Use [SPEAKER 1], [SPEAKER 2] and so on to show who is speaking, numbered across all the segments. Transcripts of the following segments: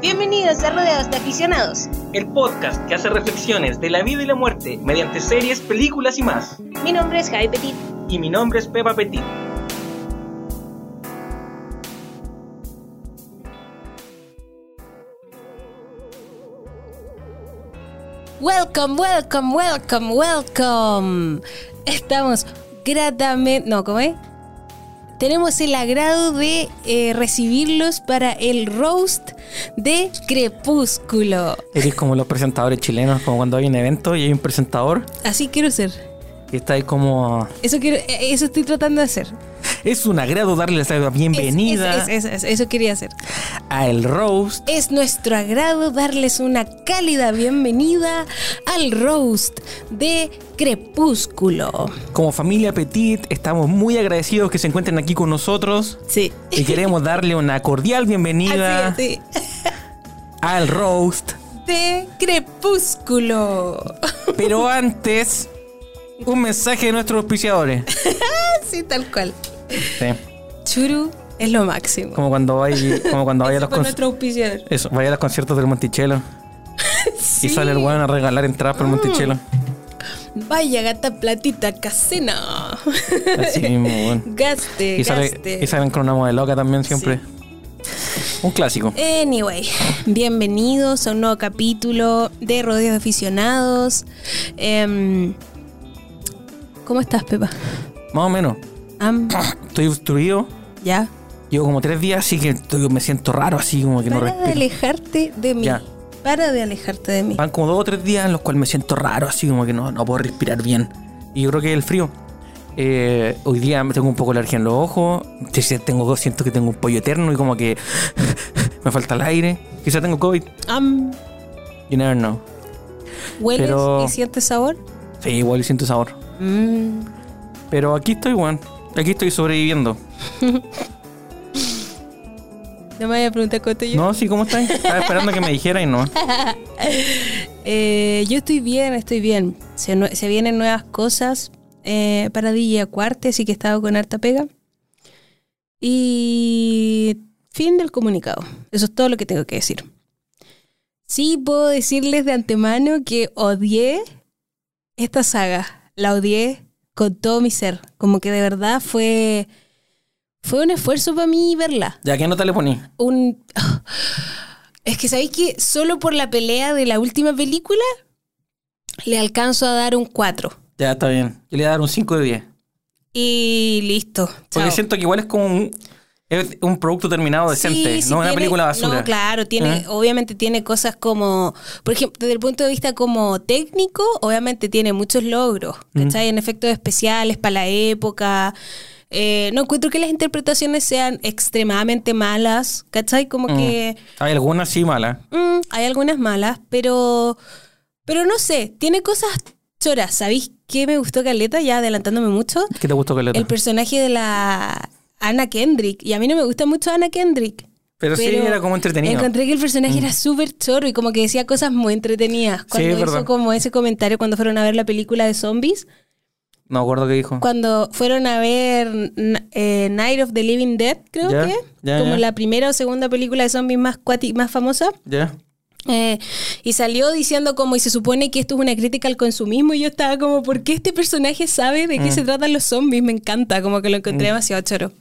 [SPEAKER 1] Bienvenidos a Rodeados de Aficionados.
[SPEAKER 2] El podcast que hace reflexiones de la vida y la muerte mediante series, películas y más.
[SPEAKER 1] Mi nombre es Javi Petit.
[SPEAKER 2] Y mi nombre es Pepa Petit.
[SPEAKER 1] Welcome, welcome, welcome, welcome. Estamos gratamente. No, ¿cómo es? Tenemos el agrado de eh, recibirlos para el roast de Crepúsculo.
[SPEAKER 3] Eres como los presentadores chilenos, como cuando hay un evento y hay un presentador
[SPEAKER 1] Así quiero ser.
[SPEAKER 3] y está ahí como...
[SPEAKER 1] Eso quiero, eh, eso estoy tratando de hacer.
[SPEAKER 3] Es un agrado darles la bienvenida
[SPEAKER 1] Es- es- es- es- eso quería hacer.
[SPEAKER 3] a El Roast.
[SPEAKER 1] Es nuestro agrado darles una cálida bienvenida al roast de Crepúsculo.
[SPEAKER 3] Como familia Petit, estamos muy agradecidos que se encuentren aquí con nosotros
[SPEAKER 1] Sí.
[SPEAKER 3] y queremos darle una cordial bienvenida
[SPEAKER 1] Así, así.
[SPEAKER 3] al Roast.
[SPEAKER 1] De Crepúsculo.
[SPEAKER 3] Pero antes, un mensaje de nuestros auspiciadores.
[SPEAKER 1] Así tal cual.
[SPEAKER 3] Sí,
[SPEAKER 1] Churu es lo máximo.
[SPEAKER 3] como cuando hay, como cuando vaya a los
[SPEAKER 1] Con
[SPEAKER 3] conciertos.
[SPEAKER 1] nuestro auspiciador.
[SPEAKER 3] Eso, vaya a los conciertos del Monticello.
[SPEAKER 1] Sí.
[SPEAKER 3] Y sale el weón a regalar entradas para el Monticello.
[SPEAKER 1] Vaya gata platita casena.
[SPEAKER 3] Así mismo, weón.
[SPEAKER 1] Gaste,
[SPEAKER 3] Y, sale,
[SPEAKER 1] gaste.
[SPEAKER 3] y salen con una moda loca también siempre. Un clásico.
[SPEAKER 1] Anyway, bienvenidos a un nuevo capítulo de Rodeos de Aficionados. Em, ¿Cómo estás, Pepa?
[SPEAKER 3] Más o menos.
[SPEAKER 1] Am,
[SPEAKER 3] Estoy obstruido.
[SPEAKER 1] ya.
[SPEAKER 3] Llevo como tres días, así que estoy- me siento raro, así como que no
[SPEAKER 1] Para de
[SPEAKER 3] respiro.
[SPEAKER 1] alejarte de mí.
[SPEAKER 3] Ya.
[SPEAKER 1] Para de alejarte de mí.
[SPEAKER 3] Van como dos o tres días en los cuales me siento raro, así como que no, no puedo respirar bien. Y yo creo que es el frío. Eh, hoy día me tengo un poco de alergia en los ojos. Entonces Tengo, siento que tengo un pollo eterno y como que me falta el aire. Quizá tengo COVID.
[SPEAKER 1] Am,
[SPEAKER 3] You never know.
[SPEAKER 1] ¿Hueles
[SPEAKER 3] Pero-
[SPEAKER 1] y sientes sabor?
[SPEAKER 3] Sí, igual siento sabor.
[SPEAKER 1] Mm,
[SPEAKER 3] Pero aquí estoy, weón. Aquí estoy sobreviviendo.
[SPEAKER 1] no me vayas a preguntar cuánto yo.
[SPEAKER 3] No, sí, ¿cómo estás? Estaba esperando que me dijera y no.
[SPEAKER 1] Eh, yo estoy bien, estoy bien. Se, nue- se vienen nuevas cosas eh, para DJ Acuarte, así que he estado con harta pega. Y fin del comunicado. Eso es todo lo que tengo que decir. Sí, puedo decirles de antemano que odié esta saga. La odié con todo mi ser. Como que de verdad fue, fue un esfuerzo para mí verla
[SPEAKER 3] Ya, ¿qué nota le poní?
[SPEAKER 1] un... Es que sabéis que solo por la pelea de la última película le alcanzo a dar un 4.
[SPEAKER 3] Ya, está bien. Yo le voy a dar un 5 de 10.
[SPEAKER 1] Y listo.
[SPEAKER 3] Porque
[SPEAKER 1] chao.
[SPEAKER 3] siento que igual es como un, es un producto terminado decente,
[SPEAKER 1] Sí, sí
[SPEAKER 3] no una
[SPEAKER 1] tiene-
[SPEAKER 3] película basura.
[SPEAKER 1] No, claro, tiene,
[SPEAKER 3] ¿Eh?
[SPEAKER 1] obviamente tiene cosas como, por ejemplo, desde el punto de vista como técnico, obviamente tiene muchos logros,
[SPEAKER 3] Mm.
[SPEAKER 1] ¿cachai? En efectos especiales para la época. Eh, no encuentro que las interpretaciones sean extremadamente malas, ¿cachai? Como
[SPEAKER 3] Mm.
[SPEAKER 1] que...
[SPEAKER 3] Hay algunas sí malas.
[SPEAKER 1] Mm, hay algunas malas, pero. Pero no sé, tiene cosas choras. ¿Sabéis qué me gustó Caleta? Ya adelantándome mucho.
[SPEAKER 3] ¿Qué te gustó, Caleta?
[SPEAKER 1] El personaje de la Ana Kendrick. Y a mí no me gusta mucho Ana Kendrick.
[SPEAKER 3] Pero sí, era como entretenido. Mm.
[SPEAKER 1] Encontré que el personaje era súper choro y como que decía cosas muy entretenidas. Cuando
[SPEAKER 3] es
[SPEAKER 1] hizo
[SPEAKER 3] verdad.
[SPEAKER 1] como ese comentario cuando fueron a ver la película de zombies,
[SPEAKER 3] No me acuerdo qué dijo.
[SPEAKER 1] cuando fueron a ver n- eh, Night of the Living Dead, creo
[SPEAKER 3] Ya,
[SPEAKER 1] que,
[SPEAKER 3] ya,
[SPEAKER 1] como
[SPEAKER 3] ya.
[SPEAKER 1] la primera o segunda película de zombies más, cuati- más famosa.
[SPEAKER 3] ¿Ya?
[SPEAKER 1] Eh, y salió diciendo como, y se supone que esto es una crítica al consumismo, y yo estaba como, ¿por qué este personaje sabe
[SPEAKER 3] Mm.
[SPEAKER 1] de qué se tratan los zombies? Me encanta, como que lo encontré demasiado choro.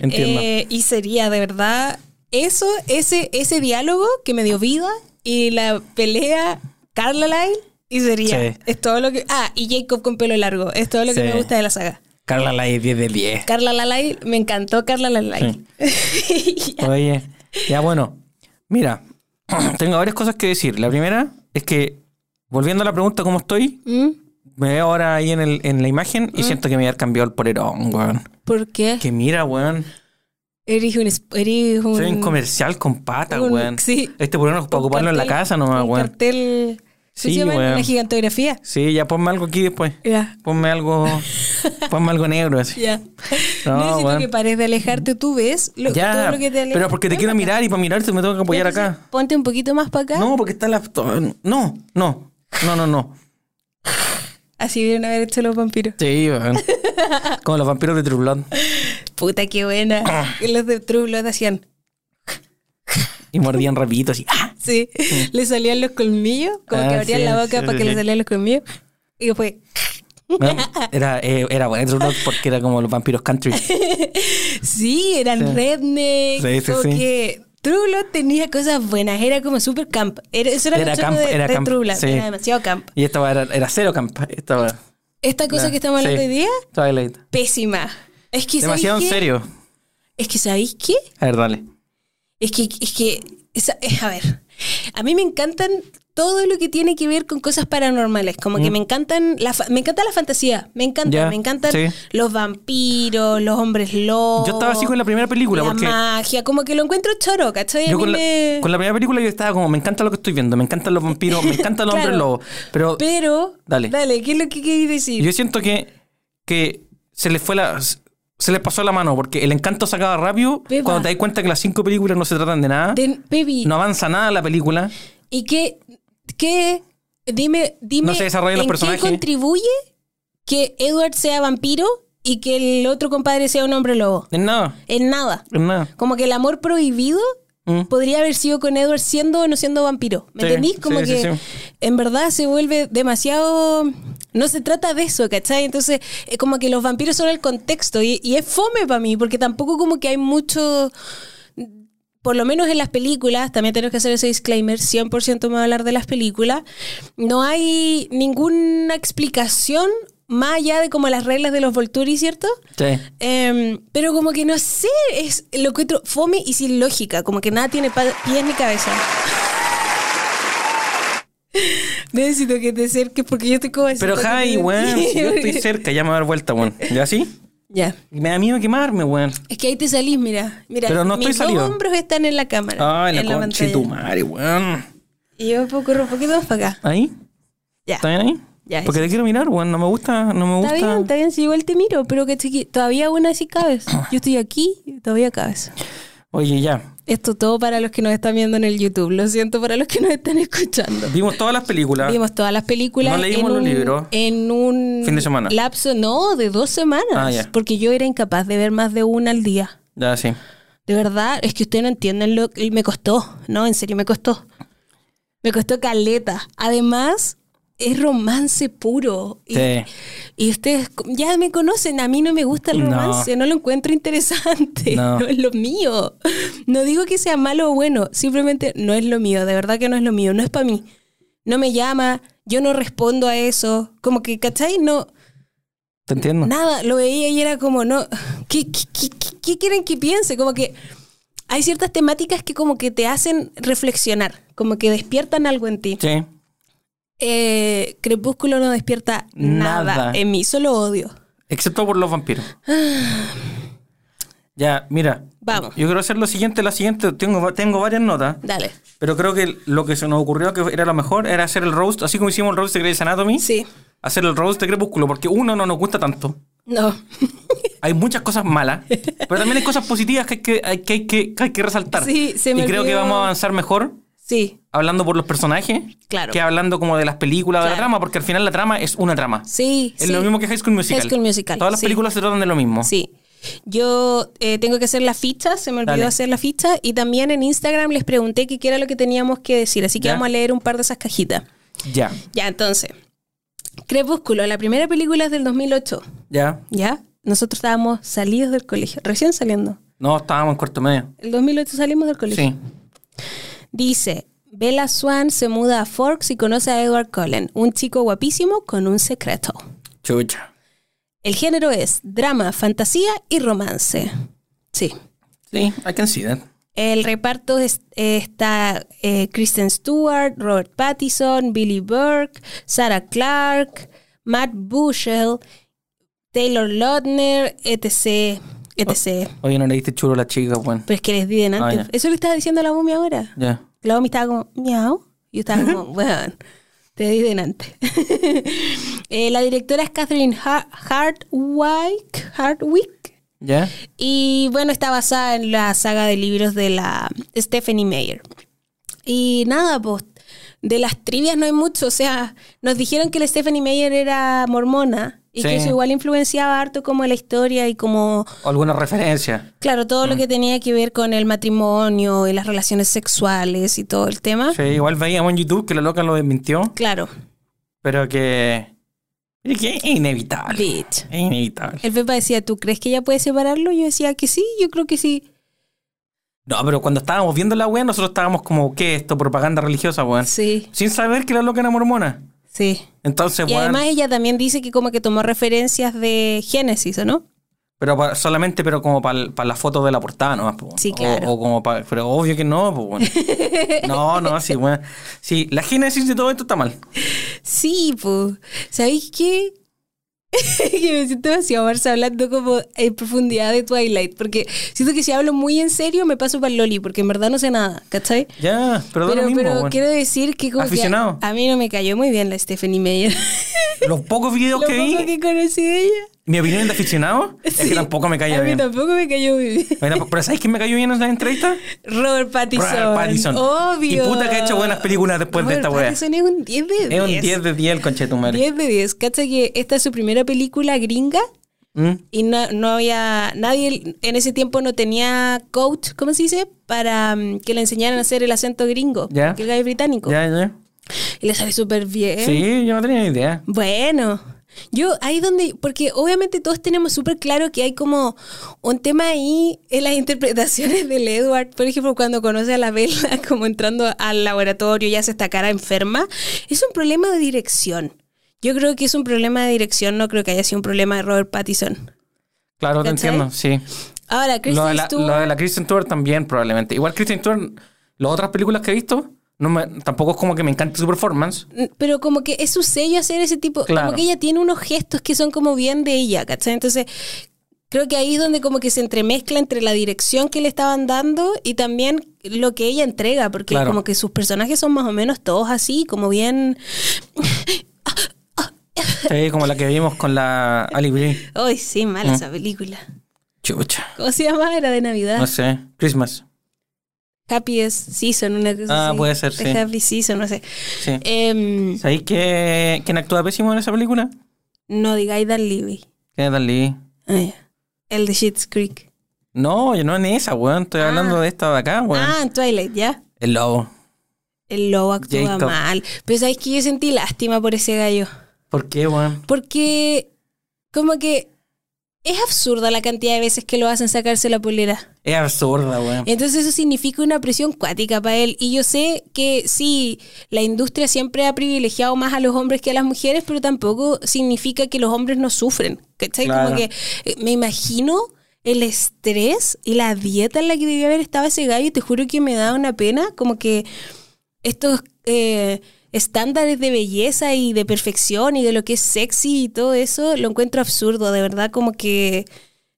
[SPEAKER 3] Entiendo.
[SPEAKER 1] Eh, y sería, de verdad, eso, ese, ese diálogo que me dio vida, y la pelea Carla Lyle, y sería,
[SPEAKER 3] Sí.
[SPEAKER 1] es todo lo que... Ah, y Jacob con pelo largo, es todo lo que
[SPEAKER 3] Sí.
[SPEAKER 1] me gusta de la saga.
[SPEAKER 3] Carla Lai, 10 de 10.
[SPEAKER 1] Carla Lyle, me encantó Carla Lyle.
[SPEAKER 3] Oye, ya bueno. Mira, tengo varias cosas que decir. La primera es que, volviendo a la pregunta cómo estoy,
[SPEAKER 1] ¿Mm?
[SPEAKER 3] me veo ahora ahí en, el, en la imagen y siento que me voy a haber cambiado el polerón, weón.
[SPEAKER 1] ¿Por qué?
[SPEAKER 3] Que mira, weón.
[SPEAKER 1] Eres un... esp- Eres un...
[SPEAKER 3] Soy un comercial con patas,
[SPEAKER 1] un-
[SPEAKER 3] weón.
[SPEAKER 1] sí.
[SPEAKER 3] Este problema es para
[SPEAKER 1] Un
[SPEAKER 3] ocuparlo en la
[SPEAKER 1] cartel-
[SPEAKER 3] casa nomás,
[SPEAKER 1] un
[SPEAKER 3] weón.
[SPEAKER 1] cartel. Sí,
[SPEAKER 3] Sí,
[SPEAKER 1] se llama
[SPEAKER 3] weón.
[SPEAKER 1] una gigantografía.
[SPEAKER 3] Sí, ya ponme algo aquí después.
[SPEAKER 1] Ya,
[SPEAKER 3] Ponme algo. ponme algo negro así.
[SPEAKER 1] ya.
[SPEAKER 3] No,
[SPEAKER 1] Necesito
[SPEAKER 3] weón.
[SPEAKER 1] que pares de alejarte. Tú ves lo, todo
[SPEAKER 3] Ya,
[SPEAKER 1] lo que te aleja.
[SPEAKER 3] pero porque te
[SPEAKER 1] Ven
[SPEAKER 3] quiero
[SPEAKER 1] para acá.
[SPEAKER 3] mirar y para mirarte me tengo que apoyar
[SPEAKER 1] Entonces,
[SPEAKER 3] acá.
[SPEAKER 1] Ponte un poquito más para acá.
[SPEAKER 3] No, porque está la. No, no, no, no, no.
[SPEAKER 1] Así vieron haber hecho los vampiros.
[SPEAKER 3] Sí, weón. Como los vampiros de True Blood.
[SPEAKER 1] Puta, qué buena. Que los de True Blood hacían.
[SPEAKER 3] Y mordían rapidito así. ¡ah!
[SPEAKER 1] Sí, le salían los colmillos, como
[SPEAKER 3] Ah,
[SPEAKER 1] que abrían
[SPEAKER 3] sí,
[SPEAKER 1] la boca
[SPEAKER 3] sí,
[SPEAKER 1] para que
[SPEAKER 3] sí.
[SPEAKER 1] le salían los colmillos. Y fue,
[SPEAKER 3] Bueno, Era, eh, era bueno Drew Lock porque era como los vampiros country.
[SPEAKER 1] sí, eran
[SPEAKER 3] Sí.
[SPEAKER 1] redneck.
[SPEAKER 3] Sí, sí,
[SPEAKER 1] como
[SPEAKER 3] sí.
[SPEAKER 1] que True Blood tenía cosas buenas, era como super camp. Era, eso era,
[SPEAKER 3] Era
[SPEAKER 1] lo camp,
[SPEAKER 3] camp,
[SPEAKER 1] de,
[SPEAKER 3] era
[SPEAKER 1] de
[SPEAKER 3] camp,
[SPEAKER 1] True Blood,
[SPEAKER 3] sí.
[SPEAKER 1] era demasiado camp.
[SPEAKER 3] Y esta era, era cero camp. Esta weá.
[SPEAKER 1] Esta cosa
[SPEAKER 3] Nah,
[SPEAKER 1] que estamos hablando
[SPEAKER 3] sí.
[SPEAKER 1] hoy día,
[SPEAKER 3] Twilight.
[SPEAKER 1] pésima. Es que, ¿sabéis
[SPEAKER 3] Demasiado en
[SPEAKER 1] qué?
[SPEAKER 3] serio.
[SPEAKER 1] Es que, ¿sabéis qué?
[SPEAKER 3] A ver, dale.
[SPEAKER 1] Es que, es que, esa- eh, a ver, a mí me encantan todo lo que tiene que ver con cosas paranormales. Como que me encantan, la fa- me encanta la fantasía, me encanta,
[SPEAKER 3] Mm. Ya,
[SPEAKER 1] me encantan
[SPEAKER 3] sí.
[SPEAKER 1] los vampiros, los hombres lobos.
[SPEAKER 3] Yo estaba así con la primera película
[SPEAKER 1] la
[SPEAKER 3] porque.
[SPEAKER 1] magia, como que lo encuentro choro, ¿cachai? A
[SPEAKER 3] Yo
[SPEAKER 1] mí
[SPEAKER 3] con la,
[SPEAKER 1] me-
[SPEAKER 3] con la primera película yo estaba como, me encanta lo que estoy viendo, me encantan los vampiros, me encantan los
[SPEAKER 1] Claro.
[SPEAKER 3] hombres lobos. Pero
[SPEAKER 1] Pero,
[SPEAKER 3] Dale.
[SPEAKER 1] ¿qué es lo que queréis decir?
[SPEAKER 3] yo siento que, que se les fue la. Se les pasó la mano porque el encanto se acaba rápido
[SPEAKER 1] Beba.
[SPEAKER 3] cuando te das cuenta que las cinco películas no se tratan de nada.
[SPEAKER 1] De- baby,
[SPEAKER 3] No avanza nada la película.
[SPEAKER 1] ¿y qué, qué? Dime, dime,
[SPEAKER 3] No se desarrollan los
[SPEAKER 1] ¿en
[SPEAKER 3] personajes.
[SPEAKER 1] qué contribuye que Edward sea vampiro y que el otro compadre sea un hombre lobo?
[SPEAKER 3] En nada.
[SPEAKER 1] En nada.
[SPEAKER 3] En nada.
[SPEAKER 1] Como que el amor prohibido
[SPEAKER 3] Mm.
[SPEAKER 1] podría haber sido con Edward siendo o no siendo vampiro. ¿Me
[SPEAKER 3] Sí,
[SPEAKER 1] entendís? Como
[SPEAKER 3] sí, sí,
[SPEAKER 1] que
[SPEAKER 3] sí.
[SPEAKER 1] en verdad se vuelve demasiado... No se trata de eso, ¿cachai? Entonces, es como que los vampiros son el contexto y, y es fome para mí, porque tampoco como que hay mucho... Por lo menos en las películas, también tenemos que hacer ese disclaimer, 100% me voy a hablar de las películas, no hay ninguna explicación más allá de como las reglas de los Volturi, ¿cierto?
[SPEAKER 3] Sí.
[SPEAKER 1] Em, pero como que no sé, es lo que otro fome y sin lógica, como que nada tiene pa- pies ni cabeza. Necesito que te acerques porque yo estoy como así.
[SPEAKER 3] Pero Javi, weón, si yo estoy cerca, ya me va a dar vuelta, weón. ¿Ya sí?
[SPEAKER 1] Ya.
[SPEAKER 3] Y Me da miedo quemarme, weón.
[SPEAKER 1] Es que ahí te salís, mira. Mira,
[SPEAKER 3] Pero no
[SPEAKER 1] mis
[SPEAKER 3] estoy
[SPEAKER 1] dos
[SPEAKER 3] salido.
[SPEAKER 1] hombros están en la cámara.
[SPEAKER 3] Ay,
[SPEAKER 1] en
[SPEAKER 3] la concha de
[SPEAKER 1] pantalla.
[SPEAKER 3] tu madre, weón.
[SPEAKER 1] Y yo puedo correr un poquito más para acá.
[SPEAKER 3] ¿Ahí?
[SPEAKER 1] Ya.
[SPEAKER 3] ¿Está bien ahí?
[SPEAKER 1] Ya,
[SPEAKER 3] Porque te quiero mirar, weón. No me gusta, no me
[SPEAKER 1] Está
[SPEAKER 3] gusta.
[SPEAKER 1] bien, está bien, si igual te miro, pero que chiqui- todavía aún así cabes. Yo estoy aquí y todavía cabes.
[SPEAKER 3] Oye, ya.
[SPEAKER 1] Esto todo para los que nos están viendo en el YouTube. Lo siento para los que nos están escuchando.
[SPEAKER 3] Vimos todas las películas.
[SPEAKER 1] Vimos todas las películas.
[SPEAKER 3] No leímos
[SPEAKER 1] en
[SPEAKER 3] los
[SPEAKER 1] un-
[SPEAKER 3] libros.
[SPEAKER 1] En un.
[SPEAKER 3] Fin de semana.
[SPEAKER 1] Lapso, no, de dos semanas.
[SPEAKER 3] Ah, ya.
[SPEAKER 1] Porque yo era incapaz de ver más de una al día.
[SPEAKER 3] Ya, sí.
[SPEAKER 1] De verdad, es que ustedes no entienden lo que me costó. No, en serio, me costó. Me costó caleta. Además, es romance puro. Y,
[SPEAKER 3] Sí.
[SPEAKER 1] y ustedes co- ya me conocen, a mí no me gusta el
[SPEAKER 3] No.
[SPEAKER 1] romance, no, lo encuentro interesante,
[SPEAKER 3] No.
[SPEAKER 1] no. es lo mío. No digo que sea malo o bueno, simplemente no es lo mío, de verdad que no es lo mío, no es para mí. No me llama, yo no respondo a eso, como que, ¿cachai? No,
[SPEAKER 3] Te entiendo.
[SPEAKER 1] Nada, lo veía y era como, no, ¿qué, qué, qué- qué- qué quieren que piense? Como que hay ciertas temáticas que como que te hacen reflexionar, como que despiertan algo en ti.
[SPEAKER 3] Sí.
[SPEAKER 1] Eh, Crepúsculo no despierta nada.
[SPEAKER 3] Nada.
[SPEAKER 1] en mí, solo odio.
[SPEAKER 3] Excepto por los vampiros. ya, mira.
[SPEAKER 1] Vamos.
[SPEAKER 3] Yo quiero hacer lo siguiente, la siguiente. Tengo, tengo varias notas.
[SPEAKER 1] Dale.
[SPEAKER 3] Pero creo que lo que se nos ocurrió que era lo mejor era hacer el roast, así como hicimos el roast de Grey's Anatomy,
[SPEAKER 1] Sí,
[SPEAKER 3] hacer el roast de Crepúsculo, porque uno no nos gusta tanto.
[SPEAKER 1] no.
[SPEAKER 3] Hay muchas cosas malas, pero también hay cosas positivas que hay que, hay que, hay que, que hay que resaltar.
[SPEAKER 1] Sí, se me
[SPEAKER 3] y creo que
[SPEAKER 1] olvidó.
[SPEAKER 3] vamos a avanzar mejor
[SPEAKER 1] Sí,
[SPEAKER 3] hablando por los personajes
[SPEAKER 1] Claro.
[SPEAKER 3] que hablando como de las películas, de la
[SPEAKER 1] Claro.
[SPEAKER 3] trama, porque al final la trama es una trama.
[SPEAKER 1] sí.
[SPEAKER 3] Es
[SPEAKER 1] sí.
[SPEAKER 3] lo mismo que High School Musical.
[SPEAKER 1] High School Musical,
[SPEAKER 3] Todas las
[SPEAKER 1] sí.
[SPEAKER 3] películas se tratan de lo mismo.
[SPEAKER 1] Sí. Yo eh, tengo que hacer la ficha, se me olvidó
[SPEAKER 3] Dale.
[SPEAKER 1] hacer la ficha y también en Instagram les pregunté que qué era lo que teníamos que decir, así que
[SPEAKER 3] Ya.
[SPEAKER 1] vamos a leer un par de esas cajitas.
[SPEAKER 3] Ya,
[SPEAKER 1] Ya, entonces. Crepúsculo, la primera película es del 2008.
[SPEAKER 3] ya.
[SPEAKER 1] ¿Ya? Nosotros estábamos salidos del colegio, recién saliendo.
[SPEAKER 3] No, estábamos en cuarto medio.
[SPEAKER 1] El 2008 salimos del colegio.
[SPEAKER 3] Sí.
[SPEAKER 1] Dice, Bella Swan se muda a Forks y conoce a Edward Cullen, un chico guapísimo con un secreto.
[SPEAKER 3] Chucha.
[SPEAKER 1] El género es drama, fantasía y romance. Sí.
[SPEAKER 3] Sí, I can see that.
[SPEAKER 1] El reparto es- eh, está eh, Kristen Stewart, Robert Pattinson, Billy Burke, Sarah Clark, Matt Bushell, Taylor Lautner, etc. etc.
[SPEAKER 3] Oye, no le diste chulo a la chica, weón.
[SPEAKER 1] Pero es que les di delante.
[SPEAKER 3] Oh. Ah, ya.
[SPEAKER 1] Eso le estaba diciendo a la momia ahora.
[SPEAKER 3] Ya.
[SPEAKER 1] La momia estaba como, miau. Y yo estaba como, bueno, te di delante. Eh, la directora es Catherine Ha- Hardwick. Hardwick.
[SPEAKER 3] ¿Ya?
[SPEAKER 1] Y bueno, está basada en la saga de libros de la Stephanie Meyer. Y nada, pues de las trivias no hay mucho. O sea, nos dijeron que la Stephanie Meyer era mormona Y
[SPEAKER 3] Sí.
[SPEAKER 1] que eso igual influenciaba harto como la historia y como,
[SPEAKER 3] O alguna referencia.
[SPEAKER 1] claro, todo
[SPEAKER 3] Mm.
[SPEAKER 1] lo que tenía que ver con el matrimonio y las relaciones sexuales y todo el tema.
[SPEAKER 3] Sí, igual veíamos en YouTube que la loca lo desmintió,
[SPEAKER 1] Claro,
[SPEAKER 3] pero que. Es que es inevitable.
[SPEAKER 1] bitch.
[SPEAKER 3] Es inevitable.
[SPEAKER 1] El Pepa decía, ¿tú crees que ella puede separarlo? Yo decía que sí, yo creo que sí.
[SPEAKER 3] No, pero cuando estábamos viendo la wea, nosotros estábamos como, ¿qué es esto? Propaganda religiosa, weón.
[SPEAKER 1] Sí,
[SPEAKER 3] Sin saber que la loca era mormona.
[SPEAKER 1] sí.
[SPEAKER 3] Entonces,
[SPEAKER 1] Y
[SPEAKER 3] weón.
[SPEAKER 1] además ella también dice que como que tomó referencias de Génesis, ¿o no?
[SPEAKER 3] Pero pa- solamente, pero como para la foto de la portada nomás, po.
[SPEAKER 1] Sí,
[SPEAKER 3] O-
[SPEAKER 1] claro.
[SPEAKER 3] O, como para. Pero obvio que no, po, weón. No, no, sí, weón. Sí, la génesis de todo esto está mal.
[SPEAKER 1] Sí, pues. ¿Sabéis qué? que me siento demasiado Marcia hablando como en profundidad de Twilight, porque siento que si hablo muy en serio me paso para el Loli, porque en verdad no sé nada, ¿cachai?
[SPEAKER 3] Ya, pero, da
[SPEAKER 1] Pero,
[SPEAKER 3] lo mismo,
[SPEAKER 1] pero
[SPEAKER 3] weón.
[SPEAKER 1] quiero decir que como que
[SPEAKER 3] Aficionado.
[SPEAKER 1] a, a mí no me cayó muy bien la Stephanie Meyer.
[SPEAKER 3] Los pocos videos
[SPEAKER 1] Lo
[SPEAKER 3] que vi,
[SPEAKER 1] poco que conocí de ella.
[SPEAKER 3] mi opinión de aficionado, es
[SPEAKER 1] Sí.
[SPEAKER 3] que tampoco me
[SPEAKER 1] a
[SPEAKER 3] cayó
[SPEAKER 1] mí
[SPEAKER 3] bien.
[SPEAKER 1] tampoco me cayó muy bien.
[SPEAKER 3] Bueno, pero ¿sabes quién me cayó bien en esa entrevista?
[SPEAKER 1] Robert Pattinson.
[SPEAKER 3] Robert Pattinson.
[SPEAKER 1] Obvio.
[SPEAKER 3] Y puta que ha hecho buenas películas después de esta wea.
[SPEAKER 1] Robert Pattinson es un 10 de 10.
[SPEAKER 3] Es un 10 de 10 el conche de tu madre.
[SPEAKER 1] 10 de 10. Cacha que esta es su primera película gringa
[SPEAKER 3] ¿Mm?
[SPEAKER 1] y no, no había nadie en ese tiempo no tenía coach, ¿cómo se dice? Para mm, que le enseñaran a hacer el acento gringo,
[SPEAKER 3] Ya.
[SPEAKER 1] que el gallo es británico.
[SPEAKER 3] Ya, ya.
[SPEAKER 1] ¿Eh? Y le sale súper bien.
[SPEAKER 3] Sí, yo no tenía ni idea.
[SPEAKER 1] Bueno, yo ahí donde, porque obviamente todos tenemos súper claro que hay como un tema ahí en las interpretaciones del Edward, por ejemplo, cuando conoce a la Bella como entrando al laboratorio y hace esta cara enferma, es un problema de dirección. Yo creo que es un problema de dirección, no creo que haya sido un problema de Robert Pattinson.
[SPEAKER 3] Claro, te
[SPEAKER 1] ¿Cachai?
[SPEAKER 3] entiendo, sí.
[SPEAKER 1] Ahora,
[SPEAKER 3] Lo de,
[SPEAKER 1] Kristen
[SPEAKER 3] la,
[SPEAKER 1] Stewart,
[SPEAKER 3] lo de la Kristen Stewart también, probablemente. Igual Kristen Stewart, las otras películas que he visto, no me- tampoco es como que me encante su performance.
[SPEAKER 1] n- pero como que es su sello hacer ese tipo,
[SPEAKER 3] Claro.
[SPEAKER 1] como que ella tiene unos gestos que son como bien de ella, ¿cachai? Entonces, creo que ahí es donde como que se entremezcla entre la dirección que le estaban dando y también lo que ella entrega, porque
[SPEAKER 3] Claro.
[SPEAKER 1] como que sus personajes son más o menos todos así, como bien...
[SPEAKER 3] Sí, como la que vimos con la Ali Brie.
[SPEAKER 1] ¡Ay, sí,
[SPEAKER 3] Mm.
[SPEAKER 1] mala esa película!
[SPEAKER 3] Chucha.
[SPEAKER 1] ¿Cómo se llama? Era de Navidad.
[SPEAKER 3] No sé. Christmas.
[SPEAKER 1] Happiest Season, una cosa
[SPEAKER 3] Ah,
[SPEAKER 1] así.
[SPEAKER 3] puede ser,
[SPEAKER 1] The
[SPEAKER 3] sí.
[SPEAKER 1] Happy Season, no sé.
[SPEAKER 3] Sí.
[SPEAKER 1] Em,
[SPEAKER 3] ¿Sabéis qué- quién actúa pésimo en esa película?
[SPEAKER 1] no digáis Dan Levy.
[SPEAKER 3] Kenneth Lee.
[SPEAKER 1] Ay, el de Shit's Creek.
[SPEAKER 3] No, yo no en esa, weón. Estoy
[SPEAKER 1] Ah.
[SPEAKER 3] hablando de esta de acá, weón.
[SPEAKER 1] Ah, en Twilight, ¿ya?
[SPEAKER 3] El lobo.
[SPEAKER 1] El lobo actúa
[SPEAKER 3] Jacob.
[SPEAKER 1] mal. Pero sabéis que yo sentí lástima por ese gallo.
[SPEAKER 3] ¿Por qué, weón?
[SPEAKER 1] Porque como que es absurda la cantidad de veces que lo hacen sacarse la polera.
[SPEAKER 3] Es absurda, weón.
[SPEAKER 1] Entonces eso significa una presión cuática para él. Y yo sé que sí, la industria siempre ha privilegiado más a los hombres que a las mujeres, pero tampoco significa que los hombres no sufren. ¿Cachai?
[SPEAKER 3] Claro.
[SPEAKER 1] Como que eh, me imagino el estrés y la dieta en la que debió haber estado ese gallo, y te juro que me da una pena, como que estos eh, estándares de belleza y de perfección y de lo que es sexy y todo eso, lo encuentro absurdo, de verdad, como que...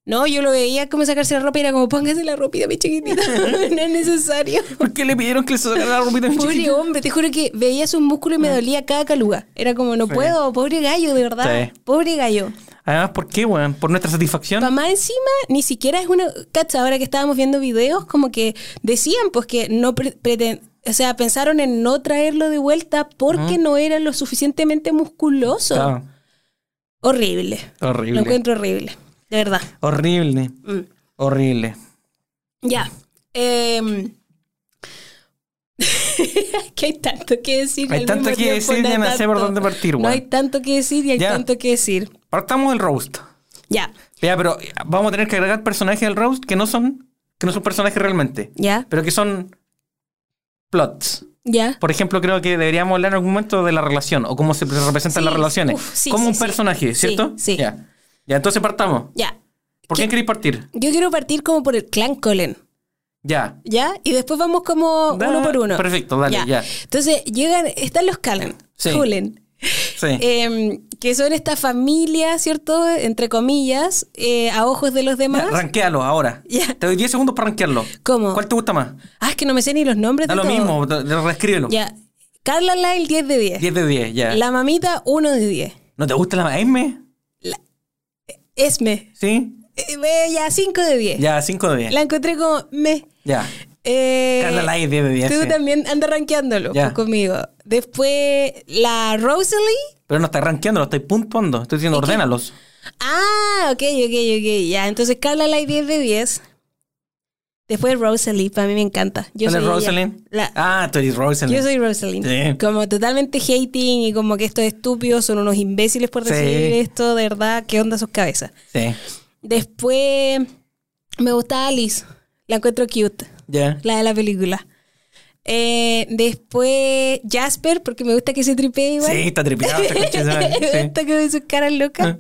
[SPEAKER 1] No, yo lo veía como sacarse la ropa y era como, póngase la ropita, mi chiquitita, no es necesario.
[SPEAKER 3] ¿Por qué le pidieron que le sacara la ropita a mi
[SPEAKER 1] Pobre
[SPEAKER 3] chiquitito?
[SPEAKER 1] hombre, te juro que veía sus músculos y me dolía cada caluga. Era como, no
[SPEAKER 3] Ah. Sí.
[SPEAKER 1] puedo, pobre gallo, de verdad.
[SPEAKER 3] Sí.
[SPEAKER 1] Pobre gallo.
[SPEAKER 3] Además, ¿por qué, weón? ¿Por nuestra satisfacción?
[SPEAKER 1] Para más encima, ni siquiera es una. Cacha, ahora que estábamos viendo videos, como que decían, pues que no pre- preten- O sea, pensaron en no traerlo de vuelta porque no era lo suficientemente musculoso.
[SPEAKER 3] Claro.
[SPEAKER 1] Horrible. Lo
[SPEAKER 3] Horrible.
[SPEAKER 1] encuentro horrible. De verdad.
[SPEAKER 3] Horrible.
[SPEAKER 1] Mm.
[SPEAKER 3] Horrible.
[SPEAKER 1] Ya. Em, que hay tanto que decir.
[SPEAKER 3] Hay
[SPEAKER 1] al
[SPEAKER 3] tanto
[SPEAKER 1] mismo
[SPEAKER 3] que
[SPEAKER 1] tiempo,
[SPEAKER 3] decir,
[SPEAKER 1] no hay
[SPEAKER 3] ya no sé por
[SPEAKER 1] tanto.
[SPEAKER 3] dónde partir,
[SPEAKER 1] No
[SPEAKER 3] weón.
[SPEAKER 1] hay tanto que decir y hay
[SPEAKER 3] Ya.
[SPEAKER 1] tanto que decir.
[SPEAKER 3] Partamos del roast.
[SPEAKER 1] Ya.
[SPEAKER 3] Ya, pero vamos a tener que agregar personajes del roast que no son que no son personajes realmente,
[SPEAKER 1] Ya.
[SPEAKER 3] pero que son plots.
[SPEAKER 1] Ya.
[SPEAKER 3] Por ejemplo, creo que deberíamos hablar en algún momento de la relación o cómo se representan
[SPEAKER 1] Sí,
[SPEAKER 3] las relaciones.
[SPEAKER 1] uf, sí,
[SPEAKER 3] como
[SPEAKER 1] sí,
[SPEAKER 3] un
[SPEAKER 1] sí.
[SPEAKER 3] personaje,
[SPEAKER 1] Sí,
[SPEAKER 3] ¿cierto?
[SPEAKER 1] sí.
[SPEAKER 3] Ya. Ya, entonces partamos.
[SPEAKER 1] Ya.
[SPEAKER 3] ¿Por
[SPEAKER 1] ¿Qué?
[SPEAKER 3] quién queréis partir?
[SPEAKER 1] Yo quiero partir como por el clan Colen.
[SPEAKER 3] Ya.
[SPEAKER 1] ¿Ya? Y después vamos como
[SPEAKER 3] Da-
[SPEAKER 1] uno por uno.
[SPEAKER 3] perfecto, dale, ya.
[SPEAKER 1] Entonces llegan, están los Cullen,
[SPEAKER 3] Sí.
[SPEAKER 1] Cullen,
[SPEAKER 3] Sí.
[SPEAKER 1] eh, que son esta familia, ¿cierto? Entre comillas, eh, a ojos de los demás.
[SPEAKER 3] Ya, ranquéalos ahora.
[SPEAKER 1] Ya.
[SPEAKER 3] Te doy 10 segundos para ranquearlo.
[SPEAKER 1] ¿Cómo?
[SPEAKER 3] ¿Cuál te gusta más?
[SPEAKER 1] Ah, es que no me sé ni los nombres
[SPEAKER 3] Da
[SPEAKER 1] de
[SPEAKER 3] lo
[SPEAKER 1] todos.
[SPEAKER 3] mismo, da- da- reescríbelo.
[SPEAKER 1] Ya. Carla Lyle, 10 de 10.
[SPEAKER 3] 10 de 10, ya.
[SPEAKER 1] La mamita, 1 de 10.
[SPEAKER 3] ¿No te gusta la M?
[SPEAKER 1] Esme,
[SPEAKER 3] ¿Sí?
[SPEAKER 1] eh, eh, ya 5 de 10. Eh,
[SPEAKER 3] Ya, 5 de 10.
[SPEAKER 1] La encontré como me.
[SPEAKER 3] Ya.
[SPEAKER 1] Eh,
[SPEAKER 3] Carla Light, 10 de 10.
[SPEAKER 1] Tú
[SPEAKER 3] sí.
[SPEAKER 1] también anda rankeándolo
[SPEAKER 3] Ya.
[SPEAKER 1] conmigo. Después, la Rosalie.
[SPEAKER 3] Pero no estáis rankeando, lo estáis puntuando. Estoy diciendo,
[SPEAKER 1] Es que-
[SPEAKER 3] ordénalos.
[SPEAKER 1] Ah, ok, ok, ok. Ya, entonces Carla Light 10 de 10. Después Rosalie, para mí me encanta.
[SPEAKER 3] ¿Cuál
[SPEAKER 1] Yo
[SPEAKER 3] es
[SPEAKER 1] soy ella.
[SPEAKER 3] Rosalind?
[SPEAKER 1] La-
[SPEAKER 3] Ah, tú eres Rosalind.
[SPEAKER 1] Yo soy Rosalind.
[SPEAKER 3] Sí.
[SPEAKER 1] Como totalmente hating y como que estos estúpidos son unos imbéciles por
[SPEAKER 3] Sí.
[SPEAKER 1] decir esto, de verdad, ¿qué onda sus cabezas?
[SPEAKER 3] Sí.
[SPEAKER 1] Después me gusta Alice, la encuentro cute,
[SPEAKER 3] Ya.
[SPEAKER 1] la de la película. Eh, después Jasper, porque me gusta que se tripee igual.
[SPEAKER 3] Sí, está tripeado esta concha de su madre, sí. Ah.
[SPEAKER 1] Está que ve sus caras locas.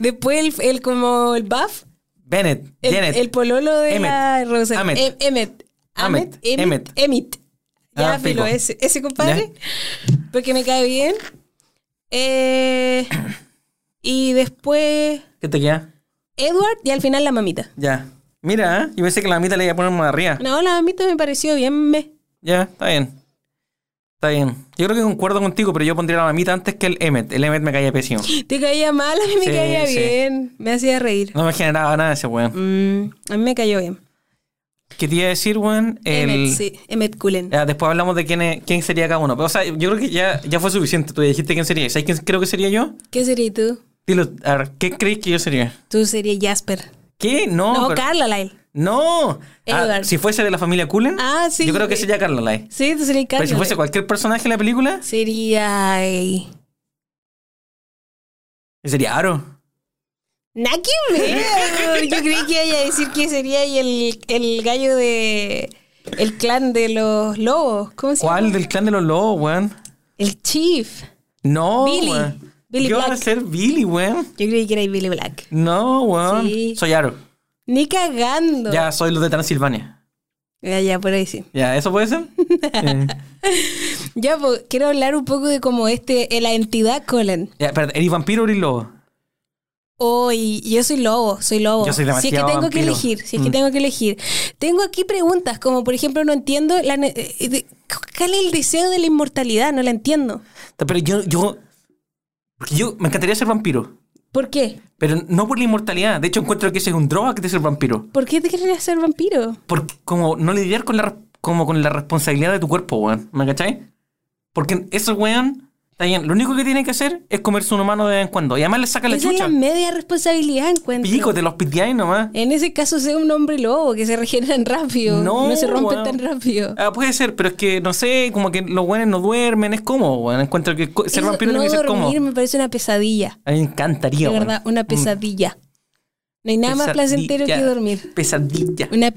[SPEAKER 1] Después el, el como el buff,
[SPEAKER 3] Bennett,
[SPEAKER 1] el,
[SPEAKER 3] Janet.
[SPEAKER 1] el pololo de la
[SPEAKER 3] Emmett,
[SPEAKER 1] Rosa.
[SPEAKER 3] Emmett.
[SPEAKER 1] Em- Emmett.
[SPEAKER 3] Emmett,
[SPEAKER 1] Emmett. Emmett.
[SPEAKER 3] Emmett.
[SPEAKER 1] Emmett. Ya,
[SPEAKER 3] Ah,
[SPEAKER 1] filo,
[SPEAKER 3] pico.
[SPEAKER 1] ese, ese compadre. Porque me cae bien. Eh, y después
[SPEAKER 3] ¿Qué te queda?
[SPEAKER 1] Edward y al final la mamita.
[SPEAKER 3] Ya. Mira, ¿eh? yo pensé que la mitad le iba a poner más arriba.
[SPEAKER 1] No, la mamita me pareció bien. Me.
[SPEAKER 3] Ya, está bien. Está bien. Yo creo que concuerdo contigo, pero yo pondría la mamita antes que el Emmet. El Emmet me caía pésimo.
[SPEAKER 1] Te caía mal, a mí me
[SPEAKER 3] Sí,
[SPEAKER 1] caía
[SPEAKER 3] sí.
[SPEAKER 1] bien. Me hacía reír.
[SPEAKER 3] No me generaba nada ese weón.
[SPEAKER 1] Mm, a mí me cayó bien.
[SPEAKER 3] ¿Qué te iba a decir, weón? El...
[SPEAKER 1] Emmett, sí. Emmett Cullen.
[SPEAKER 3] Ya, después hablamos de quién, es- quién sería cada uno. Pero, o sea, yo creo que ya, ya fue suficiente. Tú ya dijiste quién sería. ¿Sabes quién creo que sería yo?
[SPEAKER 1] ¿Qué serías tú?
[SPEAKER 3] Dilo, a ver, ¿qué crees que yo sería?
[SPEAKER 1] Tú serías Jasper.
[SPEAKER 3] ¿Qué? No.
[SPEAKER 1] no,
[SPEAKER 3] pero-
[SPEAKER 1] Carla Lyle.
[SPEAKER 3] No. Ah,
[SPEAKER 1] Edward.
[SPEAKER 3] si fuese de la familia Cullen,
[SPEAKER 1] Ah, sí.
[SPEAKER 3] yo creo que sería Carla Lai.
[SPEAKER 1] Sí, tú serías Carla
[SPEAKER 3] Pero si fuese
[SPEAKER 1] Lyle.
[SPEAKER 3] cualquier personaje de la película,
[SPEAKER 1] Sería. eh,
[SPEAKER 3] sería Aro.
[SPEAKER 1] Nada que ver. Yo creí que iba a decir que sería ahí el, el gallo de. El clan de los lobos. ¿Cómo se
[SPEAKER 3] ¿Cuál
[SPEAKER 1] llama?
[SPEAKER 3] del clan de los lobos, weón?
[SPEAKER 1] El chief.
[SPEAKER 3] No,
[SPEAKER 1] Billy.
[SPEAKER 3] weón.
[SPEAKER 1] Billy
[SPEAKER 3] yo voy a
[SPEAKER 1] Black.
[SPEAKER 3] ser Billy, weón.
[SPEAKER 1] Yo creí que era el Billy Black.
[SPEAKER 3] No, weón.
[SPEAKER 1] Sí.
[SPEAKER 3] Soy Aro.
[SPEAKER 1] Ni cagando.
[SPEAKER 3] Ya, soy los de Transilvania.
[SPEAKER 1] Ya, ya, por ahí sí.
[SPEAKER 3] Ya, ¿eso puede ser? Eh,
[SPEAKER 1] Ya, pues, quiero hablar un poco de como este, eh, la entidad Colin.
[SPEAKER 3] ya, espérate, ¿eres vampiro o eres lobo?
[SPEAKER 1] Hoy, yo soy lobo, soy lobo.
[SPEAKER 3] Yo soy
[SPEAKER 1] si es que
[SPEAKER 3] demasiado
[SPEAKER 1] tengo que
[SPEAKER 3] vampiro.
[SPEAKER 1] elegir, si es que
[SPEAKER 3] Mm.
[SPEAKER 1] tengo que elegir. Tengo aquí preguntas, como por ejemplo, no entiendo la ne- eh, de- ¿Cuál es el deseo de la inmortalidad? No la entiendo.
[SPEAKER 3] Pero yo, yo, porque yo me encantaría ser vampiro.
[SPEAKER 1] ¿Por qué?
[SPEAKER 3] Pero no por la inmortalidad. De hecho, encuentro que ese es un droga que te ser vampiro.
[SPEAKER 1] ¿Por qué te querías ser vampiro?
[SPEAKER 3] Porque como no lidiar con la, re- como con la responsabilidad de tu cuerpo, weón. ¿Me cachai? Porque esos weón, está bien, lo único que tiene que hacer es comerse un humano de vez en cuando. Y además le saca la
[SPEAKER 1] Esa es
[SPEAKER 3] chucha.
[SPEAKER 1] la media responsabilidad, encuentro.
[SPEAKER 3] Pico, te los piteáis nomás.
[SPEAKER 1] En ese caso, sea un hombre lobo que se regeneran rápido. No,
[SPEAKER 3] No,
[SPEAKER 1] se rompen
[SPEAKER 3] weón.
[SPEAKER 1] tan rápido.
[SPEAKER 3] Ah, puede ser, pero es que, no sé, como que los weones no duermen, es cómodo, weón. Encuentro que co- ser
[SPEAKER 1] Eso,
[SPEAKER 3] vampiro
[SPEAKER 1] no
[SPEAKER 3] tiene que ser
[SPEAKER 1] dormir
[SPEAKER 3] cómodo.
[SPEAKER 1] me parece una pesadilla.
[SPEAKER 3] A mí me encantaría,
[SPEAKER 1] de
[SPEAKER 3] weón.
[SPEAKER 1] verdad, una
[SPEAKER 3] Mm,
[SPEAKER 1] pesadilla. No hay nada más placentero que
[SPEAKER 3] pesadilla.
[SPEAKER 1] dormir.
[SPEAKER 3] Pesadilla.
[SPEAKER 1] Una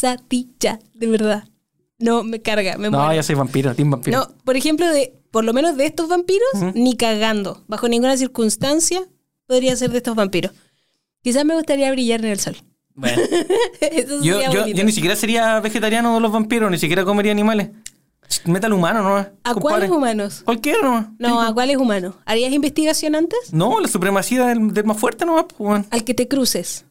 [SPEAKER 1] pesadilla, de verdad. No, me carga, me
[SPEAKER 3] No,
[SPEAKER 1] muero.
[SPEAKER 3] yo soy vampiro, team vampiro.
[SPEAKER 1] No, por ejemplo, de, por lo menos de estos vampiros, ni cagando. Bajo ninguna circunstancia podría ser de estos vampiros. Quizás me gustaría brillar en el sol.
[SPEAKER 3] Bueno.
[SPEAKER 1] Eso
[SPEAKER 3] Yo,
[SPEAKER 1] sería
[SPEAKER 3] yo,
[SPEAKER 1] bonito.
[SPEAKER 3] yo ni siquiera sería vegetariano de los vampiros, ni siquiera comería animales. Ch, Métale humano nomás.
[SPEAKER 1] ¿A
[SPEAKER 3] compadre.
[SPEAKER 1] cuáles humanos?
[SPEAKER 3] Cualquiera nomás.
[SPEAKER 1] No, ¿a cuáles humanos? ¿Harías investigación antes?
[SPEAKER 3] No, la supremacía del, del más fuerte nomás. pues, weón.
[SPEAKER 1] Al que te cruces.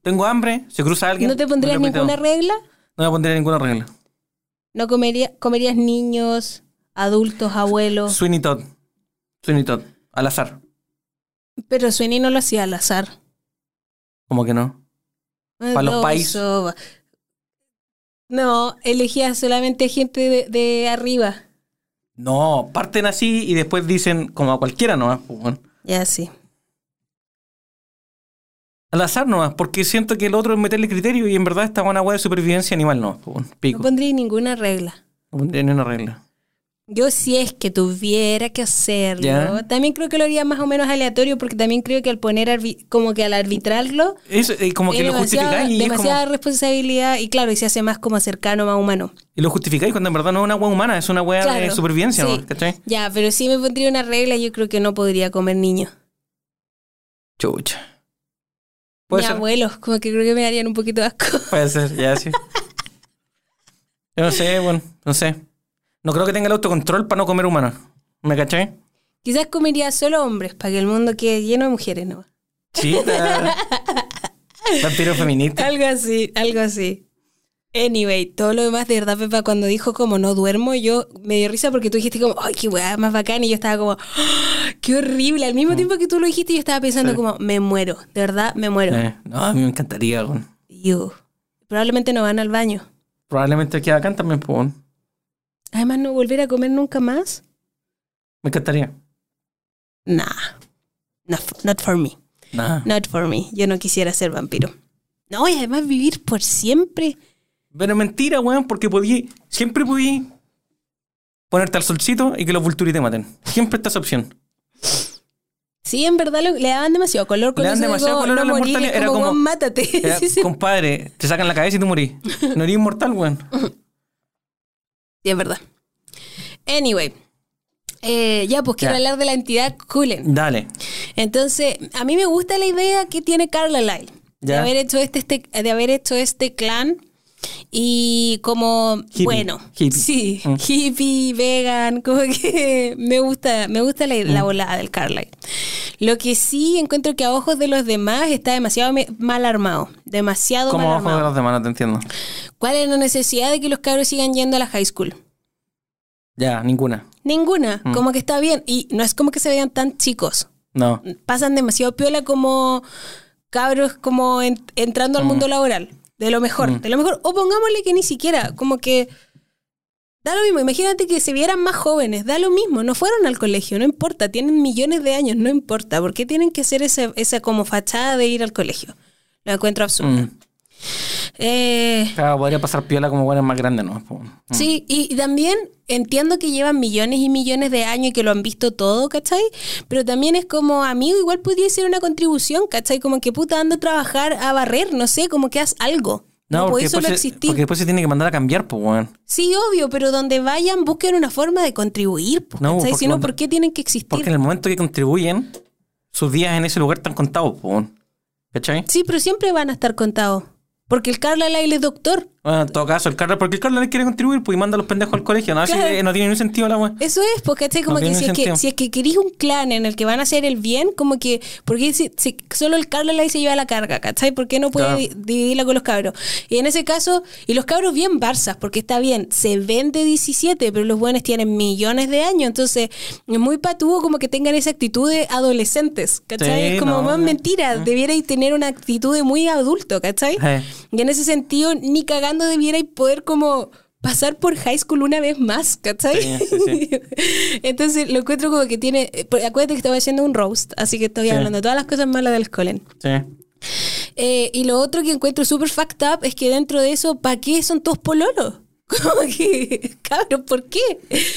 [SPEAKER 3] Tengo hambre, se cruza alguien.
[SPEAKER 1] ¿No te pondrías
[SPEAKER 3] me lo piteo.
[SPEAKER 1] ninguna regla?
[SPEAKER 3] No me pondría ninguna regla.
[SPEAKER 1] ¿No comería- comerías niños, adultos, abuelos?
[SPEAKER 3] Sweeney Todd. Sweeney Todd. Al azar.
[SPEAKER 1] Pero Sueni no lo hacía al azar.
[SPEAKER 3] Como que no. Pa' los
[SPEAKER 1] Dos
[SPEAKER 3] pais.
[SPEAKER 1] soba. No, elegía solamente gente de, de arriba.
[SPEAKER 3] No, parten así y después dicen como a cualquiera nomás. pues, weón.
[SPEAKER 1] Ya sí.
[SPEAKER 3] Al azar nomás, porque siento que el otro es meterle criterio y en verdad está una hueá de supervivencia animal nomás. pues, weón.
[SPEAKER 1] No
[SPEAKER 3] Pico.
[SPEAKER 1] pondría ninguna regla.
[SPEAKER 3] No pondría ninguna regla.
[SPEAKER 1] Yo si es que tuviera que hacerlo,
[SPEAKER 3] Ya.
[SPEAKER 1] también creo que lo haría más o menos aleatorio porque también creo que al poner arbi- como que al arbitrarlo
[SPEAKER 3] Eso, eh, como que
[SPEAKER 1] es
[SPEAKER 3] lo
[SPEAKER 1] demasiada,
[SPEAKER 3] justificáis y es como...
[SPEAKER 1] demasiada responsabilidad y claro, y se hace más como cercano, más humano.
[SPEAKER 3] Y lo justificáis cuando en verdad no es una hueá humana, es una hueá de
[SPEAKER 1] Claro,
[SPEAKER 3] supervivencia,
[SPEAKER 1] sí.
[SPEAKER 3] ¿no? ¿cachai?
[SPEAKER 1] Ya, pero si me pondría una regla, yo creo que no podría comer niños.
[SPEAKER 3] Chucha.
[SPEAKER 1] Ni
[SPEAKER 3] Puede ser,
[SPEAKER 1] abuelos, como que creo que me darían un poquito de asco.
[SPEAKER 3] puede ser, ya sí. Yo no sé, bueno, no sé. No creo que tenga el autocontrol para no comer humanos. ¿Me caché?
[SPEAKER 1] Quizás comería solo hombres para que el mundo quede lleno de mujeres, ¿no?
[SPEAKER 3] Chita. Vampiro feminista.
[SPEAKER 1] Algo así, algo así. Anyway, todo lo demás, de verdad, Pepa, cuando dijo como no duermo, yo me dio risa porque tú dijiste como, ay, qué weá, más bacán, y yo estaba como, "Ah, qué horrible. Al mismo tiempo que tú lo dijiste, yo estaba pensando
[SPEAKER 3] Mm. Sí.
[SPEAKER 1] como, me muero, de verdad, me muero.
[SPEAKER 3] Eh, no, a mí me encantaría, weón.
[SPEAKER 1] Yo, probablemente no van al baño.
[SPEAKER 3] Probablemente queda acá también, pues. weón.
[SPEAKER 1] Además, no volver a comer nunca más.
[SPEAKER 3] Me encantaría.
[SPEAKER 1] Nah. Not, f- not for me.
[SPEAKER 3] Nada.
[SPEAKER 1] Not for me. Yo no quisiera ser vampiro. No, y además vivir por siempre.
[SPEAKER 3] Pero mentira, weón, porque podí, siempre podí ponerte al solcito y que los vulturi te maten. Siempre está esa opción.
[SPEAKER 1] Sí, en verdad lo- le daban demasiado color con
[SPEAKER 3] Le daban
[SPEAKER 1] eso de
[SPEAKER 3] demasiado
[SPEAKER 1] como
[SPEAKER 3] color a
[SPEAKER 1] no
[SPEAKER 3] la
[SPEAKER 1] morir,
[SPEAKER 3] mortalidad.
[SPEAKER 1] es
[SPEAKER 3] Era
[SPEAKER 1] como,
[SPEAKER 3] como-
[SPEAKER 1] "Weón, mátate.
[SPEAKER 3] Era,
[SPEAKER 1] Sí, sí.
[SPEAKER 3] Compadre, te sacan la cabeza y tú morís. No eres inmortal, weón.
[SPEAKER 1] Sí, es verdad. Anyway. Eh, ya, pues quiero
[SPEAKER 3] Ya.
[SPEAKER 1] hablar de la entidad Cullen.
[SPEAKER 3] Dale.
[SPEAKER 1] Entonces, a mí me gusta la idea que tiene Carlisle de
[SPEAKER 3] Ya.
[SPEAKER 1] haber hecho este, este- de haber hecho este clan y como
[SPEAKER 3] Hippie,
[SPEAKER 1] bueno,
[SPEAKER 3] hippie.
[SPEAKER 1] sí,
[SPEAKER 3] Mm.
[SPEAKER 1] hippie, vegan, como que me gusta, me gusta la,
[SPEAKER 3] Mm.
[SPEAKER 1] la volada del Carlisle. Lo que sí encuentro que a ojos de los demás está demasiado me- mal armado, demasiado
[SPEAKER 3] Como
[SPEAKER 1] mal
[SPEAKER 3] abajo de
[SPEAKER 1] armado.
[SPEAKER 3] los demás, no te entiendo.
[SPEAKER 1] ¿Cuál es la necesidad de que los cabros sigan yendo a la high school?
[SPEAKER 3] Ya, ninguna.
[SPEAKER 1] Ninguna,
[SPEAKER 3] Mm.
[SPEAKER 1] como que está bien. Y no es como que se vean tan chicos.
[SPEAKER 3] No.
[SPEAKER 1] Pasan demasiado piola como cabros como en- entrando al mundo laboral. De lo mejor, de lo mejor. O pongámosle que ni siquiera, como que... Da lo mismo, imagínate que se vieran más jóvenes, da lo mismo, no fueron al colegio, no importa, tienen millones de años, no importa, ¿por qué tienen que hacer esa, esa como fachada de ir al colegio? Lo encuentro absurdo.
[SPEAKER 3] Mm.
[SPEAKER 1] Eh,
[SPEAKER 3] Claro, podría pasar piola como weón más grande, ¿no? po. Mm.
[SPEAKER 1] Sí, y, y también entiendo que llevan millones y millones de años y que lo han visto todo, ¿cachai? Pero también es como, amigo, igual podría ser una contribución, ¿cachai? Como que puta, ando a trabajar a barrer, no sé, como que haz algo. No,
[SPEAKER 3] porque
[SPEAKER 1] podéis
[SPEAKER 3] después,
[SPEAKER 1] solo
[SPEAKER 3] se,
[SPEAKER 1] existir.
[SPEAKER 3] porque después se tiene que mandar a cambiar, pues, weón.
[SPEAKER 1] Sí, obvio, pero donde vayan busquen una forma de contribuir, po,
[SPEAKER 3] No, pues,
[SPEAKER 1] ¿cachai?
[SPEAKER 3] porque
[SPEAKER 1] Si no,
[SPEAKER 3] cuando-
[SPEAKER 1] ¿por qué tienen que existir?
[SPEAKER 3] Porque en el momento que contribuyen, sus días en ese lugar están contados, pues, weón. ¿Cachai?
[SPEAKER 1] Sí, pero siempre van a estar contados. Porque el Carla Lail es doctor.
[SPEAKER 3] Bueno, en todo caso, el Carlos, porque el Carlos le quiere contribuir, pues y manda a los pendejos al colegio. No, Así
[SPEAKER 1] Claro.
[SPEAKER 3] que no tiene ningún sentido la weón.
[SPEAKER 1] Eso es, porque ¿cachai? Como
[SPEAKER 3] No
[SPEAKER 1] que,
[SPEAKER 3] tiene
[SPEAKER 1] si es que
[SPEAKER 3] sentido.
[SPEAKER 1] si es que querís un clan en el que van a hacer el bien, como que, porque si, si solo el Carlisle se lleva la carga, ¿cachai? ¿Por qué no puede
[SPEAKER 3] Claro.
[SPEAKER 1] di- dividirla con los cabros? Y en ese caso, y los cabros bien barzas, porque está bien, se vende 17, pero los buenos tienen millones de años, entonces es muy patúo como que tengan esa actitud de adolescentes, ¿cachai?
[SPEAKER 3] Sí,
[SPEAKER 1] es como
[SPEAKER 3] no,
[SPEAKER 1] más
[SPEAKER 3] no. Ah.
[SPEAKER 1] mentira, debierais tener una actitud de muy adulto, ¿cachai?
[SPEAKER 3] Eh.
[SPEAKER 1] Y en ese sentido, ni cagando debierais poder como pasar por high school una vez más, ¿cachai?
[SPEAKER 3] Sí, sí, sí.
[SPEAKER 1] Entonces lo encuentro como que tiene. eh, porque Acuérdate que estaba haciendo un roast, así que estoy
[SPEAKER 3] Sí.
[SPEAKER 1] hablando de todas las cosas malas del Colin.
[SPEAKER 3] Sí.
[SPEAKER 1] Eh, y lo otro que encuentro súper fucked up es que dentro de eso, ¿para qué son todos pololos? Como que, cabrón, ¿por qué?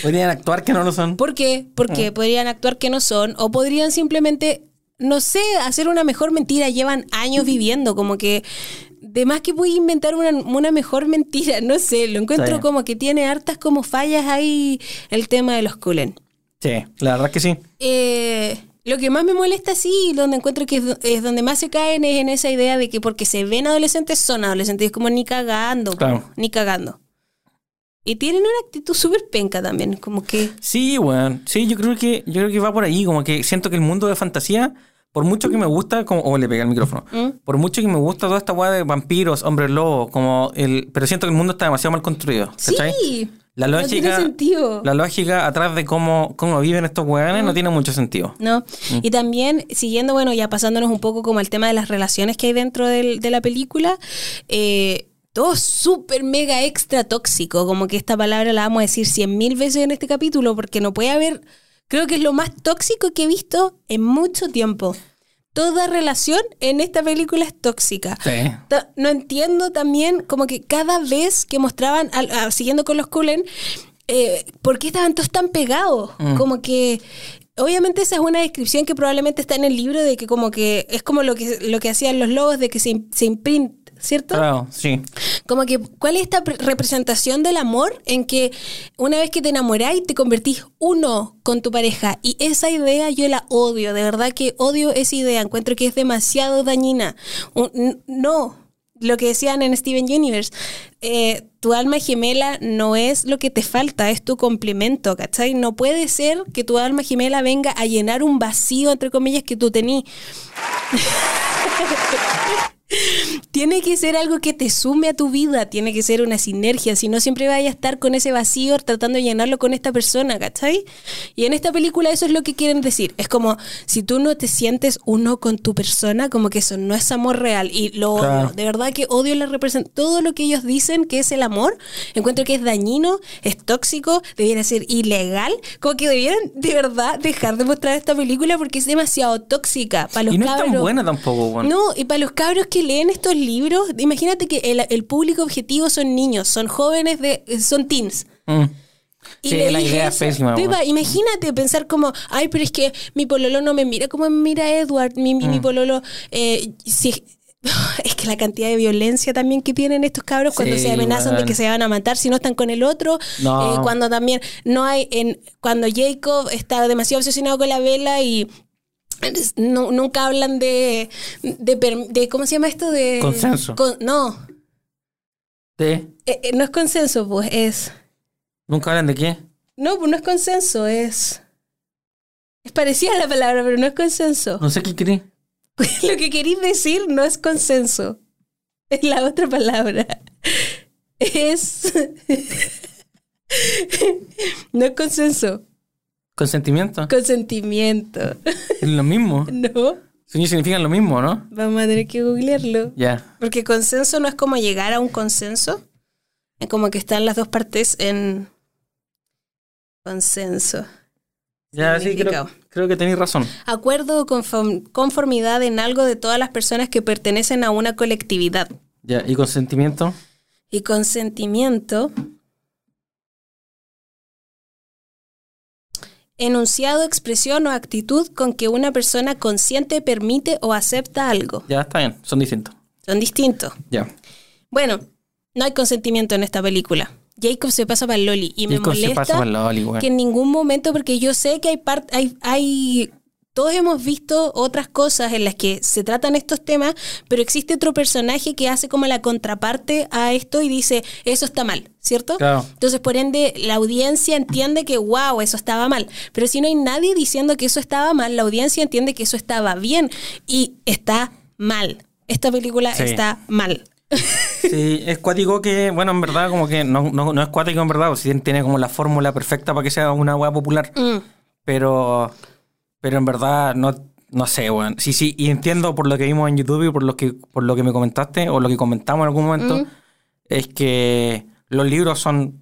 [SPEAKER 3] Podrían actuar que no lo son.
[SPEAKER 1] ¿Por qué? Porque
[SPEAKER 3] Mm.
[SPEAKER 1] podrían actuar que no son o podrían simplemente, no sé, hacer una mejor mentira. Llevan
[SPEAKER 3] Mm.
[SPEAKER 1] años viviendo, como que de más que voy a inventar una, una mejor mentira, no sé, lo encuentro
[SPEAKER 3] Sí.
[SPEAKER 1] como que tiene hartas como fallas ahí el tema de los culen.
[SPEAKER 3] Sí, la verdad es que sí.
[SPEAKER 1] Eh, lo que más me molesta, sí, donde encuentro que es, do- es donde más se caen es en esa idea de que porque se ven adolescentes, son adolescentes. Es como ni cagando,
[SPEAKER 3] Claro.
[SPEAKER 1] ni cagando. Y tienen una actitud súper penca también, como que...
[SPEAKER 3] Sí, weón. Sí, yo creo que, yo creo que va por ahí. Como que siento que el mundo de fantasía, por mucho que me gusta, como. Oh, le pegué el micrófono.
[SPEAKER 1] Mm.
[SPEAKER 3] Por mucho que me gusta toda esta weá de vampiros, hombres lobos, como el. Pero siento que el mundo está demasiado mal construido. ¿Cachai?
[SPEAKER 1] Sí.
[SPEAKER 3] La
[SPEAKER 1] No
[SPEAKER 3] lógica.
[SPEAKER 1] tiene sentido.
[SPEAKER 3] La lógica atrás de cómo, cómo viven estos weones no tiene mucho sentido.
[SPEAKER 1] ¿no? Y también, siguiendo, bueno, ya pasándonos un poco como al tema de las relaciones que hay dentro del- de la película, eh, todo súper mega extra tóxico, como que esta palabra la vamos a decir cien mil veces en este capítulo, porque no puede haber, creo que es lo más tóxico que he visto en mucho tiempo. Toda relación en esta película es tóxica.
[SPEAKER 3] Sí.
[SPEAKER 1] Ta- No entiendo también como que cada vez que mostraban, al- a- siguiendo con los Cullen, eh, ¿por qué estaban todos tan pegados? Como que... Obviamente esa es una descripción que probablemente está en el libro de que como que es como lo que, lo que hacían los lobos de que se, im- se imprint, ¿cierto?
[SPEAKER 3] Claro, sí.
[SPEAKER 1] Como que, ¿cuál es esta pre- representación del amor en que una vez que te enamoráis te convertís uno con tu pareja? Y esa idea yo la odio, de verdad que odio esa idea, encuentro que es demasiado dañina. Un- n- no, lo que decían en Steven Universe, eh, tu alma gemela no es lo que te falta, es tu complemento, ¿cachai? No puede ser que tu alma gemela venga a llenar un vacío, entre comillas, que tú tenías. Tiene que ser algo que te sume a tu vida, tiene que ser una sinergia, si no siempre vaya a estar con ese vacío tratando de llenarlo con esta persona, ¿cachai? Y en esta película eso es lo que quieren decir, es como si tú no te sientes uno con tu persona, como que eso no es amor real y lo odio,
[SPEAKER 3] Claro.
[SPEAKER 1] de verdad que odio la representación, todo lo que ellos dicen que es el amor, encuentro que es dañino, es tóxico, debiera ser ilegal, como que debieran de verdad dejar de mostrar esta película porque es demasiado tóxica para los
[SPEAKER 3] Y no es tan
[SPEAKER 1] cabros.
[SPEAKER 3] buena tampoco, weón.
[SPEAKER 1] No, y para los cabros que leen estos libros, imagínate que el, el público objetivo son niños, son jóvenes, de, son teens.
[SPEAKER 3] Mm.
[SPEAKER 1] Y
[SPEAKER 3] Sí,
[SPEAKER 1] le
[SPEAKER 3] la
[SPEAKER 1] dije
[SPEAKER 3] idea es
[SPEAKER 1] eso.
[SPEAKER 3] pésima,
[SPEAKER 1] Pepa,
[SPEAKER 3] weón.
[SPEAKER 1] imagínate pensar como, ay, pero es que mi pololo no me mira como me mira Edward, mi, mi- mi
[SPEAKER 3] Mm.
[SPEAKER 1] pololo, eh, si es, es que la cantidad de violencia también que tienen estos cabros cuando
[SPEAKER 3] Sí,
[SPEAKER 1] se amenazan de
[SPEAKER 3] weón.
[SPEAKER 1] que se van a matar si no están con el otro,
[SPEAKER 3] No.
[SPEAKER 1] eh, cuando también no hay, en, cuando Jacob está demasiado obsesionado con la vela y no- nunca hablan de, de, per- de- ¿cómo se llama esto? De,
[SPEAKER 3] Consenso.
[SPEAKER 1] con- no,
[SPEAKER 3] Sí.
[SPEAKER 1] eh, eh, no es consenso, pues es...
[SPEAKER 3] ¿Nunca hablan de qué?
[SPEAKER 1] No, pues no es consenso, es. Es parecida a la palabra, pero no es consenso.
[SPEAKER 3] No sé qué querés.
[SPEAKER 1] Lo que queréis decir no es consenso. Es la otra palabra. Es. No es consenso,
[SPEAKER 3] ¿Consentimiento?
[SPEAKER 1] consentimiento.
[SPEAKER 3] Es lo mismo.
[SPEAKER 1] No,
[SPEAKER 3] Sueños significan lo mismo, ¿no?
[SPEAKER 1] vamos a tener que googlearlo.
[SPEAKER 3] Ya.
[SPEAKER 1] Porque consenso no es como llegar a un consenso. Es como que están las dos partes en. Consenso.
[SPEAKER 3] Ya, sí, creo,
[SPEAKER 1] Significado.
[SPEAKER 3] creo que tenéis razón.
[SPEAKER 1] Acuerdo o conform- conformidad en algo de todas las personas que pertenecen a una colectividad.
[SPEAKER 3] Ya, ¿y consentimiento?
[SPEAKER 1] Y consentimiento. Enunciado, expresión o actitud con que una persona consciente permite o acepta algo.
[SPEAKER 3] Ya, está bien, son distintos.
[SPEAKER 1] Son distintos.
[SPEAKER 3] Ya.
[SPEAKER 1] Bueno, no hay consentimiento en esta película. Jacob se pasa para el Loli y me
[SPEAKER 3] Jacob se pasa
[SPEAKER 1] molesta
[SPEAKER 3] para el Loli, weón.
[SPEAKER 1] que en ningún momento, porque yo sé que hay parte, hay, hay, todos hemos visto otras cosas en las que se tratan estos temas, pero existe otro personaje que hace como la contraparte a esto y dice, eso está mal, ¿cierto?
[SPEAKER 3] Claro.
[SPEAKER 1] Entonces, por ende, la audiencia entiende que, wow, eso estaba mal. Pero si no hay nadie diciendo que eso estaba mal, la audiencia entiende que eso estaba bien y está mal. Esta película
[SPEAKER 3] Sí.
[SPEAKER 1] está mal.
[SPEAKER 3] Sí, es cuático que, bueno, en verdad, como que no, no, no es cuático en verdad, o si tiene como la fórmula perfecta para que sea una weá popular.
[SPEAKER 1] Mm.
[SPEAKER 3] Pero, pero en verdad, no, no sé, weón. Sí, sí, y entiendo por lo que vimos en YouTube y por lo que, por lo que me comentaste, o lo que comentamos en algún momento,
[SPEAKER 1] Mm.
[SPEAKER 3] es que los libros son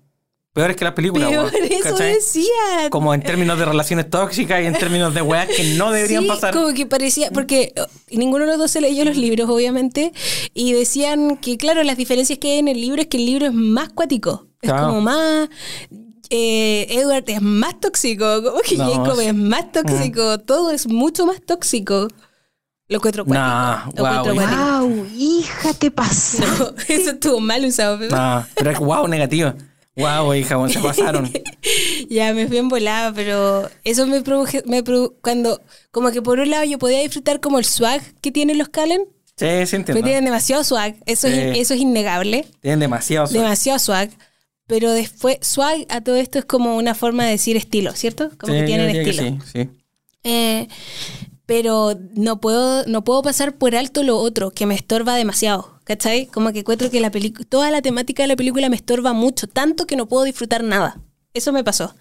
[SPEAKER 3] peores que las películas,
[SPEAKER 1] Pero
[SPEAKER 3] weón.
[SPEAKER 1] por eso
[SPEAKER 3] ¿cachai?
[SPEAKER 1] decía.
[SPEAKER 3] Como en términos de relaciones tóxicas y en términos de weas que no deberían
[SPEAKER 1] Sí,
[SPEAKER 3] pasar.
[SPEAKER 1] Como que parecía, porque oh, ninguno de los dos se leyó los libros, obviamente, y decían que, claro, las diferencias que hay en el libro es que el libro es más cuático, es
[SPEAKER 3] Claro.
[SPEAKER 1] como más... eh, Edward es más tóxico, como que
[SPEAKER 3] No,
[SPEAKER 1] Jacob
[SPEAKER 3] es- Mm.
[SPEAKER 1] es, más tóxico, todo es mucho más tóxico. Lo encuentro cuático.
[SPEAKER 3] Nah,
[SPEAKER 1] lo
[SPEAKER 3] guau,
[SPEAKER 1] encuentro cuático.
[SPEAKER 4] ¡Wow! ¡Hija, te
[SPEAKER 1] No,
[SPEAKER 4] pasó!
[SPEAKER 1] eso estuvo mal usado. pero-
[SPEAKER 3] Ah, pero es wow, negativo. Wow, hija, weón, se pasaron.
[SPEAKER 1] Ya, me fui en volada, pero eso me produje, me produ- cuando, como que por un lado yo podía disfrutar como el swag que tienen los Calen,
[SPEAKER 3] Sí, sí,
[SPEAKER 1] Pero
[SPEAKER 3] entiendo.
[SPEAKER 1] tienen demasiado swag, eso, es,
[SPEAKER 3] Sí.
[SPEAKER 1] eso es innegable,
[SPEAKER 3] Tienen demasiado. sol.
[SPEAKER 1] demasiado swag. Pero después, swag a todo esto es como una forma de decir estilo, ¿cierto? Como
[SPEAKER 3] Sí,
[SPEAKER 1] que
[SPEAKER 3] yo
[SPEAKER 1] tienen
[SPEAKER 3] diría que
[SPEAKER 1] estilo.
[SPEAKER 3] sí, sí.
[SPEAKER 1] Eh, pero no puedo, no puedo pasar por alto lo otro, que me estorba demasiado, ¿cachai? Como que encuentro que la pelicu- toda la temática de la película me estorba mucho, tanto que no puedo disfrutar nada. Eso me pasó.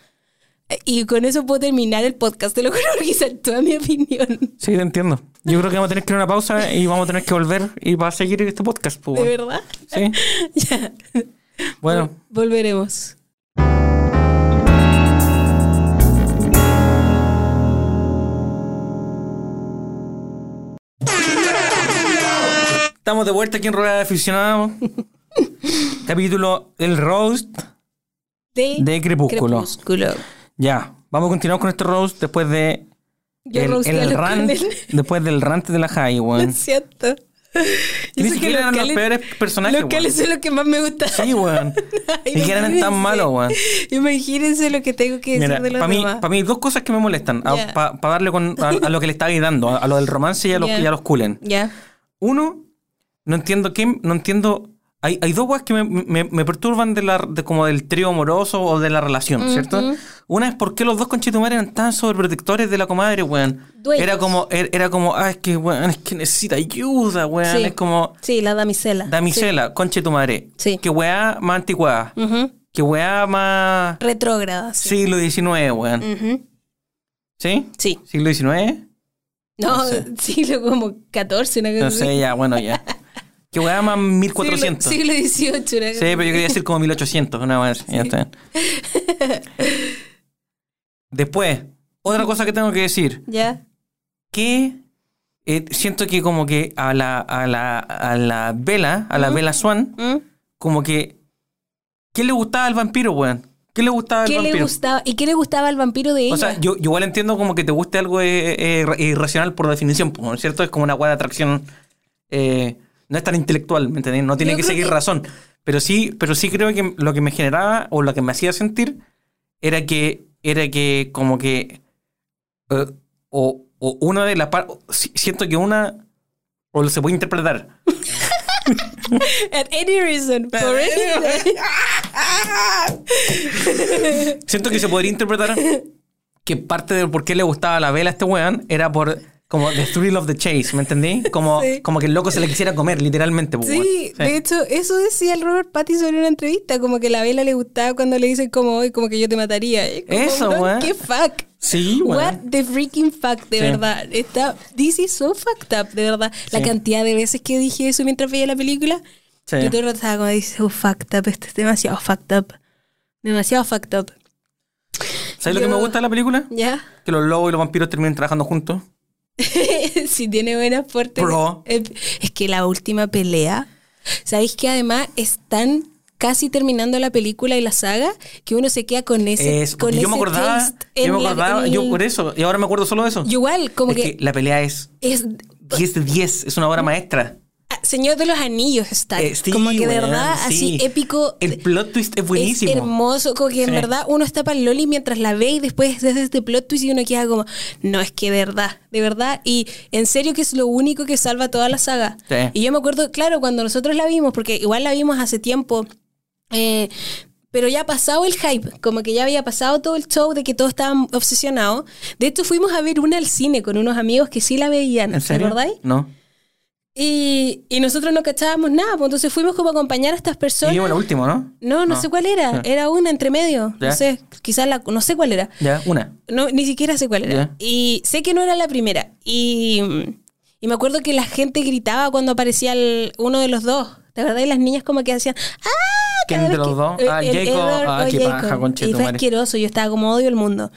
[SPEAKER 1] Eh, Y con eso puedo terminar el podcast, te lo juro, porque esa es toda mi opinión.
[SPEAKER 3] Sí, te entiendo. Yo creo que vamos a tener que ir a una pausa y vamos a tener que volver y va a seguir este podcast. pues,
[SPEAKER 1] ¿De
[SPEAKER 3] bueno.
[SPEAKER 1] verdad?
[SPEAKER 3] Sí,
[SPEAKER 1] ya.
[SPEAKER 3] bueno.
[SPEAKER 1] Volveremos.
[SPEAKER 3] Estamos de vuelta aquí en Rueda de Aficionados. Capítulo El Roast
[SPEAKER 1] De,
[SPEAKER 3] de Crepúsculo.
[SPEAKER 1] Crepúsculo.
[SPEAKER 3] Ya, vamos a continuar con este roast después de
[SPEAKER 1] Yo
[SPEAKER 3] el,
[SPEAKER 1] roasté a
[SPEAKER 3] el
[SPEAKER 1] los
[SPEAKER 3] rant,
[SPEAKER 1] Cullen.
[SPEAKER 3] después del rant de la high, weón.
[SPEAKER 1] Lo siento. Y
[SPEAKER 3] Ni
[SPEAKER 1] eso que
[SPEAKER 3] siquiera eran los
[SPEAKER 1] Cullen-
[SPEAKER 3] peores personajes,
[SPEAKER 1] Los
[SPEAKER 3] weón.
[SPEAKER 1] Cullen son los que más me gustan.
[SPEAKER 3] Sí, weón. Ni siquiera eran tan
[SPEAKER 1] Imagínense.
[SPEAKER 3] malos, weón.
[SPEAKER 1] Imagínense lo que tengo que decir
[SPEAKER 3] Mira,
[SPEAKER 1] de los
[SPEAKER 3] para mí,
[SPEAKER 1] demás.
[SPEAKER 3] pa' mí hay dos cosas que me molestan.
[SPEAKER 1] Ya.
[SPEAKER 3] Para darle con, a, a lo que le está dando, a, a lo del romance y a los,
[SPEAKER 1] Ya.
[SPEAKER 3] y a los culen.
[SPEAKER 1] Ya.
[SPEAKER 3] Uno, no entiendo qué, no entiendo Hay, hay dos weas que me, me- me perturban de la, de como del trío amoroso o de la relación, ¿cierto? Una es por qué los dos conchetumares eran tan sobreprotectores de la comadre, weón.
[SPEAKER 1] Dueños.
[SPEAKER 3] Era como, er- era como, ah, es que, weón, es que necesita ayuda, weón.
[SPEAKER 1] Sí.
[SPEAKER 3] Es como,
[SPEAKER 1] Sí, la damisela.
[SPEAKER 3] damisela, conchetumadre.
[SPEAKER 1] Sí.
[SPEAKER 3] Que weá más anticuada.
[SPEAKER 1] Sí. Ujú.
[SPEAKER 3] Que weá más
[SPEAKER 1] Retrógrada. Sí. Mm.
[SPEAKER 3] siglo XIX, weón.
[SPEAKER 1] Ujú.
[SPEAKER 3] ¿Sí?
[SPEAKER 1] Sí.
[SPEAKER 3] ¿Siglo XIX?
[SPEAKER 1] No,
[SPEAKER 3] No sé.
[SPEAKER 1] siglo como 14, una cosa
[SPEAKER 3] No
[SPEAKER 1] así.
[SPEAKER 3] sé, ya, bueno, ya. Que weá más 1400.
[SPEAKER 1] Siglo, siglo XVIII, una
[SPEAKER 3] Sí,
[SPEAKER 1] cosa
[SPEAKER 3] pero yo quería decir como 1800, una vez. Ya está bien. Después, otra cosa que tengo que decir,
[SPEAKER 1] Ya.
[SPEAKER 3] que eh, siento que como que a la, a la, a la Vela, a la Vela Swan,
[SPEAKER 1] ¿Mm?
[SPEAKER 3] como que... ¿Qué le gustaba al vampiro, weón? ¿Qué le gustaba al
[SPEAKER 1] ¿Qué
[SPEAKER 3] vampiro?
[SPEAKER 1] le gustaba? ¿Y qué le gustaba al vampiro de ella?
[SPEAKER 3] O sea, yo, yo igual entiendo como que te guste algo eh, eh, irra- irracional por definición, po, ¿no es cierto? Es como una guada de atracción. eh, no es tan intelectual, ¿me entendés? No tiene
[SPEAKER 1] Yo
[SPEAKER 3] que
[SPEAKER 1] creo
[SPEAKER 3] seguir
[SPEAKER 1] que-
[SPEAKER 3] razón. Pero sí, pero sí creo que lo que me generaba o lo que me hacía sentir era que, era que como que eh, o, o una de las partes, siento que una, o lo se puede interpretar,
[SPEAKER 1] At any reason, for anything.
[SPEAKER 3] Siento que se podría interpretar que parte de por qué le gustaba la vela a este weón era por como the thrill of the chase, ¿me entendí? Como,
[SPEAKER 1] Sí.
[SPEAKER 3] como que el loco se le quisiera comer, literalmente. po, weón.
[SPEAKER 1] Sí, de hecho, eso decía el Robert Pattinson en una entrevista, como que la vela le gustaba cuando le dicen como hoy, como que yo te mataría. Y es como,
[SPEAKER 3] Eso,
[SPEAKER 1] "Bro,
[SPEAKER 3] weón.
[SPEAKER 1] ¿Qué fuck?
[SPEAKER 3] Sí,
[SPEAKER 1] What
[SPEAKER 3] weón.
[SPEAKER 1] the freaking fuck, de
[SPEAKER 3] Sí.
[SPEAKER 1] verdad. Está, this is so fucked up, de verdad. La
[SPEAKER 3] Sí.
[SPEAKER 1] cantidad de veces que dije eso mientras veía la película,
[SPEAKER 3] Sí.
[SPEAKER 1] yo todo el rato estaba como, dice, oh, fucked up, esto es demasiado fucked up. Demasiado fucked up.
[SPEAKER 3] ¿Sabes lo que
[SPEAKER 1] Yo-
[SPEAKER 3] me gusta de la película?
[SPEAKER 1] ¿Ya?
[SPEAKER 3] Que los lobos y los vampiros terminen trabajando juntos.
[SPEAKER 1] si tiene buenas puertas.
[SPEAKER 3] Bro.
[SPEAKER 1] Eh, Es que la última pelea. ¿Sabéis que además están casi terminando la película y la saga? Que uno se queda con ese.
[SPEAKER 3] Es-
[SPEAKER 1] con
[SPEAKER 3] porque yo me
[SPEAKER 1] ese
[SPEAKER 3] acordaba,
[SPEAKER 1] taste en
[SPEAKER 3] yo me
[SPEAKER 1] la-
[SPEAKER 3] acordaba,
[SPEAKER 1] en
[SPEAKER 3] yo
[SPEAKER 1] el-
[SPEAKER 3] por eso, y ahora me acuerdo solo de eso.
[SPEAKER 1] Yo Igual, como
[SPEAKER 3] es que,
[SPEAKER 1] que,
[SPEAKER 3] la pelea es
[SPEAKER 1] es.
[SPEAKER 3] 10 de 10, es una obra maestra.
[SPEAKER 1] ah, Señor de los Anillos está.
[SPEAKER 3] Eh, sí,
[SPEAKER 1] como que de
[SPEAKER 3] weón,
[SPEAKER 1] verdad,
[SPEAKER 3] sí.
[SPEAKER 1] así épico.
[SPEAKER 3] El plot twist es buenísimo.
[SPEAKER 1] Es hermoso, como que en
[SPEAKER 3] Sí.
[SPEAKER 1] verdad uno está para el Loli mientras la ve y después desde este plot twist y uno queda como, no, es que de verdad, de verdad. Y en serio que es lo único que salva toda la saga.
[SPEAKER 3] Sí.
[SPEAKER 1] Y yo me acuerdo, claro, cuando nosotros la vimos, porque igual la vimos hace tiempo, eh, pero ya ha pasado el hype, como que ya había pasado todo el show de que todos estaban obsesionados. De hecho, fuimos a ver una al cine con unos amigos que sí la veían,
[SPEAKER 3] ¿En
[SPEAKER 1] ¿te
[SPEAKER 3] serio?
[SPEAKER 1] acordáis?
[SPEAKER 3] No.
[SPEAKER 1] Y, y nosotros no cachábamos nada, pues entonces fuimos como a acompañar a estas
[SPEAKER 3] Y
[SPEAKER 1] personas.
[SPEAKER 3] yo la última, ¿no?
[SPEAKER 1] No, no,
[SPEAKER 3] No.
[SPEAKER 1] sé cuál era. Era una entre medio.
[SPEAKER 3] Ya.
[SPEAKER 1] No sé, quizás la. No sé cuál era.
[SPEAKER 3] Ya, una.
[SPEAKER 1] No, ni siquiera sé cuál era.
[SPEAKER 3] Ya.
[SPEAKER 1] Y sé que no era la primera. Y, y me acuerdo que la gente gritaba cuando aparecía el- uno de los dos. ¿Te acordás? Y las niñas como que hacían. ¡Ah!
[SPEAKER 3] ¿Quién
[SPEAKER 1] cada
[SPEAKER 3] de
[SPEAKER 1] vez
[SPEAKER 3] los
[SPEAKER 1] que-
[SPEAKER 3] dos?
[SPEAKER 1] el-
[SPEAKER 3] Ah,
[SPEAKER 1] el
[SPEAKER 3] Jacob.
[SPEAKER 1] Edward
[SPEAKER 3] Ah,
[SPEAKER 1] o
[SPEAKER 3] qué
[SPEAKER 1] Jacob.
[SPEAKER 3] paja,
[SPEAKER 1] Y fue
[SPEAKER 3] conchetumare.
[SPEAKER 1] asqueroso. Yo estaba como odio el mundo.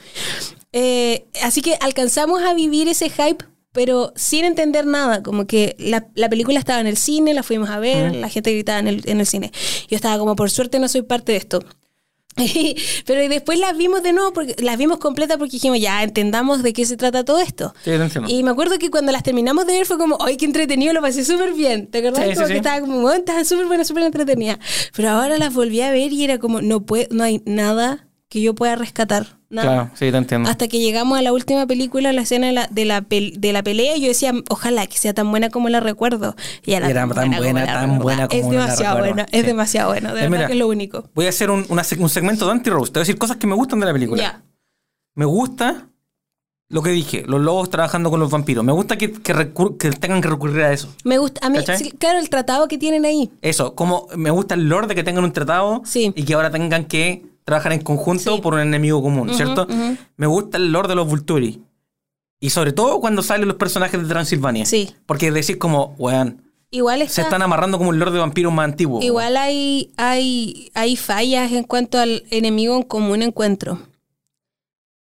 [SPEAKER 1] Eh, así que alcanzamos a vivir ese hype. Pero sin entender nada, como que la, la película estaba en el cine, la fuimos a ver, la gente gritaba en el, en el cine. Yo estaba como, por suerte no soy parte de esto. Pero después las vimos de nuevo, porque las vimos completa porque dijimos, ya entendamos de qué se trata todo esto.
[SPEAKER 3] Sí, te entiendo.
[SPEAKER 1] Y me acuerdo que cuando las terminamos de ver fue como, ¡ay, qué entretenido! Lo pasé súper bien. ¿Te acordás?
[SPEAKER 3] Sí, sí,
[SPEAKER 1] como
[SPEAKER 3] sí.
[SPEAKER 1] que estaba como, "Bueno, estaba súper buena, súper entretenida. Pero ahora las volví a ver y era como, no, puede, no hay nada que yo pueda rescatar. Nada.
[SPEAKER 3] Claro, Mm. sí, te entiendo.
[SPEAKER 1] Hasta que llegamos a la última película, la escena de la, de la, pel- de la pelea, y yo decía, ojalá que sea tan buena como la recuerdo. Y era,
[SPEAKER 3] Y era tan
[SPEAKER 1] como
[SPEAKER 3] buena,
[SPEAKER 1] la
[SPEAKER 3] tan
[SPEAKER 1] recuerdo.
[SPEAKER 3] buena como
[SPEAKER 1] Es
[SPEAKER 3] uno la
[SPEAKER 1] demasiado
[SPEAKER 3] recuerda.
[SPEAKER 1] buena, es
[SPEAKER 3] Sí.
[SPEAKER 1] demasiado buena. De
[SPEAKER 3] Eh,
[SPEAKER 1] verdad
[SPEAKER 3] mira.
[SPEAKER 1] que es lo único.
[SPEAKER 3] Voy a hacer un, una sec- un segmento de anti-roast. Te voy a decir cosas que me gustan de la
[SPEAKER 1] Ya.
[SPEAKER 3] película. Me gusta lo que dije, los lobos trabajando con los vampiros. Me gusta que, que recur- que tengan que recurrir a eso.
[SPEAKER 1] Me gusta, a mí,
[SPEAKER 3] ¿Cachai?
[SPEAKER 1] sí, claro, el tratado que tienen ahí.
[SPEAKER 3] Eso, como me gusta el lore de que tengan un tratado
[SPEAKER 1] Sí.
[SPEAKER 3] y que ahora tengan que trabajar en conjunto
[SPEAKER 1] Sí.
[SPEAKER 3] por un enemigo común, ¿cierto?
[SPEAKER 1] ujú.
[SPEAKER 3] Me gusta el lore de los Vulturi. Y sobre todo cuando salen los personajes de Transilvania.
[SPEAKER 1] Sí.
[SPEAKER 3] Porque decís como, weón,
[SPEAKER 1] Igual
[SPEAKER 3] se
[SPEAKER 1] está,
[SPEAKER 3] están amarrando como el lore de vampiros más antiguo. weón.
[SPEAKER 1] igual hay, hay, hay fallas en cuanto al enemigo en común encuentro.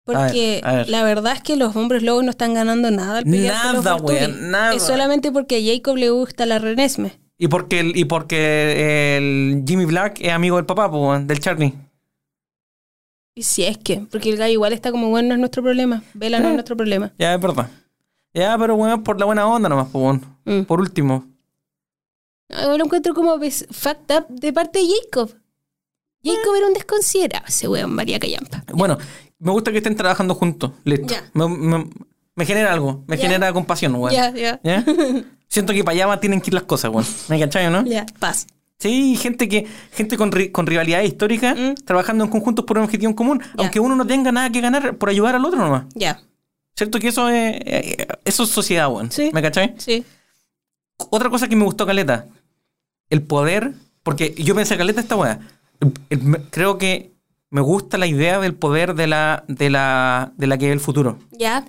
[SPEAKER 1] Porque
[SPEAKER 3] A ver, a ver.
[SPEAKER 1] la verdad es que los hombres lobos no están ganando nada al pelear con los
[SPEAKER 3] Nada,
[SPEAKER 1] Volturi.
[SPEAKER 3] weón, nada.
[SPEAKER 1] Es solamente porque a Jacob le gusta la renesme.
[SPEAKER 3] Y porque, el, y porque el Jimmy Black es amigo del papá, po, weón, del Charlie.
[SPEAKER 1] Y si es que, porque el gallo igual está como, bueno, no es nuestro problema. Vela no es nuestro problema.
[SPEAKER 3] Ya, es verdad. Ya, pero weón, por la buena onda nomás, po, weón.
[SPEAKER 1] Mm.
[SPEAKER 3] Por último.
[SPEAKER 1] Yo Ah, lo encuentro como ves- fucked up de parte de Jacob.
[SPEAKER 3] Ah.
[SPEAKER 1] Jacob era un desconsiderado, ese weón, María Callampa.
[SPEAKER 3] Bueno, me gusta que estén trabajando juntos. Listo.
[SPEAKER 1] Ya.
[SPEAKER 3] Me, me- me genera algo. Me
[SPEAKER 1] Ya.
[SPEAKER 3] genera compasión, weón.
[SPEAKER 1] Ya, ya,
[SPEAKER 3] ¿Ya? Siento que para allá va- tienen que ir las cosas, weón. ¿Me cachai, no?
[SPEAKER 1] ya, paz.
[SPEAKER 3] Sí, gente que gente con, ri- con rivalidad histórica
[SPEAKER 1] Mm.
[SPEAKER 3] trabajando en conjunto por un objetivo en común, aunque uno no tenga nada que ganar por ayudar al otro nomás.
[SPEAKER 1] Ya,
[SPEAKER 3] ¿Cierto? Que eso es, eh, eso es sociedad, weón.
[SPEAKER 1] Sí.
[SPEAKER 3] ¿Me cachai?
[SPEAKER 1] sí.
[SPEAKER 3] Otra cosa que me gustó, Caleta, el poder, porque yo pensé, Caleta, esta weá. el- el- me- Creo que me gusta la idea del poder de la, de la, de la que es el futuro.
[SPEAKER 1] Ya,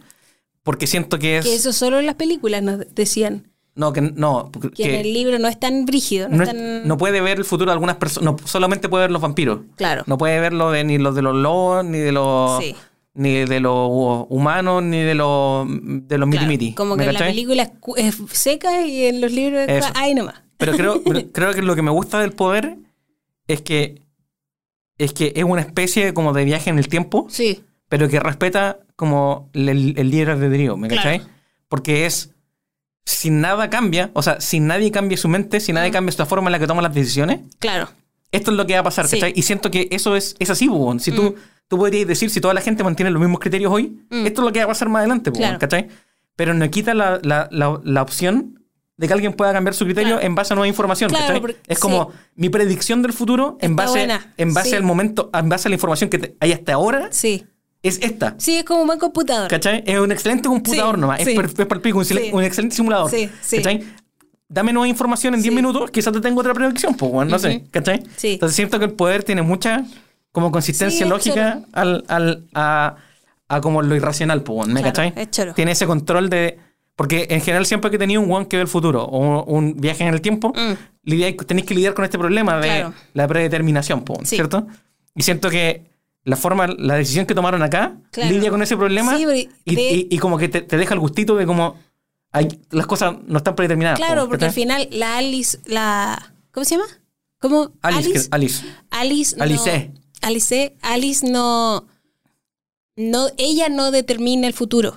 [SPEAKER 3] Porque siento que es.
[SPEAKER 1] que eso solo en las películas nos decían.
[SPEAKER 3] No, que no. porque-
[SPEAKER 1] Que, en
[SPEAKER 3] que
[SPEAKER 1] el libro no es tan brígido, no,
[SPEAKER 3] no,
[SPEAKER 1] es
[SPEAKER 3] es-
[SPEAKER 1] tan...
[SPEAKER 3] no puede ver el futuro de algunas personas. No, solamente puede ver los vampiros.
[SPEAKER 1] claro.
[SPEAKER 3] No puede ver lo de, ni los de los lobos, ni de los.
[SPEAKER 1] Sí.
[SPEAKER 3] Ni de los humanos, ni de los. De los
[SPEAKER 1] claro.
[SPEAKER 3] mitimiti.
[SPEAKER 1] Como
[SPEAKER 3] ¿Me
[SPEAKER 1] que en la
[SPEAKER 3] cachai?
[SPEAKER 1] película es, cu- es seca y en los libros es...
[SPEAKER 3] Eso.
[SPEAKER 1] cua- Ahí nomás.
[SPEAKER 3] Pero creo, pero creo que lo que me gusta del poder es que es que es una especie como de viaje en el tiempo,
[SPEAKER 1] Sí,
[SPEAKER 3] pero que respeta como el, el el libre albedrío, ¿me
[SPEAKER 1] Claro.
[SPEAKER 3] cachai? Porque es si nada cambia, o sea, si nadie cambia su mente, si nadie cambia esta forma en la que toma las decisiones,
[SPEAKER 1] claro.
[SPEAKER 3] esto es lo que va a pasar,
[SPEAKER 1] Sí.
[SPEAKER 3] ¿cachai? Y siento que eso es, es así, weón. Si tú, tú podrías decir, si toda la gente mantiene los mismos criterios hoy,
[SPEAKER 1] Mm.
[SPEAKER 3] esto es lo que va a pasar más adelante, weón,
[SPEAKER 1] Claro.
[SPEAKER 3] ¿cachai? Pero no quita la, la- la- la opción de que alguien pueda cambiar su criterio
[SPEAKER 1] Claro.
[SPEAKER 3] en base a nueva información,
[SPEAKER 1] Claro,
[SPEAKER 3] ¿cachai?
[SPEAKER 1] porque-
[SPEAKER 3] es como mi predicción del futuro en
[SPEAKER 1] Está
[SPEAKER 3] base,
[SPEAKER 1] buena,
[SPEAKER 3] en base
[SPEAKER 1] sí.
[SPEAKER 3] al momento, en base a la información que te- hay hasta ahora,
[SPEAKER 1] Sí.
[SPEAKER 3] es esta.
[SPEAKER 1] Sí, es como un buen computador.
[SPEAKER 3] ¿Cachai? Es un excelente computador
[SPEAKER 1] Sí,
[SPEAKER 3] nomás.
[SPEAKER 1] sí.
[SPEAKER 3] Es, per- es palpico, un, sile-
[SPEAKER 1] Sí.
[SPEAKER 3] un excelente simulador.
[SPEAKER 1] Sí, sí.
[SPEAKER 3] ¿Cachai? Dame nueva información en 10
[SPEAKER 1] Sí.
[SPEAKER 3] minutos, quizás te tengo otra predicción, pues, bueno, no sé.
[SPEAKER 1] Ujú.
[SPEAKER 3] ¿Cachai?
[SPEAKER 1] Sí.
[SPEAKER 3] Entonces siento que el poder tiene mucha como consistencia
[SPEAKER 1] Sí, es
[SPEAKER 3] lógica al, al- a, a como lo irracional, pues, bueno, ¿me
[SPEAKER 1] Claro,
[SPEAKER 3] cachai?
[SPEAKER 1] es choro.
[SPEAKER 3] Tiene ese control de. Porque en general siempre que tenía un one que ve el futuro o un viaje en el tiempo,
[SPEAKER 1] Mm.
[SPEAKER 3] lidia- tenéis que lidiar con este problema de
[SPEAKER 1] Claro.
[SPEAKER 3] la predeterminación, po,
[SPEAKER 1] Sí.
[SPEAKER 3] ¿cierto? Y siento que la forma, la decisión que tomaron acá
[SPEAKER 1] Claro.
[SPEAKER 3] lidia con ese problema
[SPEAKER 1] Sí, pero y-
[SPEAKER 3] y,
[SPEAKER 1] de-
[SPEAKER 3] y- y como que te, te deja el gustito de como hay- las cosas no están predeterminadas.
[SPEAKER 1] Claro,
[SPEAKER 3] po,
[SPEAKER 1] porque al
[SPEAKER 3] pues, ¿cachai?
[SPEAKER 1] final la Alice, la... ¿Cómo se llama? ¿Cómo?
[SPEAKER 3] Alice,
[SPEAKER 1] Alice.
[SPEAKER 3] que- Alice.
[SPEAKER 1] Alice no,
[SPEAKER 3] Alice.
[SPEAKER 1] Alice, Alice no, no, ella no determina el futuro.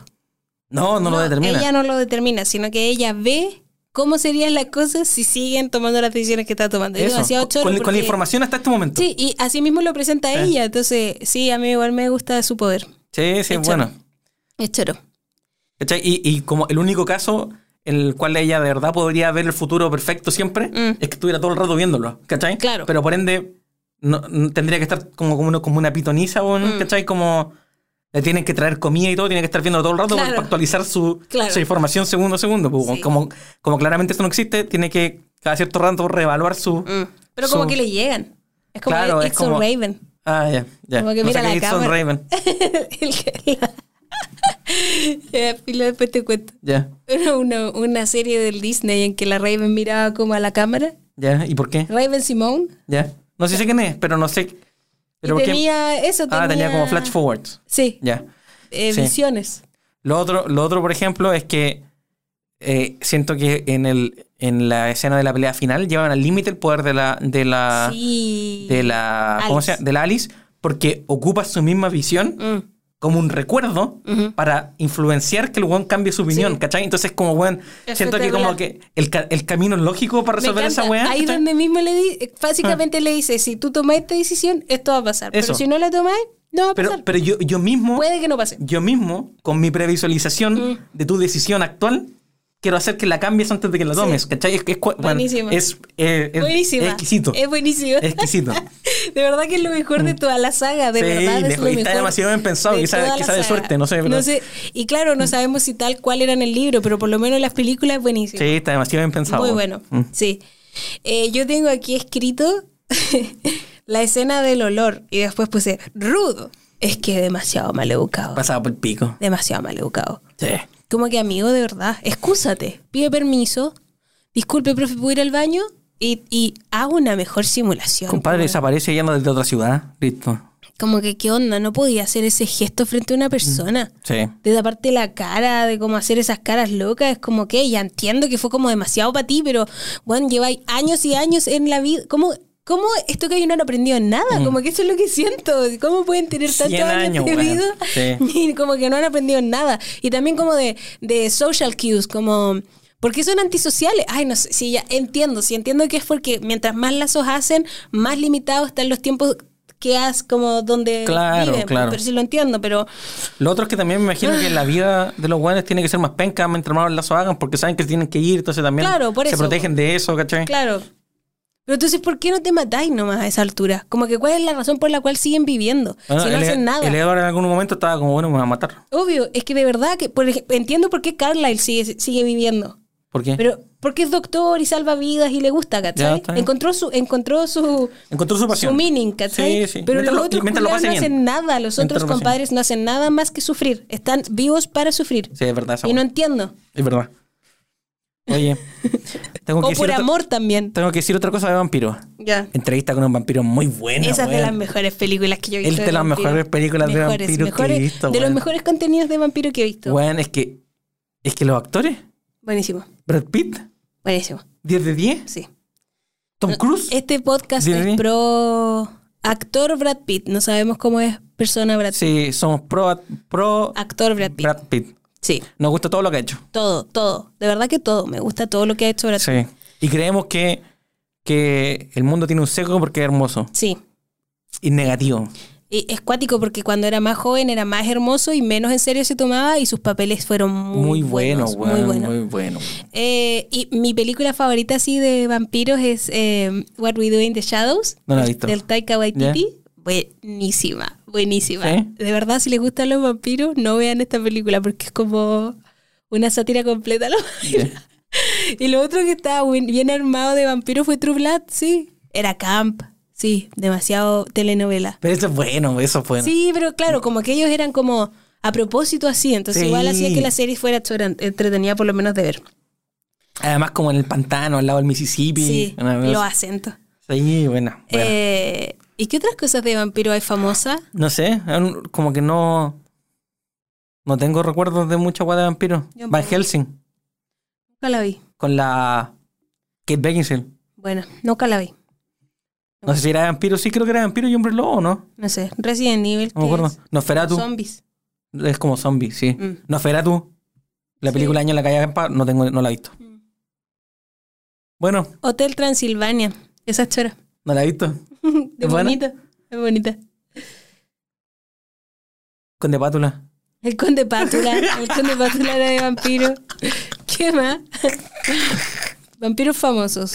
[SPEAKER 3] No, no, lo determina.
[SPEAKER 1] Ella no lo determina, sino que ella ve cómo serían las cosas si siguen tomando las decisiones que está tomando. Y
[SPEAKER 3] Eso,
[SPEAKER 1] demasiado
[SPEAKER 3] con-
[SPEAKER 1] choro
[SPEAKER 3] con, la- con la
[SPEAKER 1] porque-
[SPEAKER 3] información hasta este momento.
[SPEAKER 1] Sí, y así mismo lo presenta
[SPEAKER 3] Sí.
[SPEAKER 1] ella. Entonces, sí, a mí igual me gusta su poder.
[SPEAKER 3] sí, sí,
[SPEAKER 1] es
[SPEAKER 3] bueno.
[SPEAKER 1] choro. Es choro.
[SPEAKER 3] ¿Cachai? Y, y como el único caso en el cual ella de verdad podría ver el futuro perfecto siempre
[SPEAKER 1] Mm.
[SPEAKER 3] es que estuviera todo el rato viéndolo, ¿cachai?
[SPEAKER 1] Claro.
[SPEAKER 3] Pero por ende, no, no- tendría que estar como, como, uno- como una pitoniza, o un-
[SPEAKER 1] Mm.
[SPEAKER 3] ¿cachai? Como le tienen que traer comida y todo, tiene que estar viendo todo el rato
[SPEAKER 1] Claro.
[SPEAKER 3] para actualizar su,
[SPEAKER 1] Claro.
[SPEAKER 3] su información segundo a segundo. pues,
[SPEAKER 1] Sí.
[SPEAKER 3] como, como claramente esto no existe, tiene que cada cierto rato reevaluar su.
[SPEAKER 1] Mm. Pero como
[SPEAKER 3] Su-
[SPEAKER 1] que le llegan. Es como
[SPEAKER 3] Claro,
[SPEAKER 1] de
[SPEAKER 3] es
[SPEAKER 1] It's so
[SPEAKER 3] como-
[SPEAKER 1] Raven.
[SPEAKER 3] Ah, ya, ya.
[SPEAKER 1] Como que
[SPEAKER 3] No
[SPEAKER 1] mira
[SPEAKER 3] saqué
[SPEAKER 1] la
[SPEAKER 3] It's on
[SPEAKER 1] cámara.
[SPEAKER 3] Raven.
[SPEAKER 1] El- Ya, y luego después te cuento.
[SPEAKER 3] Ya,
[SPEAKER 1] Era una, una serie del Disney en que la Raven miraba como a la cámara.
[SPEAKER 3] ya. ¿Y por qué?
[SPEAKER 1] Raven Simone.
[SPEAKER 3] Ya. No sé, sé quién es, pero no sé. Pero
[SPEAKER 1] y
[SPEAKER 3] ¿por qué?
[SPEAKER 1] tenía eso.
[SPEAKER 3] Ah, tenía como flash forwards.
[SPEAKER 1] Sí,
[SPEAKER 3] Ya.
[SPEAKER 1] eh,
[SPEAKER 3] sí.
[SPEAKER 1] visiones.
[SPEAKER 3] Lo otro, lo otro, por ejemplo, es que eh, siento que en, el, en la escena de la pelea final llevan al límite el poder de la. De la,
[SPEAKER 1] sí.
[SPEAKER 3] de Ah. la ¿Cómo
[SPEAKER 1] Alice.
[SPEAKER 3] se llama? De la Alice, porque ocupa su misma visión
[SPEAKER 1] Mm,
[SPEAKER 3] como un recuerdo
[SPEAKER 1] ujú.
[SPEAKER 3] para influenciar que el weón cambie su opinión,
[SPEAKER 1] Sí.
[SPEAKER 3] ¿cachai? Entonces, como weón,
[SPEAKER 1] Es
[SPEAKER 3] siento que como
[SPEAKER 1] espectacular.
[SPEAKER 3] que el, ca- el camino lógico para
[SPEAKER 1] Me
[SPEAKER 3] resolver esa
[SPEAKER 1] encanta.
[SPEAKER 3] weá.
[SPEAKER 1] Ahí
[SPEAKER 3] ¿cachai? Ah.
[SPEAKER 1] donde mismo le di, básicamente le dice, si tú tomas esta decisión, esto va a pasar.
[SPEAKER 3] Eso.
[SPEAKER 1] Pero si no la tomas, no va a
[SPEAKER 3] Pero,
[SPEAKER 1] pasar.
[SPEAKER 3] pero yo, yo mismo.
[SPEAKER 1] Puede que no pase.
[SPEAKER 3] yo mismo, con mi previsualización
[SPEAKER 1] Mm.
[SPEAKER 3] de tu decisión actual, quiero hacer que la cambies antes de que la
[SPEAKER 1] Sí.
[SPEAKER 3] tomes. ¿Cachai? Es, es, cua- bueno,
[SPEAKER 1] Buenísima.
[SPEAKER 3] es, eh, es-
[SPEAKER 1] Buenísima.
[SPEAKER 3] es exquisito.
[SPEAKER 1] Es
[SPEAKER 3] Es
[SPEAKER 1] buenísima.
[SPEAKER 3] exquisito.
[SPEAKER 1] De verdad que es lo mejor de toda la saga, de
[SPEAKER 3] Sí,
[SPEAKER 1] verdad.
[SPEAKER 3] de-
[SPEAKER 1] es lo
[SPEAKER 3] y está
[SPEAKER 1] mejor
[SPEAKER 3] demasiado bien pensado,
[SPEAKER 1] de
[SPEAKER 3] quizá-
[SPEAKER 1] toda la
[SPEAKER 3] quizá de
[SPEAKER 1] saga.
[SPEAKER 3] suerte, no sé, pero- Mm.
[SPEAKER 1] Y claro, no sabemos si tal cual era en el libro, pero por lo menos en las películas es buenísimo.
[SPEAKER 3] sí, está demasiado bien pensado.
[SPEAKER 1] Muy bueno,
[SPEAKER 3] Mm.
[SPEAKER 1] sí. Eh, yo tengo aquí escrito la escena del olor y después puse rudo. Es que es demasiado mal educado.
[SPEAKER 3] Pasaba por el pico.
[SPEAKER 1] Demasiado mal educado.
[SPEAKER 3] Sí.
[SPEAKER 1] Como que amigo, de verdad, excúsate, pide permiso, disculpe, profe, ¿puedo ir al baño? Y, y hago una mejor simulación.
[SPEAKER 3] Compadre,
[SPEAKER 1] como,
[SPEAKER 3] desaparece y anda desde otra ciudad. Listo.
[SPEAKER 1] como que, ¿qué onda? No podía hacer ese gesto frente a una persona.
[SPEAKER 3] Sí.
[SPEAKER 1] De taparte la cara, de cómo hacer esas caras locas, es como que ya entiendo que fue como demasiado para ti, pero bueno, lleváis años y años en la vida. ¿Cómo, cómo esto que yo no han aprendido nada? Como que eso es lo que siento. ¿Cómo pueden tener tantos
[SPEAKER 3] 100 Mm. años,
[SPEAKER 1] años, de
[SPEAKER 3] weón.
[SPEAKER 1] vida?
[SPEAKER 3] Sí.
[SPEAKER 1] Y como que no han aprendido nada. Y también como de, de social cues, como. ¿Por qué son antisociales? Ay, no sé, sí, ya entiendo, sí entiendo que es porque mientras más lazos hacen, más limitados están los tiempos que has como donde
[SPEAKER 3] Claro,
[SPEAKER 1] viven.
[SPEAKER 3] claro.
[SPEAKER 1] Pero sí lo entiendo, pero
[SPEAKER 3] Lo otro es que también me imagino que la vida de los guanes tiene que ser más penca mientras más lazo hagan porque saben que tienen que ir, entonces también
[SPEAKER 1] Claro, por
[SPEAKER 3] se
[SPEAKER 1] eso.
[SPEAKER 3] protegen de eso, ¿cachai?
[SPEAKER 1] Claro. Pero entonces, ¿por qué no te matáis nomás a esa altura? Como que, ¿cuál es la razón por la cual siguen viviendo?
[SPEAKER 3] Ah,
[SPEAKER 1] si no
[SPEAKER 3] el-
[SPEAKER 1] hacen nada.
[SPEAKER 3] El Edward en algún momento estaba como, bueno, me va a matar.
[SPEAKER 1] Obvio, es que de verdad que por ej- entiendo por qué Carlyle sigue, sigue viviendo.
[SPEAKER 3] ¿Por qué?
[SPEAKER 1] Pero porque es doctor y salva vidas y le gusta,
[SPEAKER 3] Ya,
[SPEAKER 1] ¿cachai?
[SPEAKER 3] está bien.
[SPEAKER 1] encontró su, encontró su,
[SPEAKER 3] Encontró su pasión.
[SPEAKER 1] su meaning, ¿cachai?
[SPEAKER 3] Sí, sí.
[SPEAKER 1] Pero
[SPEAKER 3] Mientras
[SPEAKER 1] los
[SPEAKER 3] lo-
[SPEAKER 1] otros
[SPEAKER 3] mientras lo
[SPEAKER 1] culiados
[SPEAKER 3] pase
[SPEAKER 1] no
[SPEAKER 3] bien.
[SPEAKER 1] hacen nada,
[SPEAKER 3] Mientras
[SPEAKER 1] los otros
[SPEAKER 3] lo pase
[SPEAKER 1] compadres no hacen nada más que sufrir. Están vivos para sufrir.
[SPEAKER 3] Sí, es verdad. esa
[SPEAKER 1] y no
[SPEAKER 3] hueá.
[SPEAKER 1] entiendo.
[SPEAKER 3] Es verdad. Oye, tengo que,
[SPEAKER 1] O
[SPEAKER 3] decir
[SPEAKER 1] por
[SPEAKER 3] otra,
[SPEAKER 1] amor también.
[SPEAKER 3] tengo que decir otra cosa de vampiro.
[SPEAKER 1] Ya.
[SPEAKER 3] Entrevista con un vampiro muy buena.
[SPEAKER 1] Esas de
[SPEAKER 3] weón.
[SPEAKER 1] las mejores películas que yo he
[SPEAKER 3] Es
[SPEAKER 1] visto.
[SPEAKER 3] de Este, las
[SPEAKER 1] vampiro.
[SPEAKER 3] mejores películas de
[SPEAKER 1] Mejores,
[SPEAKER 3] vampiro que he
[SPEAKER 1] mejores-
[SPEAKER 3] visto,
[SPEAKER 1] De los
[SPEAKER 3] weón.
[SPEAKER 1] mejores contenidos de vampiro que he visto.
[SPEAKER 3] Weón, es que, es que los actores,
[SPEAKER 1] Buenísimo,
[SPEAKER 3] Brad Pitt,
[SPEAKER 1] buenísimo.
[SPEAKER 3] 10 de 10,
[SPEAKER 1] Sí.
[SPEAKER 3] Tom Cruise.
[SPEAKER 1] Este podcast
[SPEAKER 3] Dime.
[SPEAKER 1] es pro actor Brad Pitt. No sabemos cómo es persona Brad Pitt.
[SPEAKER 3] Sí, somos pro, pro
[SPEAKER 1] Actor Brad Pitt.
[SPEAKER 3] Brad Pitt.
[SPEAKER 1] Sí,
[SPEAKER 3] Nos gusta todo lo que ha hecho.
[SPEAKER 1] todo, todo. De verdad que todo. Me gusta todo lo que ha hecho Brad Pitt.
[SPEAKER 3] Sí. Y creemos que, que el mundo tiene un seco porque es hermoso.
[SPEAKER 1] Sí.
[SPEAKER 3] Y negativo.
[SPEAKER 1] Y es cuático porque cuando era más joven era más hermoso y menos en serio se tomaba y sus papeles fueron
[SPEAKER 3] Muy,
[SPEAKER 1] muy,
[SPEAKER 3] bueno,
[SPEAKER 1] buenos,
[SPEAKER 3] weón.
[SPEAKER 1] muy buenos.
[SPEAKER 3] Muy bueno.
[SPEAKER 1] Eh, y mi película favorita así de vampiros es eh, What We Do in the Shadows.
[SPEAKER 3] No la he
[SPEAKER 1] del-
[SPEAKER 3] visto.
[SPEAKER 1] Del Taika Waititi. Buenísima, buenísima.
[SPEAKER 3] ¿Sí?
[SPEAKER 1] De verdad, si les gustan los vampiros, no vean esta película porque es como una sátira completa. ¿no? y lo otro que estaba buen- bien armado de vampiros fue True Blood, sí. Era camp, sí. Demasiado telenovela.
[SPEAKER 3] Pero eso es bueno, eso es bueno.
[SPEAKER 1] Sí, pero claro, como que ellos eran como a propósito así, entonces
[SPEAKER 3] Sí.
[SPEAKER 1] igual hacía que la serie fuera choran- entretenida por lo menos de ver.
[SPEAKER 3] Además, como en el pantano, al lado del Mississippi.
[SPEAKER 1] Sí,
[SPEAKER 3] Una vez-
[SPEAKER 1] lo acento.
[SPEAKER 3] Sí, buena. buena.
[SPEAKER 1] Eh, ¿Y qué otras cosas de vampiro hay famosas?
[SPEAKER 3] no sé, aún como que no. No tengo recuerdos de mucha guada de vampiro.
[SPEAKER 1] Yo
[SPEAKER 3] Van
[SPEAKER 1] tampoco.
[SPEAKER 3] Helsing,
[SPEAKER 1] Nunca la vi.
[SPEAKER 3] con la Kate Beckinsale.
[SPEAKER 1] Bueno, nunca la vi.
[SPEAKER 3] No sé si era vampiro, sí creo que era vampiro y hombre lobo, ¿no?
[SPEAKER 1] No sé. Resident Evil.
[SPEAKER 3] No Ah, me
[SPEAKER 1] ¿qué
[SPEAKER 3] acuerdo.
[SPEAKER 1] es?
[SPEAKER 3] Nosferatu.
[SPEAKER 1] Zombies.
[SPEAKER 3] Es como zombie, sí.
[SPEAKER 1] Mm.
[SPEAKER 3] Nosferatu. La
[SPEAKER 1] Sí.
[SPEAKER 3] película Año en la calle Gampa, no tengo, no la he visto.
[SPEAKER 1] Mm.
[SPEAKER 3] Bueno,
[SPEAKER 1] Hotel Transilvania. Esa es chora.
[SPEAKER 3] no la he visto.
[SPEAKER 1] De
[SPEAKER 3] ¿Es buena?
[SPEAKER 1] bonita. Es bonita.
[SPEAKER 3] Con de pátula.
[SPEAKER 1] El Conde Pátula. El Conde Pátula era de vampiro. ¿Qué más? Vampiros famosos.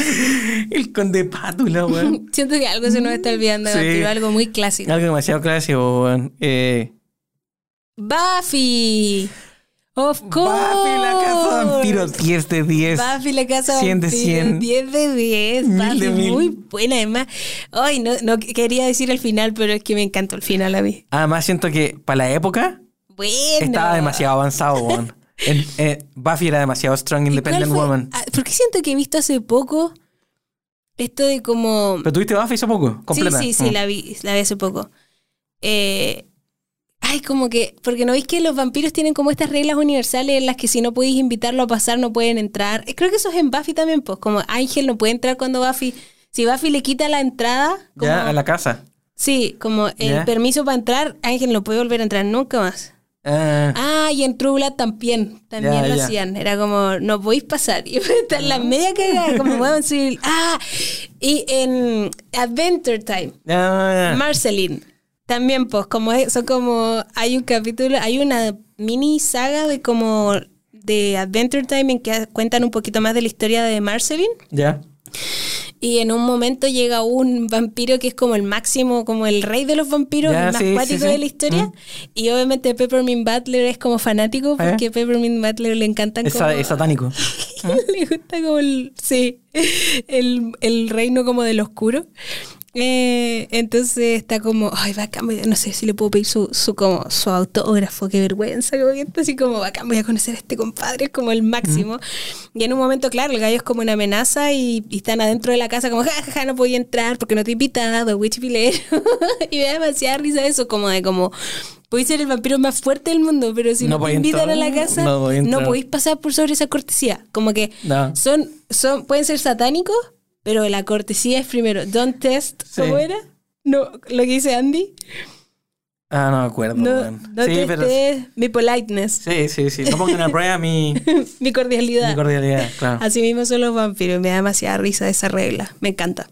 [SPEAKER 3] El conde pátula, weón.
[SPEAKER 1] Siento que algo se nos está olvidando de
[SPEAKER 3] Sí.
[SPEAKER 1] vampiro, algo muy clásico.
[SPEAKER 3] Algo demasiado clásico, weón. Eh,
[SPEAKER 1] Buffy. Of course.
[SPEAKER 3] Buffy, la casa de vampiros, 10 de 10.
[SPEAKER 1] Buffy, la casa
[SPEAKER 3] 100 Pues, de 100.
[SPEAKER 1] vampiro, 10 de 10.
[SPEAKER 3] Mil
[SPEAKER 1] Buffy,
[SPEAKER 3] de mil.
[SPEAKER 1] muy buena, además. Ay, no, no quería decir el final, pero es que me encantó el final a mí.
[SPEAKER 3] Además, siento que para la época
[SPEAKER 1] Bueno.
[SPEAKER 3] estaba demasiado avanzado, weón. El- eh, Buffy era demasiado strong,
[SPEAKER 1] ¿Y cuál
[SPEAKER 3] independent
[SPEAKER 1] fue?
[SPEAKER 3] woman.
[SPEAKER 1] Ah, ¿Por qué siento que he visto hace poco esto de como.
[SPEAKER 3] ¿Pero tuviste Buffy hace poco? Completa.
[SPEAKER 1] Sí, sí, sí,
[SPEAKER 3] Mm.
[SPEAKER 1] la vi, la vi hace poco. Eh, ay, como que, porque no veis que los vampiros tienen como estas reglas universales en las que si no podéis invitarlo a pasar, no pueden entrar. Eh, Creo que eso es en Buffy también, pues, como Ángel no puede entrar cuando Buffy, si Buffy le quita la entrada, como-
[SPEAKER 3] Ya, a la casa.
[SPEAKER 1] sí, como el
[SPEAKER 3] Ya.
[SPEAKER 1] permiso para entrar, Ángel no puede volver a entrar nunca más.
[SPEAKER 3] Ah,
[SPEAKER 1] Ah, y en True Blood también, también
[SPEAKER 3] Ya,
[SPEAKER 1] lo
[SPEAKER 3] ya. Ah.
[SPEAKER 1] hacían. Era como, no podéis pasar. Y está en la media cagada, como, bueno, sí. Ah, y en Adventure Time.
[SPEAKER 3] ya, ya.
[SPEAKER 1] Marceline. También, pues, como es- son como. Hay un capítulo, hay una mini saga de como. de Adventure Time en que cuentan un poquito más de la historia de Marceline.
[SPEAKER 3] Ya.
[SPEAKER 1] Y en un momento llega un vampiro que es como el máximo, como el rey de los vampiros,
[SPEAKER 3] Ya,
[SPEAKER 1] el más
[SPEAKER 3] sí, sí,
[SPEAKER 1] cuático
[SPEAKER 3] sí.
[SPEAKER 1] de la historia.
[SPEAKER 3] Mm.
[SPEAKER 1] Y obviamente Peppermint Butler es como fanático,
[SPEAKER 3] Ah, ya.
[SPEAKER 1] porque Peppermint Butler le encantan
[SPEAKER 3] Es,
[SPEAKER 1] como.
[SPEAKER 3] sa- es satánico.
[SPEAKER 1] Le gusta como el, sí, el, el reino como del oscuro. Eh, entonces está como, ay, bacán, voy a- no sé si le puedo pedir su, su, como, su autógrafo, qué vergüenza, como que está así como, bacán, voy a conocer a este compadre, es como el máximo. Y en un momento, claro, el gallo es como una amenaza y, y están adentro de la casa como, jajaja, no podía entrar porque no te he invitado, witch vilero. y me da demasiada risa eso, como de como... Podéis ser el vampiro más fuerte del mundo, pero si
[SPEAKER 3] No
[SPEAKER 1] no, te
[SPEAKER 3] podía
[SPEAKER 1] invitan a
[SPEAKER 3] entrar,
[SPEAKER 1] la casa,
[SPEAKER 3] no podía
[SPEAKER 1] no
[SPEAKER 3] entrar.
[SPEAKER 1] podéis pasar por sobre esa cortesía. Como que
[SPEAKER 3] No.
[SPEAKER 1] son, son, pueden ser satánicos, pero la cortesía es primero. Don't test,
[SPEAKER 3] Sí.
[SPEAKER 1] ¿cómo era? No, lo que dice Andy.
[SPEAKER 3] Ah, no me acuerdo,
[SPEAKER 1] No,
[SPEAKER 3] weón.
[SPEAKER 1] no
[SPEAKER 3] sí, pero.
[SPEAKER 1] testes mi politeness,
[SPEAKER 3] Sí, sí, sí. No pongan a prueba mi,
[SPEAKER 1] mi cordialidad.
[SPEAKER 3] mi cordialidad, claro.
[SPEAKER 1] Así mismo son los vampiros. Me da demasiada risa esa regla. Me encanta.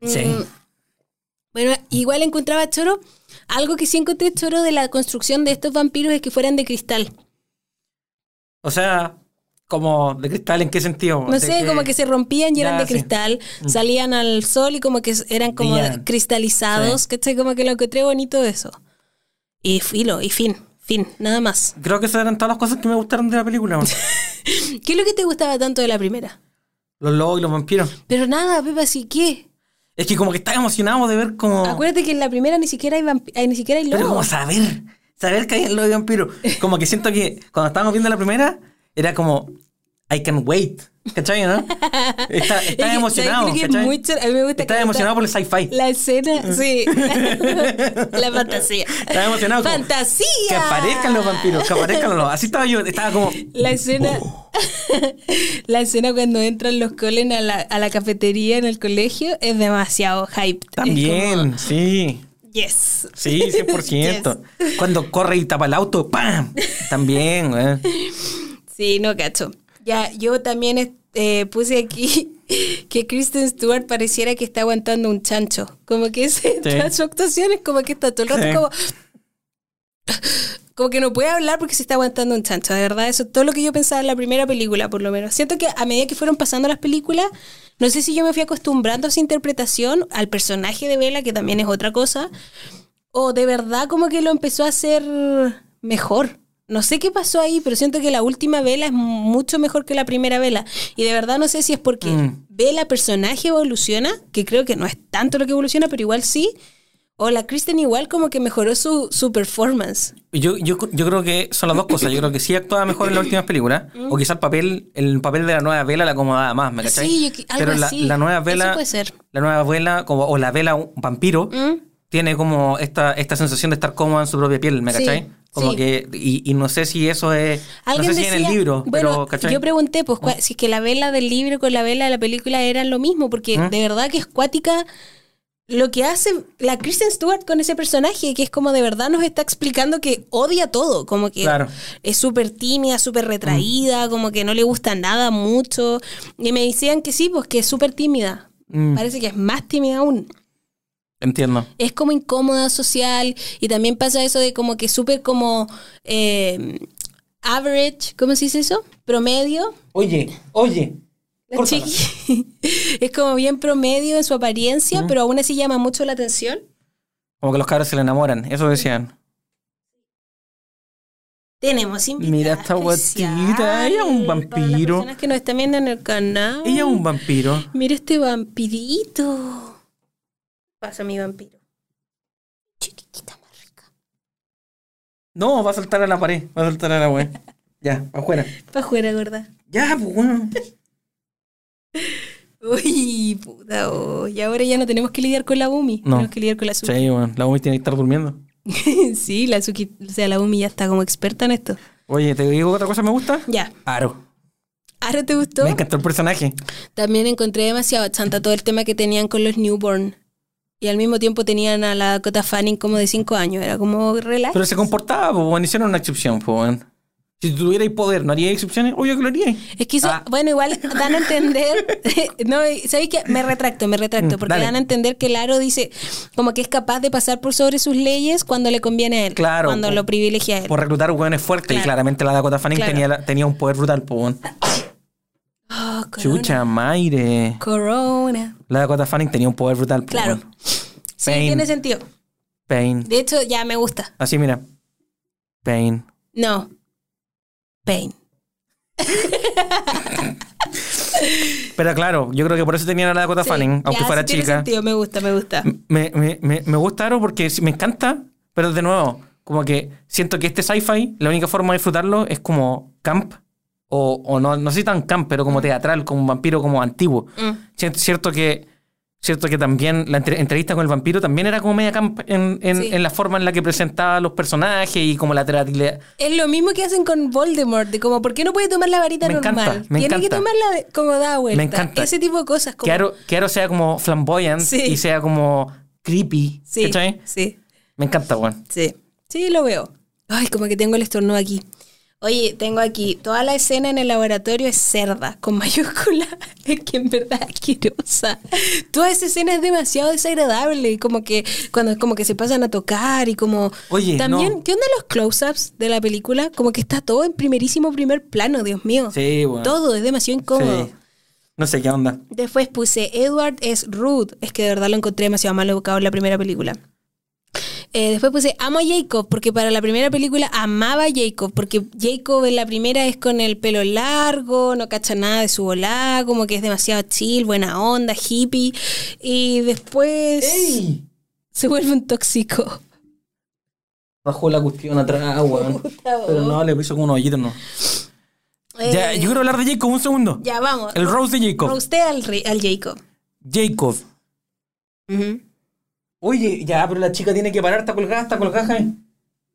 [SPEAKER 3] Sí.
[SPEAKER 1] Mm. Bueno, igual encontraba choro. Algo que sí encontré choro de la construcción de estos vampiros es que fueran de cristal.
[SPEAKER 3] O sea, como de cristal, ¿en qué sentido?
[SPEAKER 1] No sé, como que se rompían y eran
[SPEAKER 3] Ya,
[SPEAKER 1] de
[SPEAKER 3] sí. Mm.
[SPEAKER 1] cristal, salían al sol y como que eran como
[SPEAKER 3] Brillan.
[SPEAKER 1] cristalizados,
[SPEAKER 3] Sí.
[SPEAKER 1] ¿cachai? Como que lo encontré bonito eso. Y filo, y fin, fin, nada más.
[SPEAKER 3] Creo que esas eran todas las cosas que me gustaron de la película. weón.
[SPEAKER 1] ¿Qué es lo que te gustaba tanto de la primera?
[SPEAKER 3] los lobos y los vampiros.
[SPEAKER 1] Pero nada, Pepa, ¿sí qué?
[SPEAKER 3] Es que como que estaba emocionado de ver como...
[SPEAKER 1] Acuérdate que en la primera ni siquiera hay, vampi- ay, ni siquiera hay
[SPEAKER 3] Oh. Pero como
[SPEAKER 1] lobos.
[SPEAKER 3] saber, saber que hay el lobo de vampiro. Como que siento que cuando estábamos viendo la primera, era como, I can wait. ¿Cachai, no? Está,
[SPEAKER 1] Es que,
[SPEAKER 3] estás
[SPEAKER 1] ¿sabes?
[SPEAKER 3] emocionado.
[SPEAKER 1] Creo que es
[SPEAKER 3] ¿cachai?
[SPEAKER 1] muy chor- a mí me gusta
[SPEAKER 3] Estás
[SPEAKER 1] que-
[SPEAKER 3] emocionado por el sci-fi. Mm.
[SPEAKER 1] La escena, sí. la fantasía.
[SPEAKER 3] Estaba emocionado. como,
[SPEAKER 1] ¡Fantasía!
[SPEAKER 3] que aparezcan los vampiros, que aparezcan los lobos. Así estaba yo, estaba como...
[SPEAKER 1] La escena, la escena cuando entran los colen a la, a la cafetería en el colegio es demasiado hype.
[SPEAKER 3] También, sí.
[SPEAKER 1] yes.
[SPEAKER 3] Sí, 100%. Cuando corre y tapa el auto, ¡pam! También, eh. weón.
[SPEAKER 1] Sí, no cacho. Ya, yo también es- eh, puse aquí que Kristen Stewart pareciera que está aguantando un chancho. Como que se,
[SPEAKER 3] Sí.
[SPEAKER 1] su actuación es como que está todo el rato
[SPEAKER 3] Sí.
[SPEAKER 1] como... Como que no puede hablar porque se está aguantando un chancho. De verdad, eso es todo lo que yo pensaba en la primera película, por lo menos. Siento que a medida que fueron pasando las películas, no sé si yo me fui acostumbrando a esa interpretación, al personaje de Bella, que también es otra cosa, o de verdad como que lo empezó a hacer mejor. No sé qué pasó ahí, pero siento que la última vela es mucho mejor que la primera vela. Y de verdad no sé si es porque
[SPEAKER 3] Mm.
[SPEAKER 1] vela personaje evoluciona, que creo que no es tanto lo que evoluciona, pero igual sí. O la Kristen igual como que mejoró su, su performance.
[SPEAKER 3] Yo, yo, yo creo que son las dos cosas. Yo creo que sí actuaba mejor en las últimas películas.
[SPEAKER 1] Mm.
[SPEAKER 3] O quizás el papel, el papel de la nueva vela la acomodaba más, ¿me cachai?
[SPEAKER 1] Sí, yo que- algo
[SPEAKER 3] Pero la,
[SPEAKER 1] así.
[SPEAKER 3] la nueva
[SPEAKER 1] Eso
[SPEAKER 3] vela.
[SPEAKER 1] puede ser.
[SPEAKER 3] La nueva vela, como, o la vela un vampiro,
[SPEAKER 1] ¿Mm?
[SPEAKER 3] tiene como esta, esta sensación de estar cómoda en su propia piel, ¿me
[SPEAKER 1] Sí,
[SPEAKER 3] cachai? Como
[SPEAKER 1] sí.
[SPEAKER 3] que. Y, y no sé si eso es. No sé
[SPEAKER 1] Alguien
[SPEAKER 3] si
[SPEAKER 1] decía,
[SPEAKER 3] en el libro,
[SPEAKER 1] bueno,
[SPEAKER 3] pero, ¿cachai? Mm.
[SPEAKER 1] yo pregunté pues cua- si es que la vela del libro con la vela de la película eran lo mismo, porque
[SPEAKER 3] ¿Mm?
[SPEAKER 1] de verdad que es cuática lo que hace la Kristen Stewart con ese personaje, que es como de verdad nos está explicando que odia todo, como que
[SPEAKER 3] Claro. Mm.
[SPEAKER 1] es súper tímida, súper retraída, como que no le gusta nada mucho. Y me decían que sí, pues que es súper tímida.
[SPEAKER 3] Mm,
[SPEAKER 1] Parece que es más tímida aún
[SPEAKER 3] entiendo.
[SPEAKER 1] es como incómoda social y también pasa eso de como que súper como eh, average, ¿cómo se dice eso? Promedio.
[SPEAKER 3] Oye, oye.
[SPEAKER 1] La
[SPEAKER 3] Córtala.
[SPEAKER 1] chiqui es como bien promedio en su apariencia, pero aún así llama mucho la atención.
[SPEAKER 3] Como que los cabros se le enamoran, eso decían.
[SPEAKER 1] Tenemos invitadas
[SPEAKER 3] Mira esta guatita, ella es un
[SPEAKER 1] especiales para las
[SPEAKER 3] vampiro.
[SPEAKER 1] personas que nos están viendo en el canal.
[SPEAKER 3] Ella es un vampiro.
[SPEAKER 1] Mira este vampirito. Pasa mi vampiro. Chiquitita más rica.
[SPEAKER 3] No, va a saltar a la pared, va a saltar a la web. Ya, afuera.
[SPEAKER 1] Pa' afuera, gorda.
[SPEAKER 3] Ya, pues bueno.
[SPEAKER 1] Uy, puta, oh. y ahora ya no tenemos que lidiar con la Umi,
[SPEAKER 3] No.
[SPEAKER 1] tenemos que lidiar con la Suki.
[SPEAKER 3] Sí, bueno, la UMI tiene que estar durmiendo.
[SPEAKER 1] Sí. la Suki, o sea, la Umi ya está como experta en esto.
[SPEAKER 3] Oye, ¿te digo otra cosa que me gusta?
[SPEAKER 1] Ya,
[SPEAKER 3] Aro.
[SPEAKER 1] ¿ahora te gustó?
[SPEAKER 3] Me encantó el personaje.
[SPEAKER 1] También encontré demasiado chanta todo el tema que tenían con los newborn. Y al mismo tiempo tenían a la Dakota Fanning como de 5 años, era como relax.
[SPEAKER 3] Pero se comportaba, pues bueno, hicieron una excepción, pues bueno. Si tuvierais poder, ¿no haríais excepciones? Obvio que lo haríais.
[SPEAKER 1] Es que eso,
[SPEAKER 3] Ah.
[SPEAKER 1] bueno, igual dan a entender. no, y ¿sabéis qué? Me retracto, me retracto,
[SPEAKER 3] Mm,
[SPEAKER 1] porque
[SPEAKER 3] dale.
[SPEAKER 1] dan a entender que Laro dice como que es capaz de pasar por sobre sus leyes cuando le conviene a él.
[SPEAKER 3] Claro,
[SPEAKER 1] Cuando
[SPEAKER 3] por-
[SPEAKER 1] lo privilegia a él.
[SPEAKER 3] Por reclutar hueones fuertes. Y
[SPEAKER 1] Eh, Claro.
[SPEAKER 3] claramente la Dakota Fanning
[SPEAKER 1] Claro.
[SPEAKER 3] tenía, la- tenía un poder brutal, pues bueno.
[SPEAKER 1] Oh, corona.
[SPEAKER 3] Chucha, Maire.
[SPEAKER 1] Corona.
[SPEAKER 3] La Dakota Fanning tenía un poder brutal, pues
[SPEAKER 1] Claro.
[SPEAKER 3] bueno.
[SPEAKER 1] Sí,
[SPEAKER 3] Pain.
[SPEAKER 1] tiene sentido.
[SPEAKER 3] Pain.
[SPEAKER 1] De hecho, ya me gusta.
[SPEAKER 3] Así, mira. Pain.
[SPEAKER 1] No. Pain.
[SPEAKER 3] Pero claro, yo creo que por eso tenían a la Dakota
[SPEAKER 1] Sí,
[SPEAKER 3] Fanning, aunque
[SPEAKER 1] ya,
[SPEAKER 3] fuera
[SPEAKER 1] sí
[SPEAKER 3] chica.
[SPEAKER 1] Tiene sentido, me gusta, me gusta.
[SPEAKER 3] me, me, me, me gusta Aro porque sí, me encanta, pero de nuevo, como que siento que este sci-fi, la única forma de disfrutarlo es como camp, o, o no, no sé si tan camp, pero como teatral, como un vampiro como antiguo.
[SPEAKER 1] Mm.
[SPEAKER 3] Cier- Cierto que, cierto que también la entre- entrevista con el vampiro también era como media camp en, en,
[SPEAKER 1] Sí.
[SPEAKER 3] en la forma en la que presentaba los personajes y como la teatralidad.
[SPEAKER 1] Es lo mismo que hacen con Voldemort, de como, ¿por qué no puede tomar la varita
[SPEAKER 3] Me
[SPEAKER 1] normal?
[SPEAKER 3] encanta, me
[SPEAKER 1] tiene que
[SPEAKER 3] encanta.
[SPEAKER 1] tomarla de- como da vuelta.
[SPEAKER 3] Me encanta.
[SPEAKER 1] Ese tipo de cosas. Como,
[SPEAKER 3] Que Aro, que Aro sea como flamboyant
[SPEAKER 1] Sí.
[SPEAKER 3] y sea como creepy.
[SPEAKER 1] sí,
[SPEAKER 3] ¿cachai?
[SPEAKER 1] sí,
[SPEAKER 3] Me encanta, weón.
[SPEAKER 1] sí. Sí, lo veo. Ay, como que tengo el estornudo aquí. Oye, tengo aquí, toda la escena en el laboratorio es cerda, con mayúscula. Es que en verdad es asquerosa. Toda esa escena es demasiado desagradable. y Como que, cuando como que se pasan a tocar y como.
[SPEAKER 3] Oye,
[SPEAKER 1] También,
[SPEAKER 3] no.
[SPEAKER 1] ¿qué onda los close-ups de la película? Como que está todo en primerísimo primer plano, Dios mío.
[SPEAKER 3] Sí, bueno.
[SPEAKER 1] Todo es demasiado incómodo.
[SPEAKER 3] Sí. No sé qué onda.
[SPEAKER 1] Después puse Edward es rude. Es que de verdad lo encontré demasiado mal educado en la primera película. Eh, después puse amo a Jacob, porque para la primera película amaba a Jacob, porque Jacob en la primera es con el pelo largo, no cacha nada de su volá, como que es demasiado chill, buena onda, hippie. Y después se vuelve un tóxico.
[SPEAKER 3] Bajó la cuestión atrás, weón.
[SPEAKER 1] Puta,
[SPEAKER 3] Pero no,
[SPEAKER 1] weón.
[SPEAKER 3] le puso como unos hoyitos, no. Ya,
[SPEAKER 1] Eh,
[SPEAKER 3] yo quiero hablar de Jacob un segundo.
[SPEAKER 1] ya, vamos.
[SPEAKER 3] El Rose de Jacob.
[SPEAKER 1] Roasté al, re- al Jacob.
[SPEAKER 3] Jacob.
[SPEAKER 1] Ujú.
[SPEAKER 3] Oye, ya, pero la chica tiene que parar, está colgada, está colgada, Jaime.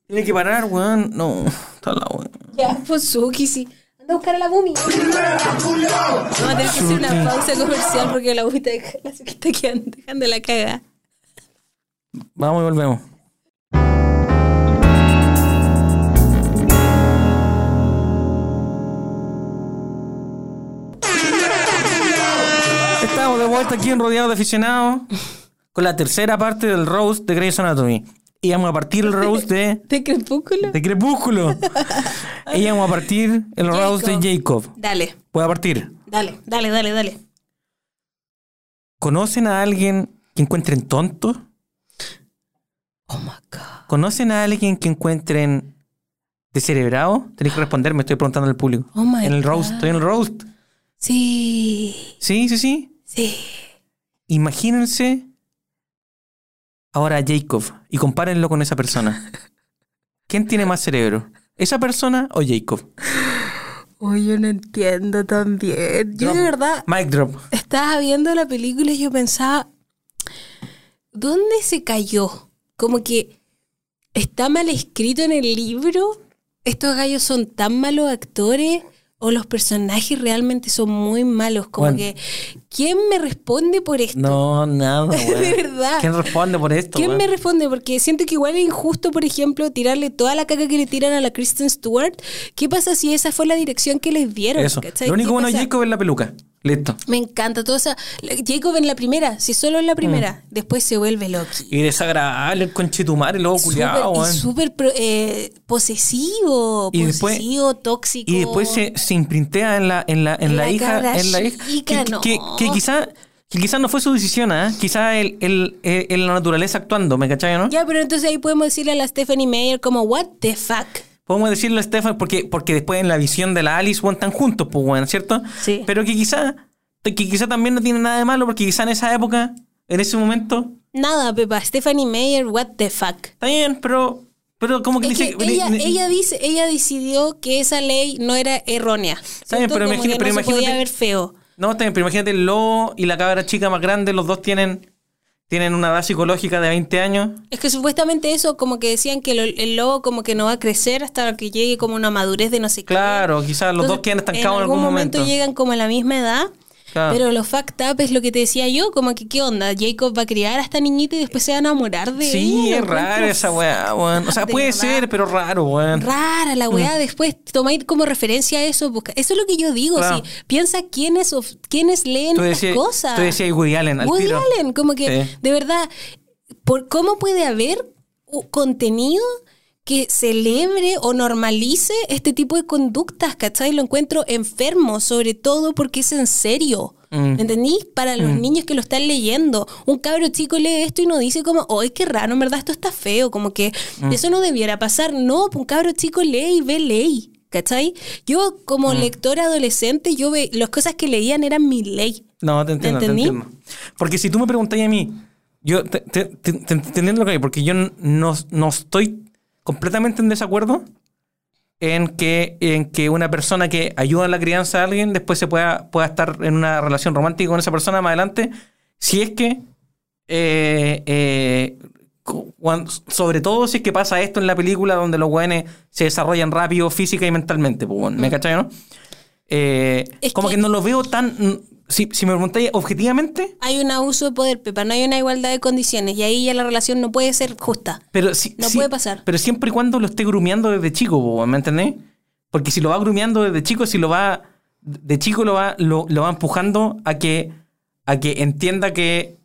[SPEAKER 3] Tiene que parar, weón. No, está la weón.
[SPEAKER 1] Ya, pues Suki, sí. Anda a buscar a la Bumi. Vamos a tener que hacer una pausa comercial porque la Bumi está, dej- la Suki está quedando- dejando la caga.
[SPEAKER 3] Vamos y volvemos. Estamos de vuelta aquí en Rodeado de Aficionados con la tercera parte del Rose de Grey's Anatomy. Y vamos a partir el Rose de,
[SPEAKER 1] ¿De crepúsculo?
[SPEAKER 3] de Crepúsculo. Y vamos a partir el Rose de Jacob.
[SPEAKER 1] Dale,
[SPEAKER 3] Voy a partir.
[SPEAKER 1] dale, dale, dale, dale.
[SPEAKER 3] ¿Conocen a alguien que encuentren tonto?
[SPEAKER 1] Oh my god.
[SPEAKER 3] ¿Conocen a alguien que encuentren descerebrado? Tenéis que responder, me estoy preguntando al público.
[SPEAKER 1] Oh my
[SPEAKER 3] en el roast,
[SPEAKER 1] God.
[SPEAKER 3] estoy en el roast.
[SPEAKER 1] Sí,
[SPEAKER 3] Sí, sí, sí.
[SPEAKER 1] sí.
[SPEAKER 3] Imagínense ahora a Jacob y compárenlo con esa persona. ¿Quién tiene más cerebro? ¿Esa persona o Jacob?
[SPEAKER 1] Uy, yo no entiendo también. Yo
[SPEAKER 3] Drop.
[SPEAKER 1] de verdad
[SPEAKER 3] Mic drop.
[SPEAKER 1] estaba viendo la película y yo pensaba, ¿dónde se cayó? Como que está mal escrito en el libro. Estos gallos son tan malos actores o los personajes realmente son muy malos. Como
[SPEAKER 3] Bueno.
[SPEAKER 1] que, ¿quién me responde por esto?
[SPEAKER 3] No, nada, weón.
[SPEAKER 1] De verdad.
[SPEAKER 3] ¿Quién responde por esto?
[SPEAKER 1] ¿Quién
[SPEAKER 3] weón?
[SPEAKER 1] me responde? Porque siento que igual es injusto, por ejemplo, tirarle toda la caca que le tiran a la Kristen Stewart. ¿Qué pasa si esa fue la dirección que les dieron?
[SPEAKER 3] Eso.
[SPEAKER 1] ¿Cachai?
[SPEAKER 3] Lo único
[SPEAKER 1] ¿Qué
[SPEAKER 3] bueno de
[SPEAKER 1] pasa?
[SPEAKER 3] Jacob es la peluca. Listo.
[SPEAKER 1] Me encanta toda esa. la- Jacob en la primera, si solo en la primera,
[SPEAKER 3] Mm.
[SPEAKER 1] después se vuelve Loki.
[SPEAKER 3] Y desagradable el conchetumar, el lobo culiado,
[SPEAKER 1] Súper-
[SPEAKER 3] weón.
[SPEAKER 1] y súper pro- eh, posesivo,
[SPEAKER 3] Y después-
[SPEAKER 1] posesivo, tóxico.
[SPEAKER 3] Y después se, se imprintea en la, en la, en
[SPEAKER 1] En
[SPEAKER 3] la,
[SPEAKER 1] la cara
[SPEAKER 3] hija, en la hija.
[SPEAKER 1] chica,
[SPEAKER 3] que,
[SPEAKER 1] no.
[SPEAKER 3] que, que quizá, que quizá no fue su decisión, ¿ah? Quizá el, el, el- el- la naturaleza actuando, ¿me cachai, no?
[SPEAKER 1] Ya, pero entonces ahí podemos decirle a la Stephanie Meyer como, what the fuck.
[SPEAKER 3] Podemos decirle a Stefan, porque, porque después en la visión de la Alice, bueno, están juntos, pues, bueno, ¿cierto?
[SPEAKER 1] Sí.
[SPEAKER 3] Pero que quizá, que quizá también no tiene nada de malo, porque quizá en esa época, en ese momento,
[SPEAKER 1] Nada, Pepa, Stephanie Meyer, what the fuck.
[SPEAKER 3] está bien, pero, pero como que,
[SPEAKER 1] Es que
[SPEAKER 3] dice-
[SPEAKER 1] ella,
[SPEAKER 3] ni- ni-
[SPEAKER 1] ella dice, ella decidió que esa ley no era errónea. ¿cierto?
[SPEAKER 3] pero
[SPEAKER 1] Como
[SPEAKER 3] imagina-
[SPEAKER 1] que
[SPEAKER 3] pero
[SPEAKER 1] no se
[SPEAKER 3] imagínate-
[SPEAKER 1] podía ver feo.
[SPEAKER 3] No, está bien, pero imagínate el lobo y la cabra chica más grande, los dos tienen, tienen una edad psicológica de 20 años.
[SPEAKER 1] Es que supuestamente eso, como que decían que lo- el lobo como que no va a crecer hasta que llegue como una madurez de no sé qué.
[SPEAKER 3] Claro, quizás los dos
[SPEAKER 1] Entonces,
[SPEAKER 3] quedan estancados en algún, momento. Ah.
[SPEAKER 1] llegan como a la misma edad.
[SPEAKER 3] Claro.
[SPEAKER 1] Pero los fact up es lo que te decía yo, como que qué onda, Jacob va a criar a esta niñita y después se va a enamorar de
[SPEAKER 3] sí,
[SPEAKER 1] ella.
[SPEAKER 3] es
[SPEAKER 1] Lo
[SPEAKER 3] raro
[SPEAKER 1] encuentro
[SPEAKER 3] esa weá, weón. O sea,
[SPEAKER 1] de
[SPEAKER 3] puede
[SPEAKER 1] verdad.
[SPEAKER 3] ser, pero raro, weón.
[SPEAKER 1] rara la
[SPEAKER 3] Mm.
[SPEAKER 1] weá. Después tomáis como referencia eso. busca- Eso es lo que yo digo.
[SPEAKER 3] Claro.
[SPEAKER 1] sí. Piensa quiénes, of- quiénes leen
[SPEAKER 3] Ah. Tú
[SPEAKER 1] estas
[SPEAKER 3] decías,
[SPEAKER 1] cosas.
[SPEAKER 3] tú decías Woody Allen al
[SPEAKER 1] Woody
[SPEAKER 3] tiro.
[SPEAKER 1] Allen, como que
[SPEAKER 3] Sí.
[SPEAKER 1] de verdad, por ¿cómo puede haber u- contenido que celebre o normalice este tipo de conductas? ¿Cachai? Lo encuentro enfermo, sobre todo porque es en serio.
[SPEAKER 3] Mm.
[SPEAKER 1] ¿Entendís? Para los niños que lo están leyendo. Un cabro chico lee esto y no dice como, ¡ay, qué raro! En verdad esto está feo, como que
[SPEAKER 3] Mm.
[SPEAKER 1] eso no debiera pasar. No, pues, un cabro chico lee y ve ley. ¿Cachai? Yo como
[SPEAKER 3] Mm.
[SPEAKER 1] lectora adolescente, yo ve, las cosas que leían eran mi ley.
[SPEAKER 3] No, te entiendo, te
[SPEAKER 1] ¿Entendí?
[SPEAKER 3] entiendo. Porque si tú me preguntas a mí, yo te, te- te- te- te entiendo lo que hay, porque yo no, no estoy completamente en desacuerdo en que, en que una persona que ayuda a la crianza a alguien después se pueda, pueda estar en una relación romántica con esa persona más adelante, si es que, eh, eh, cu- cuan- sobre todo si es que pasa esto en la película donde los güenes se desarrollan rápido física y mentalmente, pues, bueno, ¿me cachai, no? Eh,
[SPEAKER 1] Mm. Es
[SPEAKER 3] como
[SPEAKER 1] que-
[SPEAKER 3] que no lo veo tan. mm, Si, si me preguntáis objetivamente,
[SPEAKER 1] hay un abuso de poder, Pepa, no hay una igualdad de condiciones y ahí ya la relación no puede ser justa.
[SPEAKER 3] pero si,
[SPEAKER 1] No
[SPEAKER 3] si-
[SPEAKER 1] puede pasar.
[SPEAKER 3] Pero siempre y cuando lo esté grumeando desde chico, po, pues, ¿me entendés? Porque si lo va grumeando desde chico, si lo va. De chico lo va, lo, lo va empujando a que, a que entienda que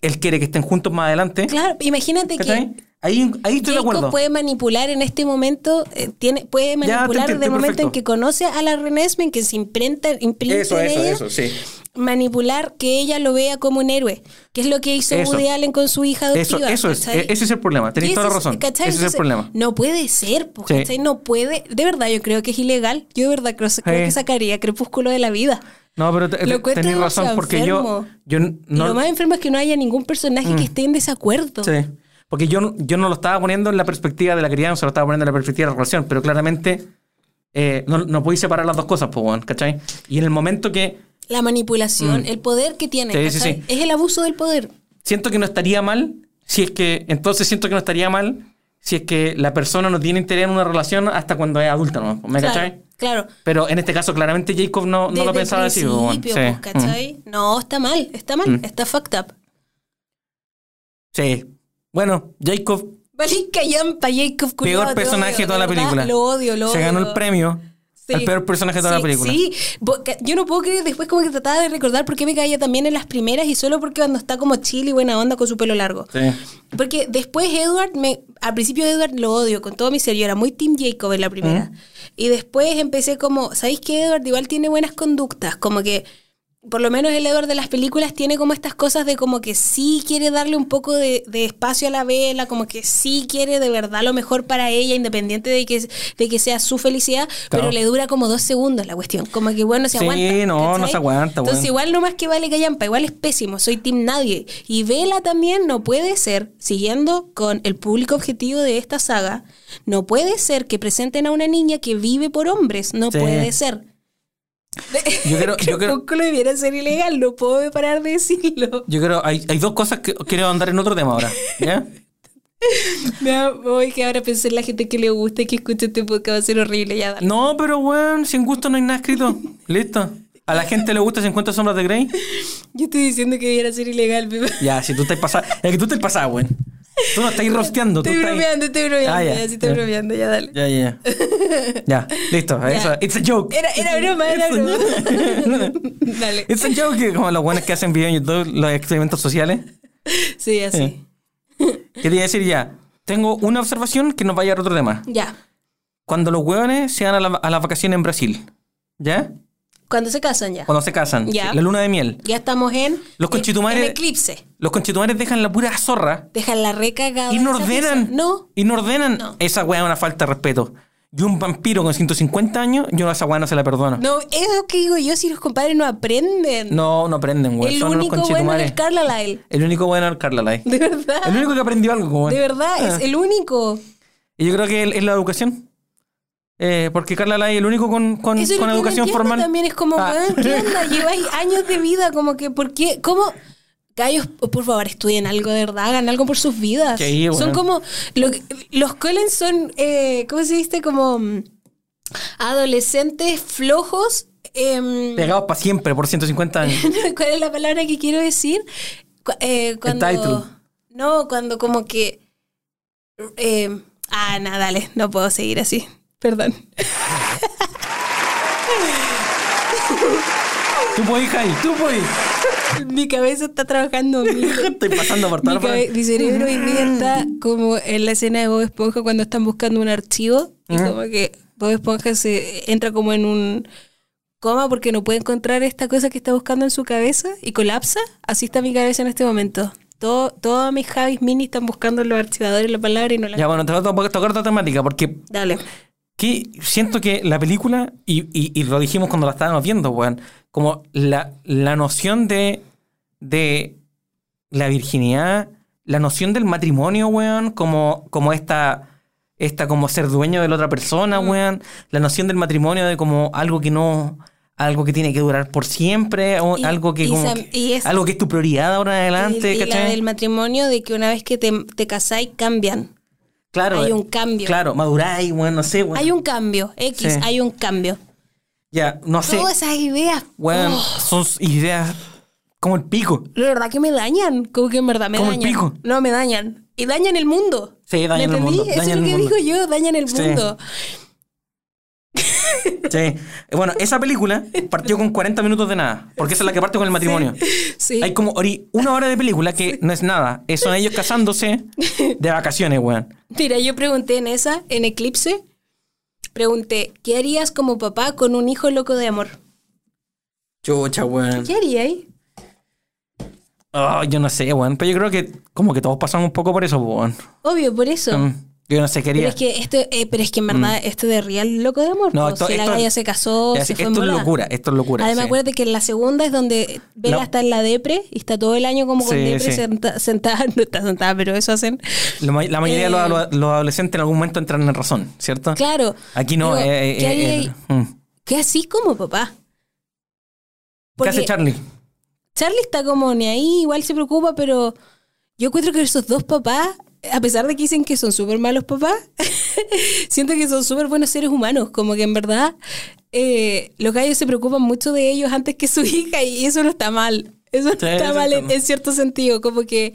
[SPEAKER 3] él quiere que estén juntos más adelante.
[SPEAKER 1] Claro, imagínate que
[SPEAKER 3] ¿Cachai? Ahí, ahí estoy de
[SPEAKER 1] Jacob
[SPEAKER 3] acuerdo.
[SPEAKER 1] puede manipular en este momento, eh, tiene, puede
[SPEAKER 3] te
[SPEAKER 1] manipular
[SPEAKER 3] entiendo,
[SPEAKER 1] desde el momento en
[SPEAKER 3] perfecto.
[SPEAKER 1] que conoce a la Renesmee, que se imprenta, imprime
[SPEAKER 3] Eso,
[SPEAKER 1] en
[SPEAKER 3] eso,
[SPEAKER 1] ella,
[SPEAKER 3] eso, sí.
[SPEAKER 1] manipular que ella lo vea como un héroe, que es lo que hizo
[SPEAKER 3] Eso.
[SPEAKER 1] Woody Allen con su hija
[SPEAKER 3] Eso,
[SPEAKER 1] adoptiva.
[SPEAKER 3] eso es.
[SPEAKER 1] ¿cachai?
[SPEAKER 3] e- Ese es el problema. Tenéis
[SPEAKER 1] Y
[SPEAKER 3] toda la
[SPEAKER 1] ese
[SPEAKER 3] razón.
[SPEAKER 1] ¿cachai?
[SPEAKER 3] Ese es el
[SPEAKER 1] Entonces,
[SPEAKER 3] problema.
[SPEAKER 1] No puede ser, po,
[SPEAKER 3] Sí.
[SPEAKER 1] ¿cachai? No puede. De verdad, yo creo que es ilegal. Yo de verdad creo, creo que sacaría Crepúsculo de la vida.
[SPEAKER 3] No, pero te-
[SPEAKER 1] Lo
[SPEAKER 3] te-
[SPEAKER 1] encuentro
[SPEAKER 3] tenéis razón
[SPEAKER 1] demasiado
[SPEAKER 3] porque yo,
[SPEAKER 1] enfermo.
[SPEAKER 3] yo n- no.
[SPEAKER 1] Y lo más enfermo es que no haya ningún personaje que esté en desacuerdo.
[SPEAKER 3] Mm. Sí. Porque yo, yo no lo estaba poniendo en la perspectiva de la crianza, lo estaba poniendo en la perspectiva de la relación, pero claramente eh, no, no podéis separar las dos cosas, pues, weón, ¿cachai? Y en el momento que
[SPEAKER 1] La manipulación, el poder que tiene.
[SPEAKER 3] Mm. Sí, sí,
[SPEAKER 1] ¿cachai?
[SPEAKER 3] sí.
[SPEAKER 1] Es el abuso del poder.
[SPEAKER 3] siento que no estaría mal, si es que, entonces siento que no estaría mal si es que la persona no tiene interés en una relación hasta cuando es adulta, ¿no? ¿Me
[SPEAKER 1] Claro,
[SPEAKER 3] cachai?
[SPEAKER 1] claro.
[SPEAKER 3] Pero en este caso, claramente Jacob no, no
[SPEAKER 1] Desde
[SPEAKER 3] lo
[SPEAKER 1] el
[SPEAKER 3] pensaba así, pues, weón.
[SPEAKER 1] principio,
[SPEAKER 3] Sí.
[SPEAKER 1] pues, ¿cachai? No, está mal, está mal,
[SPEAKER 3] Mm.
[SPEAKER 1] está fucked up.
[SPEAKER 3] Mm. Sí. Bueno, Jacob,
[SPEAKER 1] Valica Yampa, Jacob culiao,
[SPEAKER 3] peor
[SPEAKER 1] te
[SPEAKER 3] personaje
[SPEAKER 1] odio,
[SPEAKER 3] de toda la
[SPEAKER 1] verdad,
[SPEAKER 3] película.
[SPEAKER 1] Lo odio, lo odio.
[SPEAKER 3] se ganó el premio
[SPEAKER 1] Sí.
[SPEAKER 3] al peor personaje de toda
[SPEAKER 1] Sí,
[SPEAKER 3] la película.
[SPEAKER 1] Sí, Bo- ca- yo no puedo creer, después como que trataba de recordar por qué me caía también en las primeras y solo porque cuando está como chill y buena onda con su pelo largo.
[SPEAKER 3] Sí.
[SPEAKER 1] Porque después Edward, me, al principio Edward lo odio con todo mi ser, yo era muy Team Jacob en la primera.
[SPEAKER 3] ¿Mm?
[SPEAKER 1] Y después empecé como, ¿sabéis que Edward igual tiene buenas conductas? Como que, por lo menos el Edward de las películas tiene como estas cosas de como que sí quiere darle un poco de, de espacio a la vela, como que sí quiere de verdad lo mejor para ella, independiente de que, de que sea su felicidad,
[SPEAKER 3] Claro.
[SPEAKER 1] pero le dura como dos segundos la cuestión. Como que, bueno, se
[SPEAKER 3] Sí,
[SPEAKER 1] aguanta.
[SPEAKER 3] no, no se aguanta,
[SPEAKER 1] Entonces,
[SPEAKER 3] bueno.
[SPEAKER 1] Igual no más que vale callampa, igual es pésimo, soy team nadie. Y Vela también no puede ser, siguiendo con el público objetivo de esta saga, no puede ser que presenten a una niña que vive por hombres, no
[SPEAKER 3] Sí.
[SPEAKER 1] puede ser.
[SPEAKER 3] Yo creo, yo creo,
[SPEAKER 1] Crepúsculo debiera ser ilegal, no puedo parar de decirlo.
[SPEAKER 3] Yo creo, hay, hay dos cosas que quiero andar en otro tema ahora. ¿ya?
[SPEAKER 1] No, voy que ahora pensé en la gente que le gusta y que escucha este podcast va a ser horrible ya. dale.
[SPEAKER 3] No, pero weón, sin gusto no hay nada escrito. Listo. A la gente le gusta 50 sombras de Grey.
[SPEAKER 1] Yo estoy diciendo que debiera ser ilegal, bebé.
[SPEAKER 3] Ya, si tú estás pasada. Es que tú estás pasada, weón. Tú no estás rosteando.
[SPEAKER 1] Estoy
[SPEAKER 3] tú estás...
[SPEAKER 1] bromeando, estoy bromeando,
[SPEAKER 3] Ah, ya.
[SPEAKER 1] ya, sí estoy
[SPEAKER 3] Ya.
[SPEAKER 1] bromeando, ya dale.
[SPEAKER 3] Ya, ya, ya. Ya, listo. Eso. It's a joke.
[SPEAKER 1] Era, era broma, era broma. dale.
[SPEAKER 3] It's a joke. que Como los buenos que hacen videos en YouTube, los experimentos sociales.
[SPEAKER 1] Sí, así.
[SPEAKER 3] Eh. Quería decir ya. Tengo una observación que nos va a llevar a otro tema.
[SPEAKER 1] Ya.
[SPEAKER 3] Cuando los weones se van a la, a las vacaciones en Brasil. ¿Ya?
[SPEAKER 1] Cuando se casan ya.
[SPEAKER 3] Cuando se casan.
[SPEAKER 1] Ya.
[SPEAKER 3] La luna de miel.
[SPEAKER 1] Ya estamos en.
[SPEAKER 3] Los conchetumares-
[SPEAKER 1] En eclipse.
[SPEAKER 3] Los conchetumares dejan la pura zorra
[SPEAKER 1] Dejan la recagada.
[SPEAKER 3] y no
[SPEAKER 1] esa
[SPEAKER 3] ordenan.
[SPEAKER 1] pieza. No.
[SPEAKER 3] Y no ordenan.
[SPEAKER 1] No.
[SPEAKER 3] Esa weá es una falta de respeto. Y un vampiro con 150 años, yo a esa weá no se la perdono. No,
[SPEAKER 1] No, es lo que digo yo si los compadres no aprenden.
[SPEAKER 3] no, aprenden, weón.
[SPEAKER 1] El
[SPEAKER 3] Son unos
[SPEAKER 1] único bueno
[SPEAKER 3] conchetumares.
[SPEAKER 1] es Carlisle.
[SPEAKER 3] El único bueno es el Carlisle.
[SPEAKER 1] De verdad.
[SPEAKER 3] El único que aprendió algo, Ah. weón.
[SPEAKER 1] Ah. De verdad, es el único.
[SPEAKER 3] Y yo creo que el- es la educación. Eh, porque Carlisle es el único con, con,
[SPEAKER 1] Eso es lo
[SPEAKER 3] con
[SPEAKER 1] que no
[SPEAKER 3] educación
[SPEAKER 1] entiendo
[SPEAKER 3] formal.
[SPEAKER 1] También es como,
[SPEAKER 3] Ah.
[SPEAKER 1] weón, ¿qué onda? Lleváis años de vida, como que, ¿por qué? ¿Cómo? Gallos, por favor, estudien algo de verdad, hagan algo por sus vidas.
[SPEAKER 3] Sí, weón.
[SPEAKER 1] Son como. lo que- los Collins son, eh, ¿cómo se dice? Como mm, adolescentes flojos. em,
[SPEAKER 3] Pegados para siempre por 150 años.
[SPEAKER 1] ¿Cuál es la palabra que quiero decir? Cu- eh, cuando,
[SPEAKER 3] Entitled.
[SPEAKER 1] No, cuando como que... eh, ah, nada, dale, no puedo seguir así. Perdón.
[SPEAKER 3] tú podés, Jai, tú podés.
[SPEAKER 1] Mi cabeza está trabajando. mil.
[SPEAKER 3] Estoy pasando por
[SPEAKER 1] Mi,
[SPEAKER 3] todas las-
[SPEAKER 1] cabe- mi cerebro hoy día está como en la escena de Bob Esponja cuando están buscando un archivo y como que Bob Esponja se entra como en un coma porque no puede encontrar esta cosa que está buscando en su cabeza y colapsa. Así está mi cabeza en este momento. Todo, todos mis Javis Mini están buscando en los archivadores la palabra y no la...
[SPEAKER 3] Ya, bueno, te voy a to- tocar otra temática porque
[SPEAKER 1] Dale.
[SPEAKER 3] que siento que la película, y, y- y lo dijimos cuando la estábamos viendo, weón, como la, la noción de, de la virginidad, la noción del matrimonio, weón, como, como esta, esta como ser dueño de la otra persona, weón, la noción del matrimonio de como algo que no... Algo que tiene que durar por siempre, o
[SPEAKER 1] Y-
[SPEAKER 3] algo que
[SPEAKER 1] y
[SPEAKER 3] como
[SPEAKER 1] Sam-
[SPEAKER 3] que-
[SPEAKER 1] y es-
[SPEAKER 3] algo que es tu prioridad ahora en adelante,
[SPEAKER 1] y, y la
[SPEAKER 3] ¿cachai?
[SPEAKER 1] del matrimonio de que una vez que te, te casáis cambian.
[SPEAKER 3] Claro,
[SPEAKER 1] hay un cambio.
[SPEAKER 3] Claro, maduráis, weón, no sé, weón.
[SPEAKER 1] Hay un cambio, X,
[SPEAKER 3] Sí.
[SPEAKER 1] hay un cambio.
[SPEAKER 3] Ya, no sé.
[SPEAKER 1] Todas esas ideas
[SPEAKER 3] Weón,
[SPEAKER 1] oh,
[SPEAKER 3] son ideas como el pico.
[SPEAKER 1] de verdad que me dañan. Como que en verdad me
[SPEAKER 3] Como el
[SPEAKER 1] dañan.
[SPEAKER 3] pico.
[SPEAKER 1] No, me dañan. Y dañan el mundo.
[SPEAKER 3] Sí, dañan
[SPEAKER 1] ¿Me
[SPEAKER 3] el
[SPEAKER 1] entendí?
[SPEAKER 3] mundo,
[SPEAKER 1] Eso
[SPEAKER 3] dañan
[SPEAKER 1] es lo
[SPEAKER 3] el
[SPEAKER 1] que
[SPEAKER 3] mundo.
[SPEAKER 1] digo yo, dañan el
[SPEAKER 3] Sí.
[SPEAKER 1] mundo.
[SPEAKER 3] Sí. Bueno, esa película partió con 40 minutos de nada, porque esa es la que parte con el matrimonio.
[SPEAKER 1] Sí.
[SPEAKER 3] Hay como ori- una hora de película que no es nada. Eh, Son ellos casándose de vacaciones, weón.
[SPEAKER 1] Mira, yo pregunté en esa, en Eclipse, pregunté, ¿qué harías como papá con un hijo loco de amor?
[SPEAKER 3] Chucha, weón.
[SPEAKER 1] ¿Qué haría ahí?
[SPEAKER 3] Ah, yo no sé, weón. Pero yo creo que como que todos pasamos un poco por eso, weón.
[SPEAKER 1] Obvio, por eso.
[SPEAKER 3] Mm, Yo no sé qué haría.
[SPEAKER 1] Pero
[SPEAKER 3] Mm.
[SPEAKER 1] es que esto, eh, pero es que en verdad esto de real loco de amor.
[SPEAKER 3] No,
[SPEAKER 1] No,
[SPEAKER 3] esto-
[SPEAKER 1] si la
[SPEAKER 3] esto-
[SPEAKER 1] galla se casó,
[SPEAKER 3] Ya sé
[SPEAKER 1] se
[SPEAKER 3] que
[SPEAKER 1] fue en
[SPEAKER 3] esto es
[SPEAKER 1] volada.
[SPEAKER 3] locura, esto es locura.
[SPEAKER 1] Además,
[SPEAKER 3] sí.
[SPEAKER 1] acuérdate que en la segunda es donde Vela
[SPEAKER 3] La-
[SPEAKER 1] está en la depre y está todo el año como con
[SPEAKER 3] Sí,
[SPEAKER 1] depre
[SPEAKER 3] sí.
[SPEAKER 1] senta- sentada, no está sentada, pero eso hacen.
[SPEAKER 3] La, ma- la mayoría de los,
[SPEAKER 1] Eh,
[SPEAKER 3] los- los adolescentes en algún momento entran en razón, ¿cierto?
[SPEAKER 1] Claro.
[SPEAKER 3] Aquí no.
[SPEAKER 1] Digo,
[SPEAKER 3] eh, eh,
[SPEAKER 1] ¿qué haría
[SPEAKER 3] eh,
[SPEAKER 1] ahí?
[SPEAKER 3] mm.
[SPEAKER 1] Que así como papá.
[SPEAKER 3] ¿Qué
[SPEAKER 1] Porque
[SPEAKER 3] hace Charlie?
[SPEAKER 1] Charlie está como ni ahí, igual se preocupa, pero yo encuentro que esos dos papás, a pesar de que dicen que son súper malos papás, siento que son súper buenos seres humanos. Como que en verdad eh, los gallos se preocupan mucho de ellos antes que su hija y eso no está mal. Eso no
[SPEAKER 3] Sí,
[SPEAKER 1] está
[SPEAKER 3] sí,
[SPEAKER 1] mal
[SPEAKER 3] está
[SPEAKER 1] en,
[SPEAKER 3] mal.
[SPEAKER 1] en cierto sentido. Como que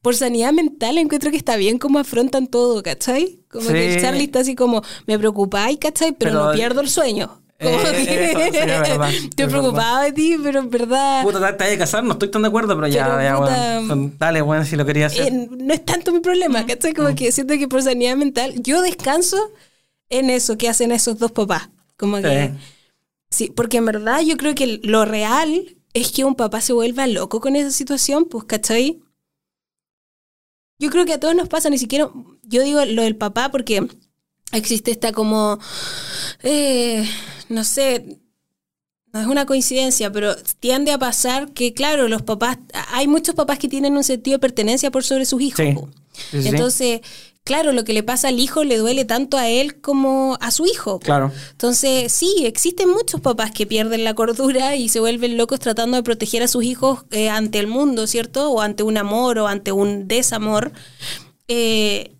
[SPEAKER 1] por sanidad mental encuentro que está bien cómo afrontan todo, ¿cachai? Como que
[SPEAKER 3] Sí.
[SPEAKER 1] el Charlie está así como, me preocupáis, ¿cachai? Pero,
[SPEAKER 3] Pero-
[SPEAKER 1] no pierdo el sueño.
[SPEAKER 3] Eh,
[SPEAKER 1] Como que-
[SPEAKER 3] eso, sí, es verdad,
[SPEAKER 1] estoy
[SPEAKER 3] es
[SPEAKER 1] preocupado de ti, pero en verdad...
[SPEAKER 3] Puta, te- te vas a casar, no estoy tan de acuerdo, pero ya,
[SPEAKER 1] Ah. Pero,
[SPEAKER 3] ya,
[SPEAKER 1] puta, mm,
[SPEAKER 3] weón. Dale, weón, si lo quería hacer. Mm.
[SPEAKER 1] eh, no es tanto mi problema, ¿cachai? Como que siento que por sanidad mental, yo descanso en eso que hacen esos dos papás. Como que.
[SPEAKER 3] Sí.
[SPEAKER 1] Sí, porque en verdad yo creo que lo real es que un papá se vuelva loco con esa situación, pues, ¿cachai? Yo creo que a todos nos pasa, ni siquiera. Yo digo lo del papá porque existe esta como. eh, no sé. No es una coincidencia, pero tiende a pasar que, claro, los papás. Hay muchos papás que tienen un sentido de pertenencia por sobre sus hijos.
[SPEAKER 3] Sí.
[SPEAKER 1] po.
[SPEAKER 3] Sí, sí, sí.
[SPEAKER 1] Entonces, claro, lo que le pasa al hijo le duele tanto a él como a su hijo.
[SPEAKER 3] Claro.
[SPEAKER 1] Entonces, sí, existen muchos papás que pierden la cordura y se vuelven locos tratando de proteger a sus hijos eh, ante el mundo, ¿cierto? O ante un amor o ante un desamor. Eh,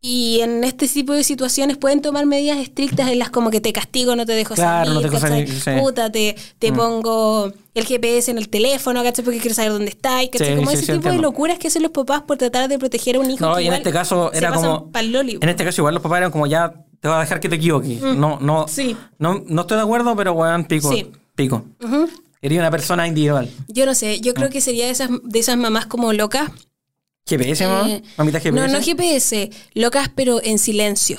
[SPEAKER 1] y en este tipo de situaciones pueden tomar medidas estrictas en las como que te castigo, no te dejo
[SPEAKER 3] Claro, no
[SPEAKER 1] salir,
[SPEAKER 3] te dejo
[SPEAKER 1] ¿cachai?
[SPEAKER 3] salir, sí. Mm.
[SPEAKER 1] puta, te, te pongo el GPS en el teléfono, ¿cachai? Porque quiero saber dónde está y ¿cachai?
[SPEAKER 3] Sí,
[SPEAKER 1] como
[SPEAKER 3] sí,
[SPEAKER 1] ese
[SPEAKER 3] sí,
[SPEAKER 1] tipo de
[SPEAKER 3] entiendo.
[SPEAKER 1] locuras que hacen los papás por tratar de proteger a un hijo.
[SPEAKER 3] No,
[SPEAKER 1] que
[SPEAKER 3] y en
[SPEAKER 1] igual
[SPEAKER 3] este caso
[SPEAKER 1] se
[SPEAKER 3] era
[SPEAKER 1] pasan
[SPEAKER 3] como.
[SPEAKER 1] pa'l loli. Mm.
[SPEAKER 3] En este caso, igual los papás eran como ya te voy a dejar que te equivoques. No, no,
[SPEAKER 1] Sí.
[SPEAKER 3] no. No estoy de acuerdo, pero weón, pico.
[SPEAKER 1] Sí.
[SPEAKER 3] Pico.
[SPEAKER 1] Ujú.
[SPEAKER 3] Sería una persona individual.
[SPEAKER 1] Yo no sé, yo
[SPEAKER 3] Ah.
[SPEAKER 1] creo que sería de esas, de esas mamás como locas.
[SPEAKER 3] GPS, mamá.
[SPEAKER 1] eh,
[SPEAKER 3] Mamita GPS.
[SPEAKER 1] No, no GPS, locas pero en silencio.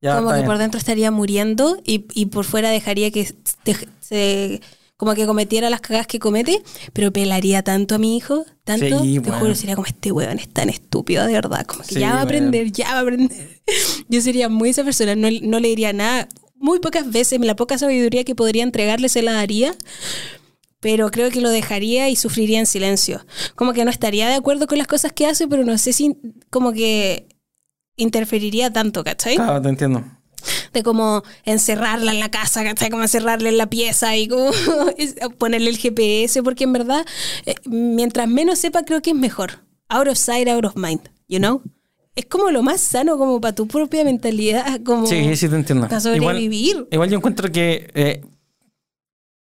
[SPEAKER 3] Ya,
[SPEAKER 1] como
[SPEAKER 3] está
[SPEAKER 1] que
[SPEAKER 3] bien.
[SPEAKER 1] por dentro estaría muriendo y, y por fuera dejaría que te- se, como que cometiera las cagas que comete, pero pelaría tanto a mi hijo, tanto,
[SPEAKER 3] Sí,
[SPEAKER 1] te
[SPEAKER 3] bueno.
[SPEAKER 1] juro, sería como este weón es tan estúpido, de verdad, como que
[SPEAKER 3] Sí,
[SPEAKER 1] ya va a
[SPEAKER 3] bueno.
[SPEAKER 1] aprender, ya va a aprender. Yo sería muy esa persona, no, no le diría nada, muy pocas veces, la poca sabiduría que podría entregarle se la daría, pero creo que lo dejaría y sufriría en silencio. Como que no estaría de acuerdo con las cosas que hace, pero no sé si como que interferiría tanto, ¿cachai?
[SPEAKER 3] Claro, te entiendo.
[SPEAKER 1] de como encerrarla en la casa, ¿cachai? Como encerrarla en la pieza y como es- ponerle el GPS, porque en verdad, eh, mientras menos sepa, creo que es mejor. Out of sight, out of mind, you know? Es como lo más sano, como para tu propia mentalidad, como
[SPEAKER 3] Sí, sí, te entiendo.
[SPEAKER 1] para
[SPEAKER 3] Igual,
[SPEAKER 1] sobrevivir.
[SPEAKER 3] igual yo encuentro que. eh,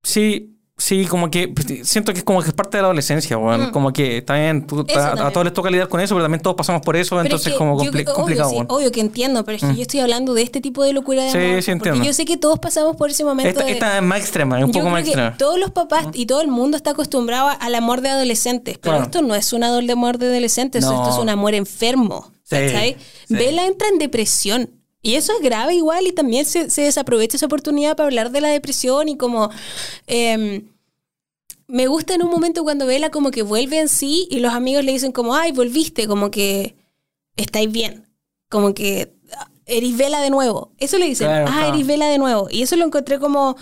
[SPEAKER 3] sí. Sí, como que pues, siento que es como que es parte de la adolescencia, weón. Como que también, tú-
[SPEAKER 1] Mm. Eso
[SPEAKER 3] a- a,
[SPEAKER 1] también.
[SPEAKER 3] todos les toca lidiar con eso, pero también todos pasamos por eso,
[SPEAKER 1] Pero
[SPEAKER 3] entonces
[SPEAKER 1] es
[SPEAKER 3] es
[SPEAKER 1] que
[SPEAKER 3] como
[SPEAKER 1] yo-
[SPEAKER 3] compli-
[SPEAKER 1] obvio,
[SPEAKER 3] complicado,
[SPEAKER 1] sí,
[SPEAKER 3] weón.
[SPEAKER 1] obvio que entiendo, pero es que yo estoy hablando de este tipo de locura de
[SPEAKER 3] Sí,
[SPEAKER 1] amor,
[SPEAKER 3] sí,
[SPEAKER 1] porque
[SPEAKER 3] entiendo.
[SPEAKER 1] yo sé que todos pasamos por ese momento
[SPEAKER 3] Esta,
[SPEAKER 1] de-
[SPEAKER 3] esta es más extrema, es un
[SPEAKER 1] Yo
[SPEAKER 3] poco más
[SPEAKER 1] creo que
[SPEAKER 3] extrema.
[SPEAKER 1] todos los papás y todo el mundo está acostumbrado a- al amor de adolescentes, pero
[SPEAKER 3] Claro.
[SPEAKER 1] esto no es un adol- de amor de adolescentes,
[SPEAKER 3] No.
[SPEAKER 1] esto es un amor enfermo.
[SPEAKER 3] Sí,
[SPEAKER 1] ¿cachai?
[SPEAKER 3] sí.
[SPEAKER 1] Vela entra en depresión. Y eso es grave igual y también se, se desaprovecha esa oportunidad para hablar de la depresión y como... em, me gusta en un momento cuando Vela como que vuelve en sí y los amigos le dicen como, ay, volviste, como que estáis bien, como que ah, eres Vela de nuevo. Eso le dicen,
[SPEAKER 3] Claro,
[SPEAKER 1] ah,
[SPEAKER 3] claro.
[SPEAKER 1] eres Vela de nuevo. Y eso lo encontré como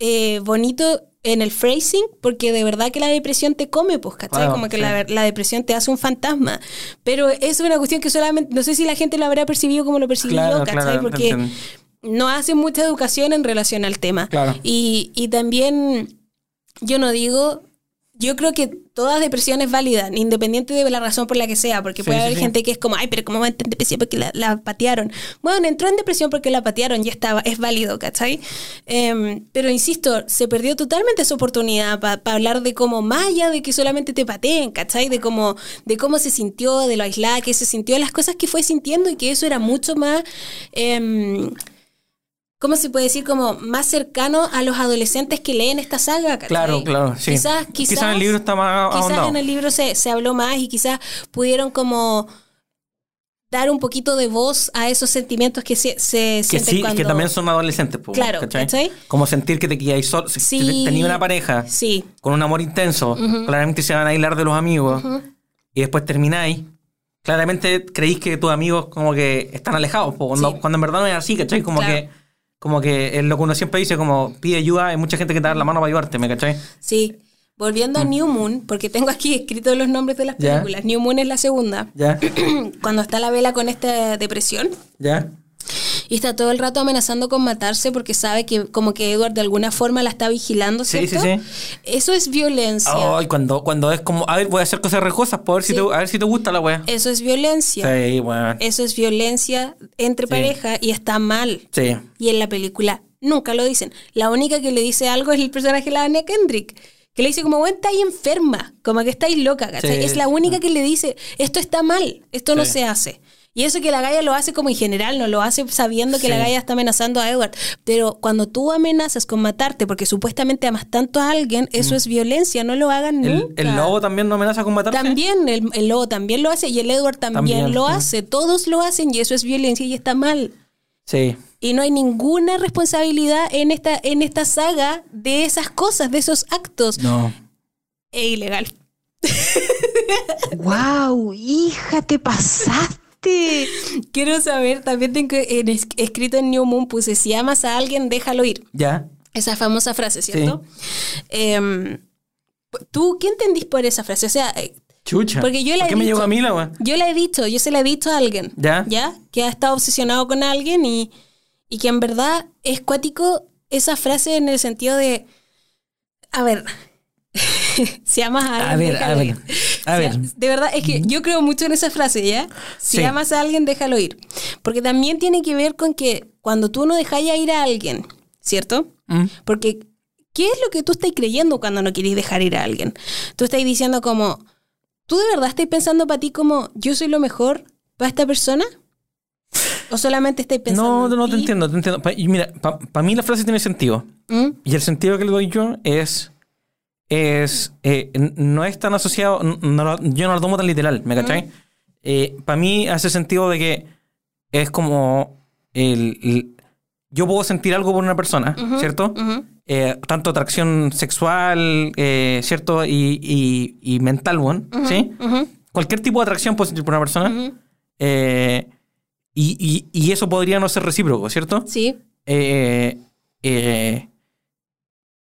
[SPEAKER 1] eh, bonito en el phrasing, porque de verdad que la depresión te come, pues, ¿cachai?
[SPEAKER 3] Claro,
[SPEAKER 1] como que
[SPEAKER 3] sí.
[SPEAKER 1] la, ver- la depresión te hace un fantasma. Pero es una cuestión que solamente, no sé si la gente lo habrá percibido como lo percibí yo, ¿cachai?
[SPEAKER 3] te
[SPEAKER 1] porque
[SPEAKER 3] entiendo.
[SPEAKER 1] no hace mucha educación en relación al tema.
[SPEAKER 3] Claro.
[SPEAKER 1] Y, y también, yo no digo, yo creo que toda depresión es válida, independiente de la razón por la que sea, porque
[SPEAKER 3] Sí,
[SPEAKER 1] puede
[SPEAKER 3] sí,
[SPEAKER 1] haber
[SPEAKER 3] sí.
[SPEAKER 1] gente que es como, ay, pero ¿cómo va a entrar en depresión porque la, la patearon? Bueno, entró en depresión porque la patearon, ya estaba, es válido, ¿cachai? Em, pero insisto, se perdió totalmente esa oportunidad para hablar de cómo, más allá de que solamente te pateen, ¿cachai? De cómo, de cómo se sintió, de lo aislada que se sintió, las cosas que fue sintiendo y que eso era mucho más... em, ¿cómo se puede decir? Como más cercano a los adolescentes que leen esta saga. ¿cachai?
[SPEAKER 3] Claro, claro, sí.
[SPEAKER 1] Quizás, quizás,
[SPEAKER 3] Quizás el libro está más
[SPEAKER 1] quizás
[SPEAKER 3] ahondado.
[SPEAKER 1] en el libro se, se habló más y quizás pudieron como dar un poquito de voz a esos sentimientos que se, se
[SPEAKER 3] que
[SPEAKER 1] sienten
[SPEAKER 3] sí,
[SPEAKER 1] cuando...
[SPEAKER 3] que también son adolescentes, po,
[SPEAKER 1] Claro, ¿cachai?
[SPEAKER 3] Como sentir que te quedáis solo.
[SPEAKER 1] Sí.
[SPEAKER 3] que te- Tenía una pareja
[SPEAKER 1] Sí,
[SPEAKER 3] con un amor intenso, claramente se van a aislar de los amigos y después termináis. Claramente creéis que tus amigos como que están alejados, po, no-
[SPEAKER 1] Sí.
[SPEAKER 3] cuando en verdad no es así, ¿cachai? Como
[SPEAKER 1] Claro.
[SPEAKER 3] que como que es lo que uno siempre dice, como pide ayuda, hay mucha gente que te da la mano para ayudarte, ¿me cachai?
[SPEAKER 1] sí. Volviendo a New Moon, porque tengo aquí escritos los nombres de las
[SPEAKER 3] Mm. Ya.
[SPEAKER 1] películas. New Moon es la segunda.
[SPEAKER 3] Ya,
[SPEAKER 1] Cuando está la vela con esta depresión
[SPEAKER 3] ya.
[SPEAKER 1] y está todo el rato amenazando con matarse porque sabe que como que Edward de alguna forma la está vigilando,
[SPEAKER 3] Sí,
[SPEAKER 1] ¿cierto?
[SPEAKER 3] sí,
[SPEAKER 1] Eso es violencia.
[SPEAKER 3] Ay, cuando, cuando es como, a ver, voy a hacer cosas rejosas para ver, si
[SPEAKER 1] Sí. Eh,
[SPEAKER 3] te, a ver si te gusta la wea.
[SPEAKER 1] Eso es violencia.
[SPEAKER 3] Sí, bueno.
[SPEAKER 1] Eso es violencia entre
[SPEAKER 3] Sí.
[SPEAKER 1] pareja y está mal.
[SPEAKER 3] Sí.
[SPEAKER 1] Y en la película nunca lo dicen. La única que le dice algo es el personaje de la Anya Kendrick. Que le dice como, bueno, estáis enferma, como que estáis loca, ¿cachai?
[SPEAKER 3] Sí.
[SPEAKER 1] Es la única que le dice, esto está mal, esto no
[SPEAKER 3] Sí.
[SPEAKER 1] se hace. Y eso que la Gaia lo hace como en general, no lo hace sabiendo que la
[SPEAKER 3] Sí.
[SPEAKER 1] Gaia está amenazando a Edward. Pero cuando tú amenazas con matarte porque supuestamente amas tanto a alguien, eso es violencia, no lo hagan
[SPEAKER 3] Mm. El,
[SPEAKER 1] nunca.
[SPEAKER 3] el lobo también no amenaza con matarte.
[SPEAKER 1] También, el, el lobo también lo hace y el Edward también,
[SPEAKER 3] También,
[SPEAKER 1] lo
[SPEAKER 3] sí.
[SPEAKER 1] hace. Todos lo hacen y eso es violencia y está mal.
[SPEAKER 3] Sí.
[SPEAKER 1] Y no hay ninguna responsabilidad en esta, en esta saga de esas cosas, de esos actos.
[SPEAKER 3] No.
[SPEAKER 1] Es ilegal.
[SPEAKER 4] ¡Wow! ¡Hija, te pasaste!
[SPEAKER 1] Quiero saber, también tengo en es- escrito en New Moon, puse, si amas a alguien, déjalo ir.
[SPEAKER 3] Ya.
[SPEAKER 1] Esa famosa frase, ¿cierto? Em, ¿Tú qué entendís por esa frase? O sea, eh,
[SPEAKER 3] Chucha.
[SPEAKER 1] Porque yo la
[SPEAKER 3] ¿Por
[SPEAKER 1] he
[SPEAKER 3] qué me
[SPEAKER 1] dicho.
[SPEAKER 3] llegó a mí la wea?
[SPEAKER 1] Yo la he dicho, yo se la he dicho a alguien.
[SPEAKER 3] Ya.
[SPEAKER 1] Que ha estado obsesionado con alguien y, y que en verdad es cuático esa frase en el sentido de. A ver. si amas a alguien.
[SPEAKER 3] A ver,
[SPEAKER 1] déjalo
[SPEAKER 3] a ver,
[SPEAKER 1] ir.
[SPEAKER 3] a
[SPEAKER 1] Si
[SPEAKER 3] ver.
[SPEAKER 1] de verdad, es que yo creo mucho en esa frase, ¿ya? Si
[SPEAKER 3] Sí.
[SPEAKER 1] amas a alguien, déjalo ir. Porque también tiene que ver con que cuando tú no dejas ir a alguien, ¿cierto?
[SPEAKER 3] Mm.
[SPEAKER 1] Porque, ¿qué es lo que tú estás creyendo cuando no querés dejar ir a alguien? Tú estás diciendo como, ¿tú de verdad estás pensando para ti como, yo soy lo mejor para esta persona? ¿O solamente estás pensando
[SPEAKER 3] No,
[SPEAKER 1] en
[SPEAKER 3] no te
[SPEAKER 1] ti?
[SPEAKER 3] entiendo, te entiendo. Pa- y mira, para mí la frase tiene sentido.
[SPEAKER 1] ¿Mm?
[SPEAKER 3] Y el sentido que le doy yo es. es eh, n- no es tan asociado. n- no lo- yo no lo tomo tan literal, ¿me cachai? para mí hace sentido de que es como. El, el- yo puedo sentir algo por una persona, ¿cierto?
[SPEAKER 1] Ujú.
[SPEAKER 3] eh, tanto atracción sexual, eh, ¿cierto? Y, y- y mental, weón, ¿sí?
[SPEAKER 1] Ujú.
[SPEAKER 3] Cualquier tipo de atracción puede sentir por una persona. Eh, y, y- y eso podría no ser recíproco, ¿cierto?
[SPEAKER 1] Sí,
[SPEAKER 3] Eh, eh,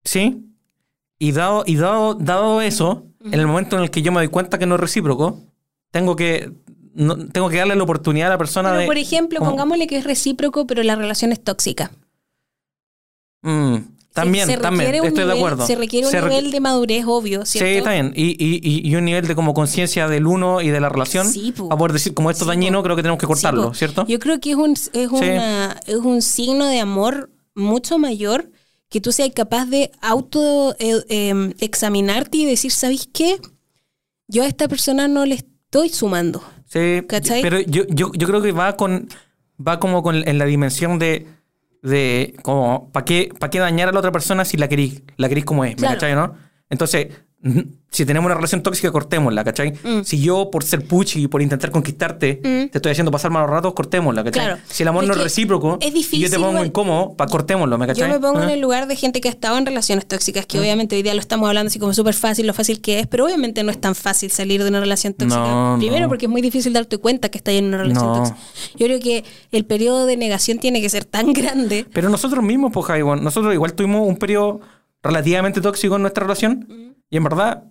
[SPEAKER 3] sí. Y dado, y dado, dado eso, en el momento en el que yo me doy cuenta que no es recíproco, tengo que, no- tengo que darle la oportunidad a la persona
[SPEAKER 1] pero
[SPEAKER 3] de...
[SPEAKER 1] por ejemplo,
[SPEAKER 3] como-
[SPEAKER 1] pongámosle que es recíproco, pero la relación es tóxica.
[SPEAKER 3] Mm, también,
[SPEAKER 1] Se- se
[SPEAKER 3] también,
[SPEAKER 1] requiere un
[SPEAKER 3] estoy de
[SPEAKER 1] nivel-
[SPEAKER 3] acuerdo.
[SPEAKER 1] Se requiere un
[SPEAKER 3] Se re-
[SPEAKER 1] nivel de madurez, obvio, ¿cierto?
[SPEAKER 3] Sí, está bien. Y, y- y- y un nivel de como conciencia del uno y de la relación.
[SPEAKER 1] Sí, po.
[SPEAKER 3] a poder decir, como esto
[SPEAKER 1] Sí,
[SPEAKER 3] es dañino,
[SPEAKER 1] po.
[SPEAKER 3] creo que tenemos que cortarlo,
[SPEAKER 1] Sí, po.
[SPEAKER 3] ¿cierto?
[SPEAKER 1] Yo creo que es un, es, una- es un signo de amor mucho mayor que tú seas capaz de auto eh, eh, examinarte y decir, ¿sabéis qué? Yo a esta persona no le estoy sumando.
[SPEAKER 3] Sí.
[SPEAKER 1] ¿Cachai?
[SPEAKER 3] Pero yo, yo, yo creo que va con. Va como con, en la dimensión de. de como, ¿para qué, pa' qué dañar a la otra persona si la querís? La querís como es, ¿me
[SPEAKER 1] Claro.
[SPEAKER 3] cachai, no? Entonces, mm, si tenemos una relación tóxica, cortémosla, ¿cachai?
[SPEAKER 1] Mm.
[SPEAKER 3] Si yo, por ser puchi y por intentar conquistarte,
[SPEAKER 1] Mm.
[SPEAKER 3] te estoy haciendo pasar malos ratos, cortémosla, ¿cachai?
[SPEAKER 1] Claro.
[SPEAKER 3] Si el amor
[SPEAKER 1] Pero
[SPEAKER 3] no
[SPEAKER 1] es
[SPEAKER 3] es
[SPEAKER 1] que
[SPEAKER 3] recíproco
[SPEAKER 1] es
[SPEAKER 3] y yo te
[SPEAKER 1] difícil,
[SPEAKER 3] pongo
[SPEAKER 1] igual.
[SPEAKER 3] incómodo, pa' cortémoslo, ¿me
[SPEAKER 1] Yo
[SPEAKER 3] cachai?
[SPEAKER 1] me pongo
[SPEAKER 3] Ah.
[SPEAKER 1] en el lugar de gente que ha estado en relaciones tóxicas, que obviamente hoy día lo estamos hablando así como súper fácil, lo fácil que es, pero obviamente no es tan fácil salir de una relación tóxica.
[SPEAKER 3] No,
[SPEAKER 1] Primero
[SPEAKER 3] no.
[SPEAKER 1] porque es muy difícil darte cuenta que estás en una relación
[SPEAKER 3] No.
[SPEAKER 1] tóxica. Yo creo que el periodo de negación tiene que ser tan grande.
[SPEAKER 3] Pero nosotros mismos, pues, Javi, bueno, nosotros igual tuvimos un periodo relativamente tóxico en nuestra relación.
[SPEAKER 1] Mm.
[SPEAKER 3] Y en verdad,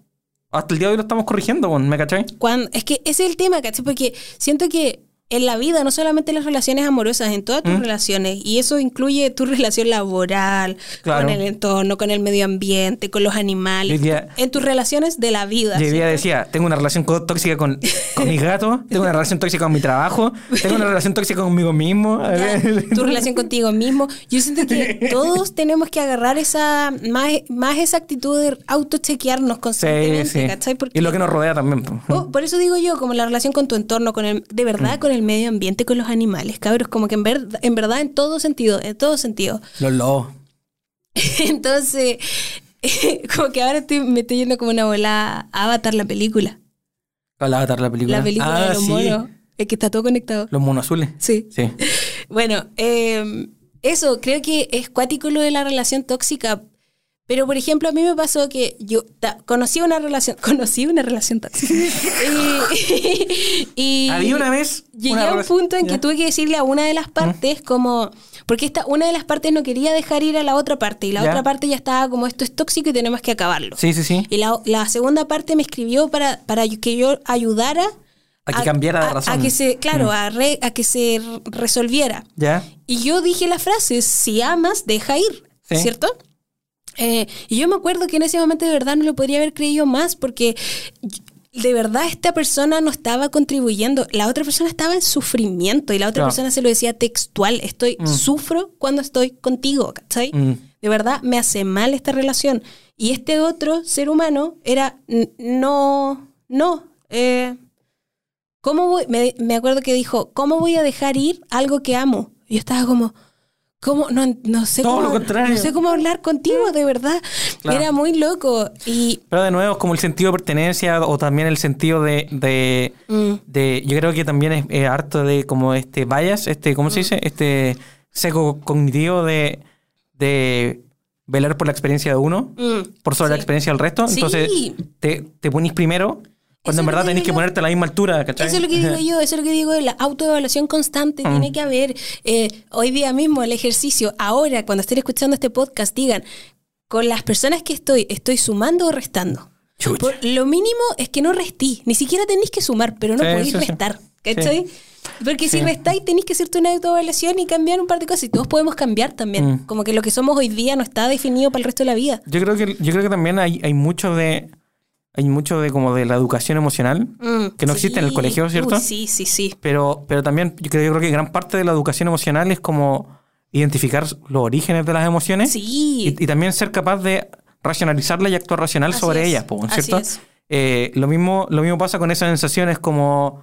[SPEAKER 3] hasta el día de hoy lo estamos corrigiendo, bueno, ¿me cachai?
[SPEAKER 1] Cuan- es que ese es el tema, ¿cachai? Porque siento que en la vida, no solamente en las relaciones amorosas, en todas tus relaciones, y eso incluye tu relación laboral,
[SPEAKER 3] Claro.
[SPEAKER 1] con el entorno, con el medio ambiente, con los animales,
[SPEAKER 3] Yo diría-
[SPEAKER 1] en tus relaciones de la vida.
[SPEAKER 3] Yo hoy
[SPEAKER 1] ¿sí?
[SPEAKER 3] día decía, tengo una relación co- tóxica con, con mis gatos, tengo una relación tóxica con mi trabajo, tengo una relación tóxica conmigo mismo.
[SPEAKER 1] Ya, tu relación contigo mismo. Yo siento que todos tenemos que agarrar esa más, más esa actitud de autochequearnos
[SPEAKER 3] Sí,
[SPEAKER 1] constantemente,
[SPEAKER 3] sí.
[SPEAKER 1] ¿cachai? Porque-
[SPEAKER 3] Y lo que nos rodea también. pues. Mm.
[SPEAKER 1] Oh, por eso digo yo, como la relación con tu entorno, con el, de verdad, con el el medio ambiente con los animales, cabros, como que en, ver- en verdad en todo sentido, en todo sentido.
[SPEAKER 3] Los lobos.
[SPEAKER 1] Entonces, como que ahora estoy- me estoy yendo como una bola a Avatar la película.
[SPEAKER 3] ¿Cuál avatar la película?
[SPEAKER 1] La película
[SPEAKER 3] ah,
[SPEAKER 1] de los
[SPEAKER 3] sí.
[SPEAKER 1] monos. Es que está todo conectado.
[SPEAKER 3] Los monos azules.
[SPEAKER 1] Sí.
[SPEAKER 3] Sí.
[SPEAKER 1] Bueno, eh, eso, creo que es cuático lo de la relación tóxica. Pero, por ejemplo, a mí me pasó que yo ta- conocí una relación, conocí una relación tóxica. y, y-
[SPEAKER 3] Había una vez.
[SPEAKER 1] Llegué
[SPEAKER 3] una
[SPEAKER 1] a un
[SPEAKER 3] relación-
[SPEAKER 1] punto en que
[SPEAKER 3] ya. Ah.
[SPEAKER 1] tuve que decirle a una de las partes como, porque esta, una de las partes no quería dejar ir a la otra parte y la
[SPEAKER 3] Ya.
[SPEAKER 1] otra parte ya estaba como esto es tóxico y tenemos que acabarlo.
[SPEAKER 3] Sí, sí, sí.
[SPEAKER 1] Y la, la segunda parte me escribió para, para que yo ayudara
[SPEAKER 3] A que cambiara de
[SPEAKER 1] a-
[SPEAKER 3] razón.
[SPEAKER 1] A que se, claro,
[SPEAKER 3] Mm.
[SPEAKER 1] a, re- a que se r- resolviera.
[SPEAKER 3] Ya.
[SPEAKER 1] Y yo dije la frase, si amas, deja ir,
[SPEAKER 3] Sí.
[SPEAKER 1] ¿cierto? Eh, y yo me acuerdo que en ese momento de verdad no lo podría haber creído más porque de verdad esta persona no estaba contribuyendo, la otra persona estaba en sufrimiento y la otra
[SPEAKER 3] Claro.
[SPEAKER 1] persona se lo decía textual, estoy
[SPEAKER 3] Mm.
[SPEAKER 1] sufro cuando estoy contigo, ¿cachai?
[SPEAKER 3] Mm.
[SPEAKER 1] De verdad me hace mal esta relación. Y este otro ser humano era "N- no, no, eh, ¿Cómo voy? Me, me acuerdo que dijo, ¿cómo voy a dejar ir algo que amo? Y yo estaba como, ¿cómo? No, no sé
[SPEAKER 3] Todo
[SPEAKER 1] cómo,
[SPEAKER 3] lo contrario.
[SPEAKER 1] no sé cómo hablar contigo, de verdad.
[SPEAKER 3] Claro.
[SPEAKER 1] Era muy loco. Y
[SPEAKER 3] Pero de nuevo, es como el sentido de pertenencia o también el sentido de. de,
[SPEAKER 1] mm,
[SPEAKER 3] de- yo creo que también es eh, harto de como este bias, este, ¿cómo
[SPEAKER 1] Mm.
[SPEAKER 3] se dice? Este seco cognitivo de, de velar por la experiencia de uno,
[SPEAKER 1] mm.
[SPEAKER 3] por sobre la experiencia del resto.
[SPEAKER 1] Sí.
[SPEAKER 3] Entonces, te, te ponís primero cuando
[SPEAKER 1] Eso
[SPEAKER 3] en
[SPEAKER 1] es lo
[SPEAKER 3] verdad
[SPEAKER 1] que
[SPEAKER 3] tenés que
[SPEAKER 1] digo.
[SPEAKER 3] ponerte a la misma altura, ¿cachai?
[SPEAKER 1] Eso es lo que digo yo, eso es lo que digo, la autoevaluación constante
[SPEAKER 3] Mm.
[SPEAKER 1] tiene que haber. eh, hoy día mismo el ejercicio, ahora cuando estén escuchando este podcast, digan, con las personas que estoy, ¿estoy sumando o restando?
[SPEAKER 3] Chucha.
[SPEAKER 1] Por- lo mínimo es que no restí, ni siquiera tenéis que sumar, pero no
[SPEAKER 3] Sí,
[SPEAKER 1] podéis
[SPEAKER 3] sí, sí.
[SPEAKER 1] restar, ¿cachai? Porque si
[SPEAKER 3] Sí.
[SPEAKER 1] restáis tenéis que hacerte una autoevaluación y cambiar un par de cosas y todos podemos cambiar también.
[SPEAKER 3] Mm.
[SPEAKER 1] Como que lo que somos hoy día no está definido para el resto de la vida.
[SPEAKER 3] Yo creo que yo creo que también hay, hay mucho de hay mucho de como de la educación emocional
[SPEAKER 1] Mm,
[SPEAKER 3] que no existe en el colegio, ¿cierto?
[SPEAKER 1] Uy, sí, sí, sí.
[SPEAKER 3] Pero pero también yo creo, yo creo que gran parte de la educación emocional es como identificar los orígenes de las emociones
[SPEAKER 1] Sí.
[SPEAKER 3] ¿Eh? y, y también ser capaz de racionalizarla y actuar racional
[SPEAKER 1] Así
[SPEAKER 3] sobre
[SPEAKER 1] es,
[SPEAKER 3] ellas, po,
[SPEAKER 1] así
[SPEAKER 3] ¿cierto?
[SPEAKER 1] es.
[SPEAKER 3] Eh, lo mismo lo mismo pasa con esas sensaciones como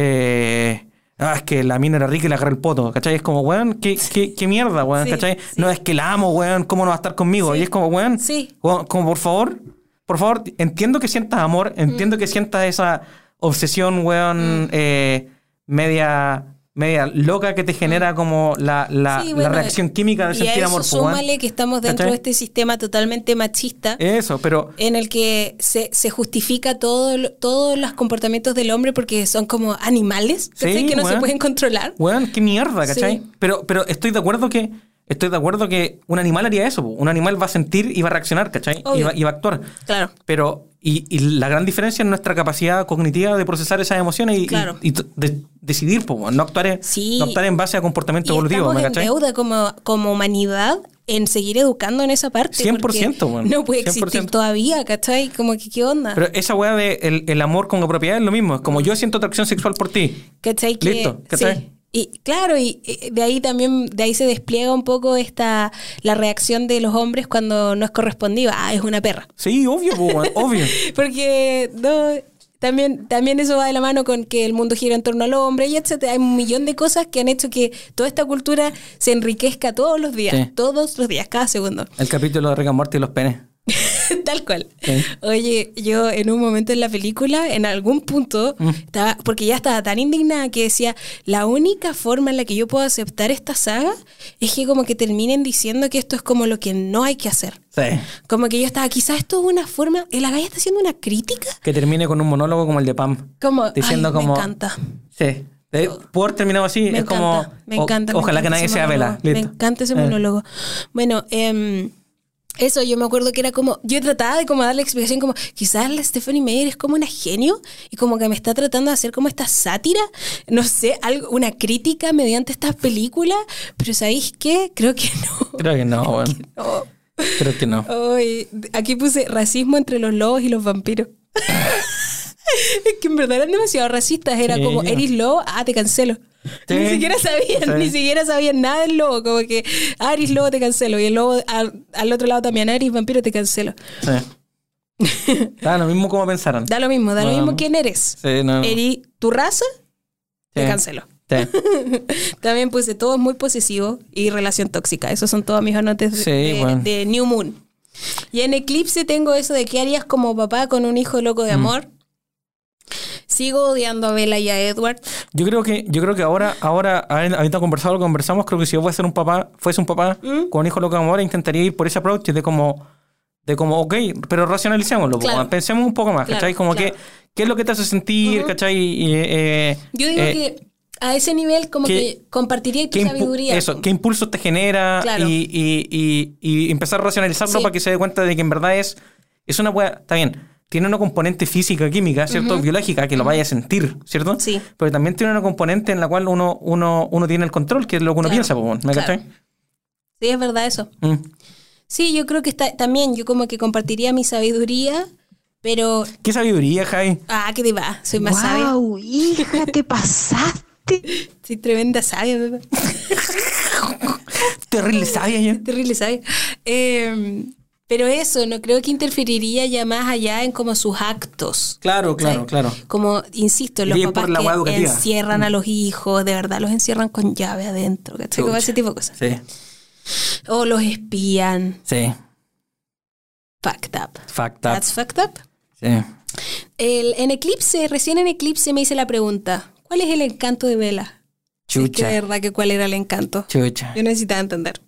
[SPEAKER 3] eh, Ah, es que la mina era rica y la agarré el poto, ¿cachai? Es como, weón, ¿qué, qué, qué mierda, weón,
[SPEAKER 1] Sí,
[SPEAKER 3] ¿cachai?
[SPEAKER 1] sí.
[SPEAKER 3] No, es que la amo, weón, ¿cómo no va a estar conmigo?
[SPEAKER 1] Sí.
[SPEAKER 3] Y es como, weón,
[SPEAKER 1] Sí.
[SPEAKER 3] como, como, por favor, por favor, entiendo que sientas amor,
[SPEAKER 1] Mm.
[SPEAKER 3] entiendo que sientas esa obsesión, weón, eh, media, media loca que te genera como la, la,
[SPEAKER 1] Mm. Sí,
[SPEAKER 3] la
[SPEAKER 1] bueno,
[SPEAKER 3] reacción química de
[SPEAKER 1] y a
[SPEAKER 3] sentir
[SPEAKER 1] eso
[SPEAKER 3] amor. po, weón.
[SPEAKER 1] súmale que estamos dentro
[SPEAKER 3] ¿Cachai? Eh.
[SPEAKER 1] de este sistema totalmente machista
[SPEAKER 3] Eso, pero
[SPEAKER 1] en el que se, se justifica todo, lo- todos los comportamientos del hombre porque son como animales ¿cachai?
[SPEAKER 3] Sí,
[SPEAKER 1] que no se
[SPEAKER 3] weón.
[SPEAKER 1] pueden controlar.
[SPEAKER 3] Weón, qué mierda, ¿cachai?
[SPEAKER 1] Sí.
[SPEAKER 3] Pero, pero estoy de acuerdo que. Estoy de acuerdo que un animal haría eso. po. Un animal va a sentir y va a reaccionar, ¿cachai? Y
[SPEAKER 1] Obvio.
[SPEAKER 3] va, y va a actuar.
[SPEAKER 1] Claro.
[SPEAKER 3] Pero. Y, y la gran diferencia es nuestra capacidad cognitiva de procesar esas emociones y, y-
[SPEAKER 1] Claro.
[SPEAKER 3] y t- de- decidir, po, weón. no, actuar en,
[SPEAKER 1] Sí.
[SPEAKER 3] no actuar en base a comportamiento
[SPEAKER 1] Y
[SPEAKER 3] evolutivo,
[SPEAKER 1] estamos
[SPEAKER 3] ¿me
[SPEAKER 1] en
[SPEAKER 3] cachai?
[SPEAKER 1] deuda como, como humanidad en seguir educando en esa parte. porque
[SPEAKER 3] 100%, weón.
[SPEAKER 1] No puede existir
[SPEAKER 3] 100%.
[SPEAKER 1] todavía, ¿cachai? Como que, ¿qué onda?
[SPEAKER 3] Pero esa weá de el, el amor como propiedad es lo mismo. Es como yo siento atracción sexual por ti.
[SPEAKER 1] ¿Cachai? Que,
[SPEAKER 3] Listo,
[SPEAKER 1] sí.
[SPEAKER 3] ¿cachai?
[SPEAKER 1] Y claro, y eh, de ahí también, de ahí se despliega un poco esta, la reacción de los hombres cuando no es correspondida. Ah, es una perra.
[SPEAKER 3] Sí, obvio, po, weón, obvio.
[SPEAKER 1] Porque no, también, también eso va de la mano con que el mundo gira en torno al hombre y etcétera. Hay un millón de cosas que han hecho que toda esta cultura se enriquezca todos los días,
[SPEAKER 3] Sí.
[SPEAKER 1] todos los días, cada segundo.
[SPEAKER 3] El capítulo de Rick and Morty y los penes.
[SPEAKER 1] Tal cual.
[SPEAKER 3] Sí.
[SPEAKER 1] Oye, yo en un momento en la película, en algún punto,
[SPEAKER 3] Mm.
[SPEAKER 1] estaba, porque ya estaba tan indignada que decía, la única forma en la que yo puedo aceptar esta saga es que como que terminen diciendo que esto es como lo que no hay que hacer.
[SPEAKER 3] Sí.
[SPEAKER 1] Como que yo estaba, quizás esto es una forma, la galla está haciendo una crítica
[SPEAKER 3] Que termine con un monólogo como el de Pam.
[SPEAKER 1] Como,
[SPEAKER 3] Diciendo
[SPEAKER 1] ay,
[SPEAKER 3] como-
[SPEAKER 1] me encanta.
[SPEAKER 3] Sí. De, por terminado así,
[SPEAKER 1] Me
[SPEAKER 3] es
[SPEAKER 1] encanta,
[SPEAKER 3] como.
[SPEAKER 1] me
[SPEAKER 3] o-
[SPEAKER 1] encanta. me
[SPEAKER 3] ojalá
[SPEAKER 1] encanta
[SPEAKER 3] que nadie
[SPEAKER 1] ese
[SPEAKER 3] sea vela.
[SPEAKER 1] monólogo. Me
[SPEAKER 3] Listo.
[SPEAKER 1] encanta ese
[SPEAKER 3] Eh,
[SPEAKER 1] monólogo. Bueno, em, eso yo me acuerdo que era como, yo trataba de como darle explicación como, quizás la Stephanie Meyer es como una genio y como que me está tratando de hacer como esta sátira, no sé, algo, una crítica mediante estas películas, pero ¿sabéis qué? Creo que no.
[SPEAKER 3] Creo que no, weón.
[SPEAKER 1] No.
[SPEAKER 3] Creo que no.
[SPEAKER 1] Ay, aquí puse racismo entre los lobos y los vampiros. es que en verdad eran demasiado racistas. Era
[SPEAKER 3] Sí.
[SPEAKER 1] como, eres lobo, ah, te cancelo.
[SPEAKER 3] Sí.
[SPEAKER 1] Ni siquiera sabían,
[SPEAKER 3] Sí.
[SPEAKER 1] ni siquiera sabían nada del lobo. Como que, ah, eres lobo, te cancelo. Y el lobo a- al otro lado también, ah, eres vampiro, te cancelo.
[SPEAKER 3] Sí. Da lo mismo como pensaran.
[SPEAKER 1] Da lo mismo, da lo
[SPEAKER 3] No,
[SPEAKER 1] mismo
[SPEAKER 3] no.
[SPEAKER 1] quién eres.
[SPEAKER 3] Sí, no, no.
[SPEAKER 1] Eres tu raza, Te
[SPEAKER 3] Ah. Sí.
[SPEAKER 1] cancelo.
[SPEAKER 3] Sí.
[SPEAKER 1] También puse todo es muy posesivo y relación tóxica. Esos son todos mis anotes de-
[SPEAKER 3] Sí,
[SPEAKER 1] de,
[SPEAKER 3] bueno.
[SPEAKER 1] de New Moon. Y en Eclipse tengo eso de qué harías como papá con un hijo loco de
[SPEAKER 3] Mm.
[SPEAKER 1] amor. Sigo odiando a Bella y a Edward.
[SPEAKER 3] Yo creo que, yo creo que ahora, ahora, habiendo conversado, lo conversamos, creo que si yo fuese un papá, fuese un papá
[SPEAKER 1] ¿Mm?
[SPEAKER 3] con un hijo loco de amor, intentaría ir por ese approach de como, de como, ok, pero racionalicémoslo, po,
[SPEAKER 1] Claro.
[SPEAKER 3] weón. pensemos un poco más,
[SPEAKER 1] Claro,
[SPEAKER 3] ¿cachai? Como
[SPEAKER 1] claro.
[SPEAKER 3] que, ¿qué es lo que te hace sentir, cachai? Y, eh,
[SPEAKER 1] Yo digo
[SPEAKER 3] eh,
[SPEAKER 1] que a ese nivel como
[SPEAKER 3] ¿qué-
[SPEAKER 1] que compartiría tu
[SPEAKER 3] ¿Qué, impu-
[SPEAKER 1] sabiduría.
[SPEAKER 3] eso, ¿Qué impulsos te genera?
[SPEAKER 1] Claro.
[SPEAKER 3] Y, y- y- y empezar a racionalizarlo
[SPEAKER 1] Sí.
[SPEAKER 3] para que se dé cuenta de que en verdad es, es una hueá. Está bien, tiene una componente física, química, ¿cierto? Biológica, que lo vaya a sentir, ¿cierto?
[SPEAKER 1] Sí.
[SPEAKER 3] Pero también tiene una componente en la cual uno, uno, uno tiene el control, que es lo que uno
[SPEAKER 1] Claro.
[SPEAKER 3] piensa, po, ¿me
[SPEAKER 1] Claro.
[SPEAKER 3] cachai?
[SPEAKER 1] Sí, es verdad eso.
[SPEAKER 3] Mm.
[SPEAKER 1] Sí, yo creo que está, también yo como que compartiría mi sabiduría, pero...
[SPEAKER 3] ¿Qué sabiduría, Jai?
[SPEAKER 1] Ah, que te va, soy más sabia.
[SPEAKER 4] Wow, hija, te pasaste.
[SPEAKER 1] Soy tremenda sabia, bebé.
[SPEAKER 3] Terrible sabia ya.
[SPEAKER 1] Terrible, ¿sabes? Eh, pero eso, no creo que interferiría ya más allá en como sus actos.
[SPEAKER 3] Claro, claro,
[SPEAKER 1] ¿sabes?
[SPEAKER 3] claro.
[SPEAKER 1] Como, insisto, los
[SPEAKER 3] Iría por
[SPEAKER 1] papás
[SPEAKER 3] la
[SPEAKER 1] que
[SPEAKER 3] hueá educativa. Mm.
[SPEAKER 1] encierran a los hijos, de verdad, los encierran con llave adentro, ¿cachai? Como
[SPEAKER 3] Chucha.
[SPEAKER 1] ese tipo de cosas.
[SPEAKER 3] Sí,
[SPEAKER 1] O los espían.
[SPEAKER 3] sí.
[SPEAKER 1] Fucked up.
[SPEAKER 3] Fact up.
[SPEAKER 1] That's fucked up.
[SPEAKER 3] Sí.
[SPEAKER 1] El- en Eclipse, recién en Eclipse me hice la pregunta, ¿cuál es el encanto de Vela? Si es que
[SPEAKER 3] Chucha.
[SPEAKER 1] de verdad que cuál era el encanto.
[SPEAKER 3] Chucha.
[SPEAKER 1] Yo necesitaba entender.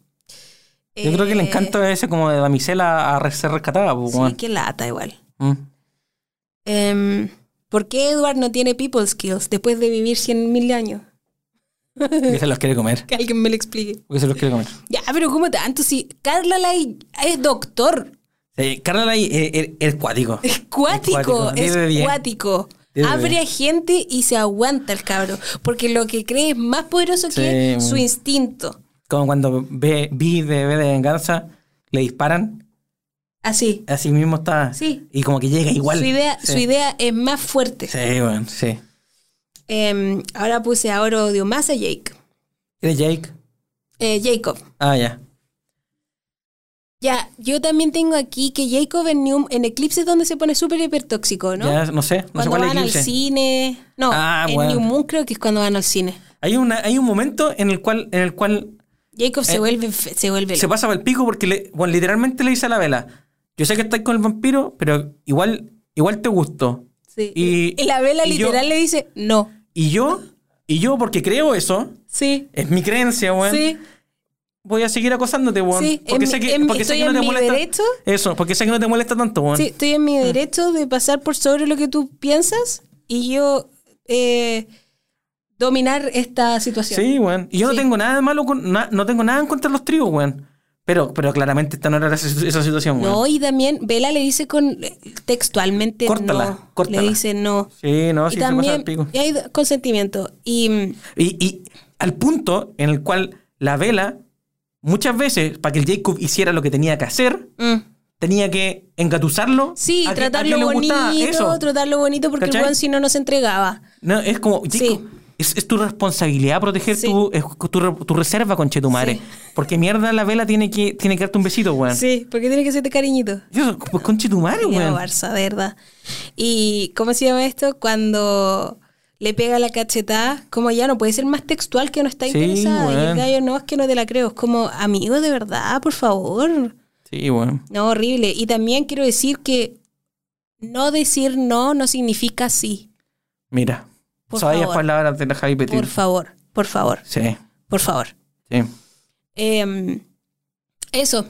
[SPEAKER 3] Yo creo que el
[SPEAKER 1] Eh,
[SPEAKER 3] encanto es ese como de damisela a re- ser rescatada, po,
[SPEAKER 1] Sí,
[SPEAKER 3] weón.
[SPEAKER 1] que lata igual.
[SPEAKER 3] Mm.
[SPEAKER 1] Em, ¿Por qué Edward no tiene people skills después de vivir 100.000 años?
[SPEAKER 3] Que se los quiere comer.
[SPEAKER 1] Que alguien me lo explique.
[SPEAKER 3] Porque se los quiere comer.
[SPEAKER 1] Ya, pero ¿cómo tanto? Si Carla Lai es doctor,
[SPEAKER 3] Sí, Carla ahí eh, eh, es cuático.
[SPEAKER 1] es cuático,
[SPEAKER 3] Cuático, diez de
[SPEAKER 1] es
[SPEAKER 3] diez.
[SPEAKER 1] cuático.
[SPEAKER 3] Diez de
[SPEAKER 1] Abre
[SPEAKER 3] diez.
[SPEAKER 1] a gente y se aguanta el cabro. Porque lo que cree es más poderoso que
[SPEAKER 3] Sí.
[SPEAKER 1] su instinto.
[SPEAKER 3] Como cuando ve, vi de V de Venganza, le disparan,
[SPEAKER 1] Así.
[SPEAKER 3] así mismo está.
[SPEAKER 1] Sí.
[SPEAKER 3] Y como que llega igual.
[SPEAKER 1] Su idea,
[SPEAKER 3] Sí.
[SPEAKER 1] su idea es más fuerte.
[SPEAKER 3] Sí, weón, sí.
[SPEAKER 1] Em, ahora puse ahora odio más a Jake.
[SPEAKER 3] ¿Eres Jake?
[SPEAKER 1] Eh, Jacob.
[SPEAKER 3] Ah, ya.
[SPEAKER 1] Ya, yo también tengo aquí que Jacob en, New- en Eclipse es donde se pone súper hipertóxico, ¿no?
[SPEAKER 3] Ya, no sé, no sé
[SPEAKER 1] cuando
[SPEAKER 3] cuál es
[SPEAKER 1] van
[SPEAKER 3] el
[SPEAKER 1] al
[SPEAKER 3] eclipse.
[SPEAKER 1] cine. No,
[SPEAKER 3] Ah,
[SPEAKER 1] en
[SPEAKER 3] bueno.
[SPEAKER 1] New Moon creo que es cuando van al cine.
[SPEAKER 3] Hay, una, hay un momento en el cual, en el cual
[SPEAKER 1] Jacob se
[SPEAKER 3] Eh,
[SPEAKER 1] vuelve fe- se vuelve
[SPEAKER 3] se
[SPEAKER 1] loco.
[SPEAKER 3] pasa el pico porque le, bueno, literalmente le dice a la vela: Yo sé que estás con el vampiro, pero igual, igual te gusto.
[SPEAKER 1] Sí.
[SPEAKER 3] y-
[SPEAKER 1] Y, la vela
[SPEAKER 3] y yo-
[SPEAKER 1] literal le dice no.
[SPEAKER 3] Y yo, y yo porque creo eso,
[SPEAKER 1] Sí.
[SPEAKER 3] es mi creencia, weón.
[SPEAKER 1] sí.
[SPEAKER 3] Voy a seguir acosándote, weón.
[SPEAKER 1] Sí,
[SPEAKER 3] porque
[SPEAKER 1] en
[SPEAKER 3] sé
[SPEAKER 1] mi-
[SPEAKER 3] que,
[SPEAKER 1] en mi-
[SPEAKER 3] porque sé
[SPEAKER 1] estoy
[SPEAKER 3] que no
[SPEAKER 1] en
[SPEAKER 3] te
[SPEAKER 1] mi
[SPEAKER 3] molesta.
[SPEAKER 1] derecho.
[SPEAKER 3] Eso, porque sé que no te molesta tanto, weón.
[SPEAKER 1] Sí, estoy en mi
[SPEAKER 3] Ah.
[SPEAKER 1] derecho de pasar por sobre lo que tú piensas y yo eh, dominar esta situación.
[SPEAKER 3] Sí, weón. Y yo
[SPEAKER 1] Sí.
[SPEAKER 3] no tengo nada de malo con. na- no tengo nada en contra de los tribos, weón. Pero, pero claramente esta no era esa, esa situación, weón.
[SPEAKER 1] No, y también Vela le dice con eh, textualmente
[SPEAKER 3] Córtala,
[SPEAKER 1] no.
[SPEAKER 3] córtala.
[SPEAKER 1] Le dice no.
[SPEAKER 3] Sí, no, Ah, sí,
[SPEAKER 1] y
[SPEAKER 3] se pasa
[SPEAKER 1] también
[SPEAKER 3] el pico.
[SPEAKER 1] hay consentimiento. Y mm,
[SPEAKER 3] Y, y al punto en el cual la vela, muchas veces, para que el Jacob hiciera lo que tenía que hacer,
[SPEAKER 1] mm,
[SPEAKER 3] tenía que engatusarlo. a
[SPEAKER 1] Sí,
[SPEAKER 3] que- a que
[SPEAKER 1] tratarlo
[SPEAKER 3] le
[SPEAKER 1] bonito,
[SPEAKER 3] gustaba eso.
[SPEAKER 1] tratarlo bonito porque
[SPEAKER 3] ¿Cachai?
[SPEAKER 1] el weón si no nos entregaba.
[SPEAKER 3] No, es como, Jacob,
[SPEAKER 1] Sí.
[SPEAKER 3] es, es tu responsabilidad proteger
[SPEAKER 1] Sí.
[SPEAKER 3] tu, es tu, re- tu reserva, conche tu madre.
[SPEAKER 1] Sí.
[SPEAKER 3] Porque mierda la vela tiene que, tiene que darte un besito, weón.
[SPEAKER 1] Sí, porque tiene que hacerte cariñito.
[SPEAKER 3] Yo, pues conche tu madre,
[SPEAKER 1] Mira,
[SPEAKER 3] Ah. weón.
[SPEAKER 1] Barça, de verdad. Y ¿cómo se llama esto? Cuando le pega la cachetada, como ya no puede ser más textual que no está
[SPEAKER 3] Sí,
[SPEAKER 1] interesada. Y el
[SPEAKER 3] weón.
[SPEAKER 1] gallo no es que no te la creo. Es como, amigo, de verdad, por favor.
[SPEAKER 3] Sí, weón.
[SPEAKER 1] No, horrible. Y también quiero decir que no decir no no significa sí.
[SPEAKER 3] Mira.
[SPEAKER 1] Por
[SPEAKER 3] Sabias
[SPEAKER 1] favor.
[SPEAKER 3] palabras de la Javi Petit.
[SPEAKER 1] Por favor, por favor,
[SPEAKER 3] Sí,
[SPEAKER 1] por favor.
[SPEAKER 3] sí.
[SPEAKER 1] Em, eso.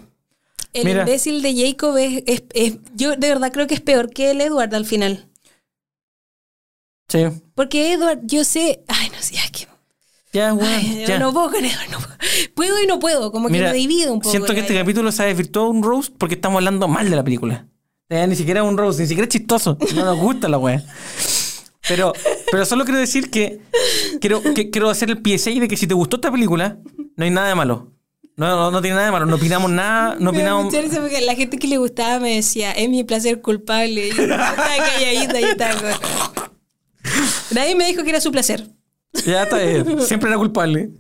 [SPEAKER 1] El
[SPEAKER 3] Mira.
[SPEAKER 1] imbécil de Jacob es, es- es- Yo de verdad creo que es peor que el Edward al final.
[SPEAKER 3] Sí.
[SPEAKER 1] Porque Edward, yo sé. Ay, no sé, es que.
[SPEAKER 3] Ya, weón.
[SPEAKER 1] ay,
[SPEAKER 3] Ah, ya.
[SPEAKER 1] yo no puedo con Edward. no puedo. puedo y no puedo. Como que
[SPEAKER 3] Mira,
[SPEAKER 1] lo divido un poco.
[SPEAKER 3] Siento que
[SPEAKER 1] ¿no?
[SPEAKER 3] este capítulo se ha desvirtuado un roast porque estamos hablando mal de la película. Eh, ni siquiera un roast, ni siquiera es chistoso. No nos gusta la wea. Pero, pero solo quiero decir que quiero, que quiero hacer el PSI de que si te gustó esta película, no hay nada de malo. No, no, no tiene nada de malo. No opinamos nada, no
[SPEAKER 1] Me da
[SPEAKER 3] opinamos.
[SPEAKER 1] mucha risa porque la gente que le gustaba me decía, es mi placer culpable. Y yo "Ah, estaba calladita, yo estaba como- Nadie me dijo que era su placer.
[SPEAKER 3] Ya está bien. Siempre era culpable.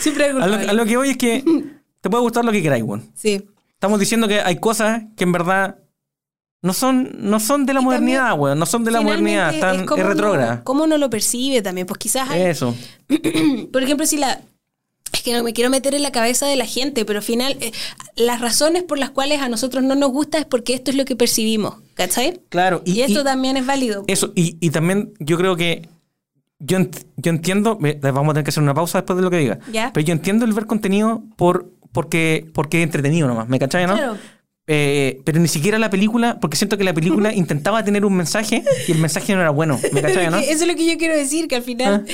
[SPEAKER 1] Siempre era
[SPEAKER 3] A lo,
[SPEAKER 1] culpable.
[SPEAKER 3] a lo que voy es que te puede gustar lo que queráis, weón.
[SPEAKER 1] Sí.
[SPEAKER 3] Estamos diciendo que hay cosas que en verdad No son, no son de la
[SPEAKER 1] Y también,
[SPEAKER 3] modernidad, weón. No son de la
[SPEAKER 1] Finalmente,
[SPEAKER 3] modernidad. Están, es,
[SPEAKER 1] como uno-
[SPEAKER 3] retrógrada.
[SPEAKER 1] ¿Cómo no lo percibe también? Pues quizás hay-
[SPEAKER 3] Eso.
[SPEAKER 1] por ejemplo, si la... Es que no me quiero meter en la cabeza de la gente, pero al final eh, las razones por las cuales a nosotros no nos gusta es porque esto es lo que percibimos, ¿cachai?
[SPEAKER 3] Claro.
[SPEAKER 1] Y, esto también es válido.
[SPEAKER 3] Eso, y, y también yo creo que. Yo, ent- yo entiendo. me- Vamos a tener que hacer una pausa después de lo que diga.
[SPEAKER 1] Ya.
[SPEAKER 3] Pero yo entiendo el ver contenido por, porque, porque es entretenido nomás. ¿Me cachai, no?
[SPEAKER 1] Claro.
[SPEAKER 3] Eh, pero ni siquiera la película, porque siento que la película intentaba tener un mensaje y el mensaje no era bueno. ¿Me cachai, no? Ah,
[SPEAKER 1] Que Eso es lo que yo quiero decir, que al final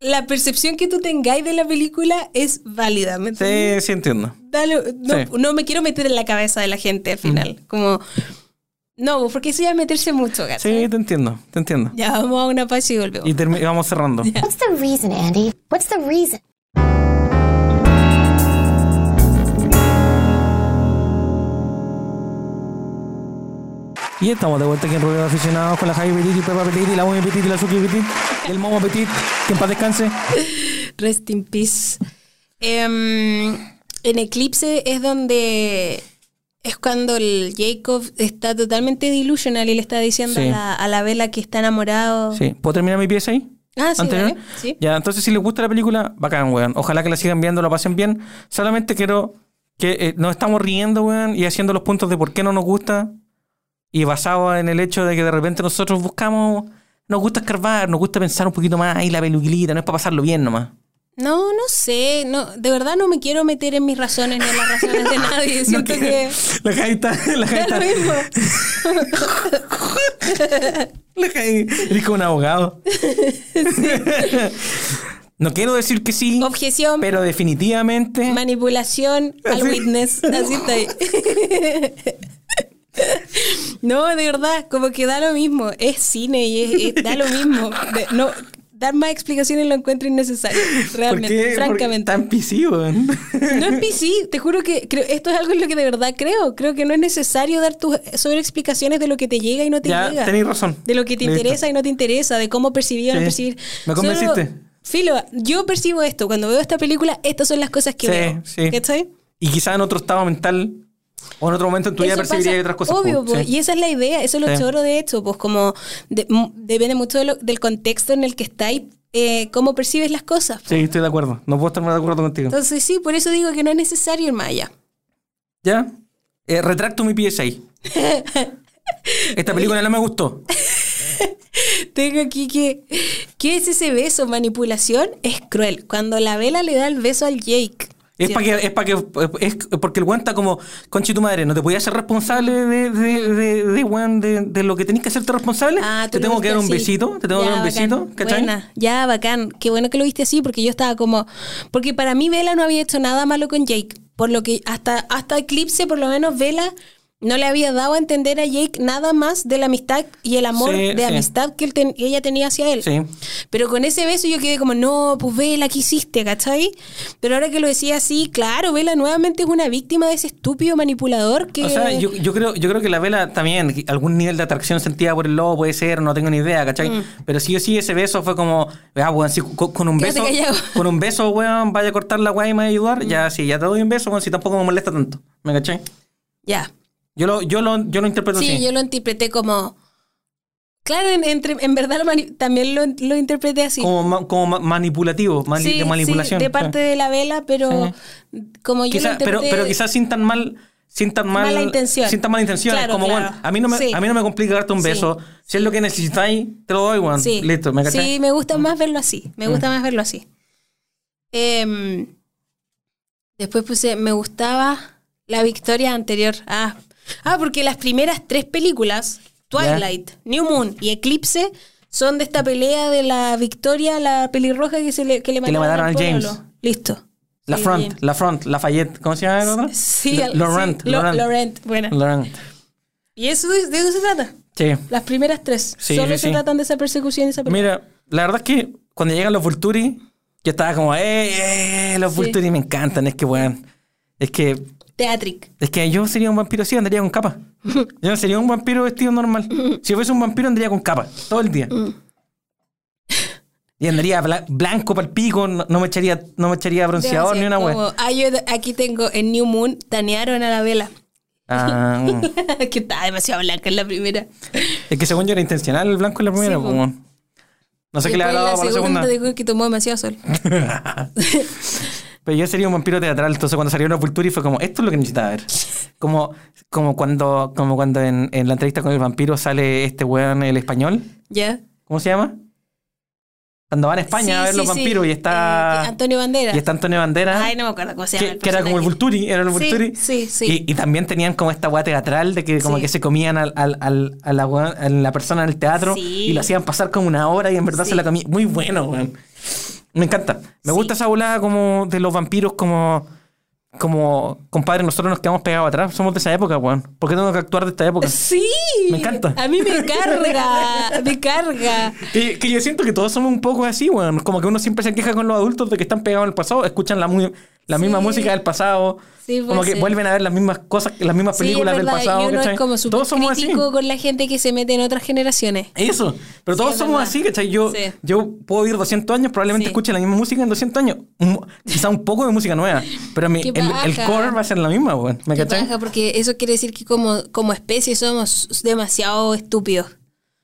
[SPEAKER 1] la percepción que tú tengáis de la película es válida. ¿me entendí?
[SPEAKER 3] Sí, sí entiendo.
[SPEAKER 1] Dale- no,
[SPEAKER 3] Sí. Mm.
[SPEAKER 1] no me quiero meter en la cabeza de la gente al final. Como, no, porque eso ya es meterse mucho, gato.
[SPEAKER 3] Sí, te entiendo, te entiendo.
[SPEAKER 1] Ya vamos a una pausa y volvemos.
[SPEAKER 3] Y termi- vamos cerrando.
[SPEAKER 5] What's the reason, Andy? What's the reason?
[SPEAKER 3] Y estamos de vuelta aquí en Rubio de Aficionados con la Javi Petit y Pepa Petit y la Umi Petit y la Suki Petit y el Momo Petit. Que en paz descanse.
[SPEAKER 1] Rest in peace. Em, en Eclipse es donde es cuando el Jacob está totalmente delusional y le está diciendo
[SPEAKER 3] Sí.
[SPEAKER 1] a, la, a la vela que está enamorado.
[SPEAKER 3] Sí, ¿puedo terminar mi pieza ahí?
[SPEAKER 1] Ah, sí,
[SPEAKER 3] ¿Antes de-
[SPEAKER 1] dale, sí.
[SPEAKER 3] Ya, entonces si les gusta la película, bacán, weón. Ojalá que la sigan viendo, la pasen bien. Solamente quiero que eh, nos estamos riendo, weón, y haciendo los puntos de por qué no nos gusta. Y basado en el hecho de que de repente nosotros buscamos, nos gusta escarbar, nos gusta pensar un poquito más ahí la peluquilita, no es para pasarlo bien nomás.
[SPEAKER 1] No, no sé. No, de verdad no me quiero meter en mis razones ni en las razones de nadie. Siento que
[SPEAKER 3] La jaita, la
[SPEAKER 1] da lo
[SPEAKER 3] jaita.
[SPEAKER 1] mismo.
[SPEAKER 3] La Javi, Eres como un abogado. no quiero decir que sí,
[SPEAKER 1] Objeción,
[SPEAKER 3] pero definitivamente...
[SPEAKER 1] manipulación al
[SPEAKER 3] Así.
[SPEAKER 1] witness. Así está ahí. No, de verdad, como que da lo mismo. Es cine y es, es- da lo mismo. De- no, dar más explicaciones lo encuentro innecesario.
[SPEAKER 3] ¿Por qué?
[SPEAKER 1] Realmente,
[SPEAKER 3] ¿Por qué
[SPEAKER 1] francamente.
[SPEAKER 3] Tan PC, weón.
[SPEAKER 1] No es PC, te juro que creo, esto es algo en lo que de verdad creo. Creo que no es necesario dar tus sobreexplicaciones de lo que te llega y no te
[SPEAKER 3] Ya,
[SPEAKER 1] llega.
[SPEAKER 3] tenéis razón.
[SPEAKER 1] De lo que te
[SPEAKER 3] Listo.
[SPEAKER 1] interesa y no te interesa, de cómo percibir o no
[SPEAKER 3] Sí.
[SPEAKER 1] percibir.
[SPEAKER 3] Me convenciste.
[SPEAKER 1] Solo- filo, yo percibo esto. Cuando veo esta película, estas son las cosas que
[SPEAKER 3] Sí,
[SPEAKER 1] veo.
[SPEAKER 3] sí.
[SPEAKER 1] ¿Cachai?
[SPEAKER 3] Y quizás en otro estado mental o en otro momento en tu vida
[SPEAKER 1] Eso
[SPEAKER 3] percibirías
[SPEAKER 1] pasa,
[SPEAKER 3] otras cosas.
[SPEAKER 1] Obvio,
[SPEAKER 3] po.
[SPEAKER 1] po,
[SPEAKER 3] Sí.
[SPEAKER 1] y esa es la idea, eso es lo
[SPEAKER 3] Sí.
[SPEAKER 1] choro de esto, pues como de- m- depende mucho de lo- del contexto en el que estáis, eh, cómo percibes las cosas. po.
[SPEAKER 3] Sí, estoy de acuerdo. No puedo estar más de acuerdo contigo.
[SPEAKER 1] Entonces sí, por eso digo que no es necesario ir más allá.
[SPEAKER 3] ¿Ya? Eh, retracto mi PSA. Esta película no me gustó.
[SPEAKER 1] Tengo aquí que. ¿Qué es ese beso? Manipulación es cruel. Cuando la vela le da el beso al Jake.
[SPEAKER 3] Es
[SPEAKER 1] Sí.
[SPEAKER 3] para que, es para que, es porque el weón está como, conche tu madre, no te podías ser responsable de, de, de, de, weón, de- de lo que tenías que hacerte responsable.
[SPEAKER 1] Ah,
[SPEAKER 3] te
[SPEAKER 1] tú lo
[SPEAKER 3] tengo que
[SPEAKER 1] viste
[SPEAKER 3] dar un
[SPEAKER 1] así.
[SPEAKER 3] besito, te tengo que
[SPEAKER 1] Ya,
[SPEAKER 3] dar un
[SPEAKER 1] bacán.
[SPEAKER 3] besito, ¿cachai?
[SPEAKER 1] Buena. Ya, bacán. Qué bueno que lo viste así, porque yo estaba como. Porque para mí Vela no había hecho nada malo con Jake. Por lo que hasta, hasta Eclipse, por lo menos Vela no le había dado a entender a Jake nada más de la amistad y el amor
[SPEAKER 3] Sí,
[SPEAKER 1] de
[SPEAKER 3] sí.
[SPEAKER 1] amistad que, él ten- que ella tenía hacia él.
[SPEAKER 3] Sí.
[SPEAKER 1] Pero con ese beso yo quedé como, no, pues Vela, ¿qué hiciste? ¿Cachai? Pero ahora que lo decía así, claro, Vela nuevamente es una víctima de ese estúpido manipulador que...
[SPEAKER 3] O sea, yo, yo creo, yo creo que la vela también, algún nivel de atracción sentida por el lobo puede ser, no tengo ni idea, ¿cachai?
[SPEAKER 1] Mm.
[SPEAKER 3] Pero sí o sí, ese beso fue como, ah, weón, sí, con, con un
[SPEAKER 1] Quédate
[SPEAKER 3] beso,
[SPEAKER 1] callado. Mm.
[SPEAKER 3] con un beso, weón, vaya a cortar la weá y me va a ayudar, ya sí, ya te doy un beso, weón, si tampoco me molesta tanto, ¿me cachai?
[SPEAKER 1] Ya.
[SPEAKER 3] Yo lo, yo lo, yo lo interpreto
[SPEAKER 1] Sí,
[SPEAKER 3] así.
[SPEAKER 1] yo lo interpreté como... Claro, en, entre- en verdad lo mani- también lo, lo interpreté así.
[SPEAKER 3] Como, ma- como ma- manipulativo, mani-
[SPEAKER 1] Sí,
[SPEAKER 3] de
[SPEAKER 1] sí,
[SPEAKER 3] manipulación.
[SPEAKER 1] de parte de la Vela, pero como yo
[SPEAKER 3] Quizá-
[SPEAKER 1] lo
[SPEAKER 3] pero,
[SPEAKER 1] interpreté...
[SPEAKER 3] pero quizás sin tan mal sin tan mal
[SPEAKER 1] Mala intención.
[SPEAKER 3] sin tan mala intención
[SPEAKER 1] Claro,
[SPEAKER 3] como
[SPEAKER 1] claro.
[SPEAKER 3] bueno a mí no me
[SPEAKER 1] Sí.
[SPEAKER 3] a mí no me complica darte un
[SPEAKER 1] Sí.
[SPEAKER 3] beso si es lo que necesitáis te lo doy weón.
[SPEAKER 1] Sí.
[SPEAKER 3] listo me cachai?
[SPEAKER 1] Sí, me gusta más verlo así. Me gusta más verlo así. Em, después puse, me gustaba la victoria anterior. Ah, ah, porque las primeras tres películas, Twilight, New Moon y Eclipse, son de esta pelea de la victoria, la pelirroja que, se le, que le
[SPEAKER 3] Que le mataron
[SPEAKER 1] mataron,
[SPEAKER 3] al
[SPEAKER 1] al
[SPEAKER 3] James.
[SPEAKER 1] pueblo. Listo.
[SPEAKER 3] La
[SPEAKER 1] Sí,
[SPEAKER 3] Front,
[SPEAKER 1] bien.
[SPEAKER 3] La Front, Lafayette, ¿cómo se llama el otro?
[SPEAKER 1] Sí,
[SPEAKER 3] L-
[SPEAKER 1] al-
[SPEAKER 3] ¿Ah? Laurent,
[SPEAKER 1] sí, Lo-
[SPEAKER 3] Laurent.
[SPEAKER 1] Laurent, buena.
[SPEAKER 3] Laurent.
[SPEAKER 1] Y eso es- de eso se trata.
[SPEAKER 3] Sí.
[SPEAKER 1] Las primeras tres.
[SPEAKER 3] Sí,
[SPEAKER 1] Solo
[SPEAKER 3] sí,
[SPEAKER 1] se
[SPEAKER 3] sí.
[SPEAKER 1] tratan de esa persecución y esa pelea.
[SPEAKER 3] Mira, la verdad es que cuando llegan los Vulturi, yo estaba como, ¡eh! eh, Los
[SPEAKER 1] Sí.
[SPEAKER 3] Vulturi me encantan, es que weón. Es que,
[SPEAKER 1] Teatric.
[SPEAKER 3] es que yo sería un vampiro así, andaría con capa. Yo no sería un vampiro vestido normal. Si yo fuese un vampiro, andaría con capa todo el día. Y andaría bla- blanco para el pico, no, no me echaría, no me echaría bronceador ni una
[SPEAKER 1] Demasiado
[SPEAKER 3] weón.
[SPEAKER 1] como, ah, yo de- aquí tengo en New Moon, tanearon a la vela.
[SPEAKER 3] Ah,
[SPEAKER 1] que estaba demasiado blanca en la primera.
[SPEAKER 3] es que según yo era intencional el blanco en la primera.
[SPEAKER 1] Sí, po.
[SPEAKER 3] po, weón. No sé qué le
[SPEAKER 1] Después,
[SPEAKER 3] habrá dado por la segunda.
[SPEAKER 1] dijo que tomó demasiado sol.
[SPEAKER 3] Pero yo sería un vampiro teatral, entonces cuando salió una cultura y fue como, esto es lo que necesitaba ver. Como, como cuando, como cuando en, en la entrevista con el vampiro sale este weón, el español,
[SPEAKER 1] ¿Ya?
[SPEAKER 3] ¿cómo se llama? Cuando van a España
[SPEAKER 1] Sí,
[SPEAKER 3] a ver
[SPEAKER 1] sí,
[SPEAKER 3] los
[SPEAKER 1] sí.
[SPEAKER 3] vampiros y
[SPEAKER 1] Eh,
[SPEAKER 3] está.
[SPEAKER 1] Antonio Bandera.
[SPEAKER 3] y está Antonio Bandera.
[SPEAKER 1] Ay, no me acuerdo cómo se llama.
[SPEAKER 3] que, que era como el
[SPEAKER 1] personaje.
[SPEAKER 3] Vulturi, era el
[SPEAKER 1] Sí,
[SPEAKER 3] Vulturi.
[SPEAKER 1] sí, sí.
[SPEAKER 3] Y, y también tenían como esta weá teatral de que como
[SPEAKER 1] Sí.
[SPEAKER 3] que se comían al, al- al- a, la, weá- a la persona del teatro
[SPEAKER 1] Sí.
[SPEAKER 3] y la hacían pasar como una hora y en verdad
[SPEAKER 1] Sí.
[SPEAKER 3] se la comían. Muy bueno, weón. Me encanta. Me
[SPEAKER 1] Sí.
[SPEAKER 3] gusta esa volada como de los vampiros como... Como, compadre, nosotros nos quedamos pegados atrás. Somos de esa época, weón. ¿Por qué tengo que actuar de esta época?
[SPEAKER 1] Sí.
[SPEAKER 3] Me encanta.
[SPEAKER 1] A mí me carga. me carga.
[SPEAKER 3] Y que yo siento que todos somos un poco así, weón. Como que uno siempre se queja con los adultos de que están pegados al pasado, escuchan la, mu- la misma
[SPEAKER 1] Sí.
[SPEAKER 3] música del pasado.
[SPEAKER 1] Sí, puede
[SPEAKER 3] como que
[SPEAKER 1] ser.
[SPEAKER 3] vuelven a ver las mismas cosas, las mismas
[SPEAKER 1] Sí, es
[SPEAKER 3] películas del
[SPEAKER 1] verdad.
[SPEAKER 3] pasado.
[SPEAKER 1] y uno
[SPEAKER 3] ¿cachai?
[SPEAKER 1] es como súper
[SPEAKER 3] todos somos así.
[SPEAKER 1] crítico con la gente que se mete en otras generaciones.
[SPEAKER 3] Eso, pero
[SPEAKER 1] Sí,
[SPEAKER 3] todos
[SPEAKER 1] es
[SPEAKER 3] somos
[SPEAKER 1] verdad.
[SPEAKER 3] así, ¿cachai? Yo,
[SPEAKER 1] Sí.
[SPEAKER 3] yo puedo vivir 200 años, probablemente
[SPEAKER 1] Sí.
[SPEAKER 3] escuche la misma música en 200 años. Un- quizá un poco de música nueva, pero mi-
[SPEAKER 1] Qué
[SPEAKER 3] el, el
[SPEAKER 1] paja.
[SPEAKER 3] core va a ser la misma, weón. ¿Me
[SPEAKER 1] Qué
[SPEAKER 3] cachai?
[SPEAKER 1] paja, porque eso quiere decir que como, como especie somos demasiado estúpidos.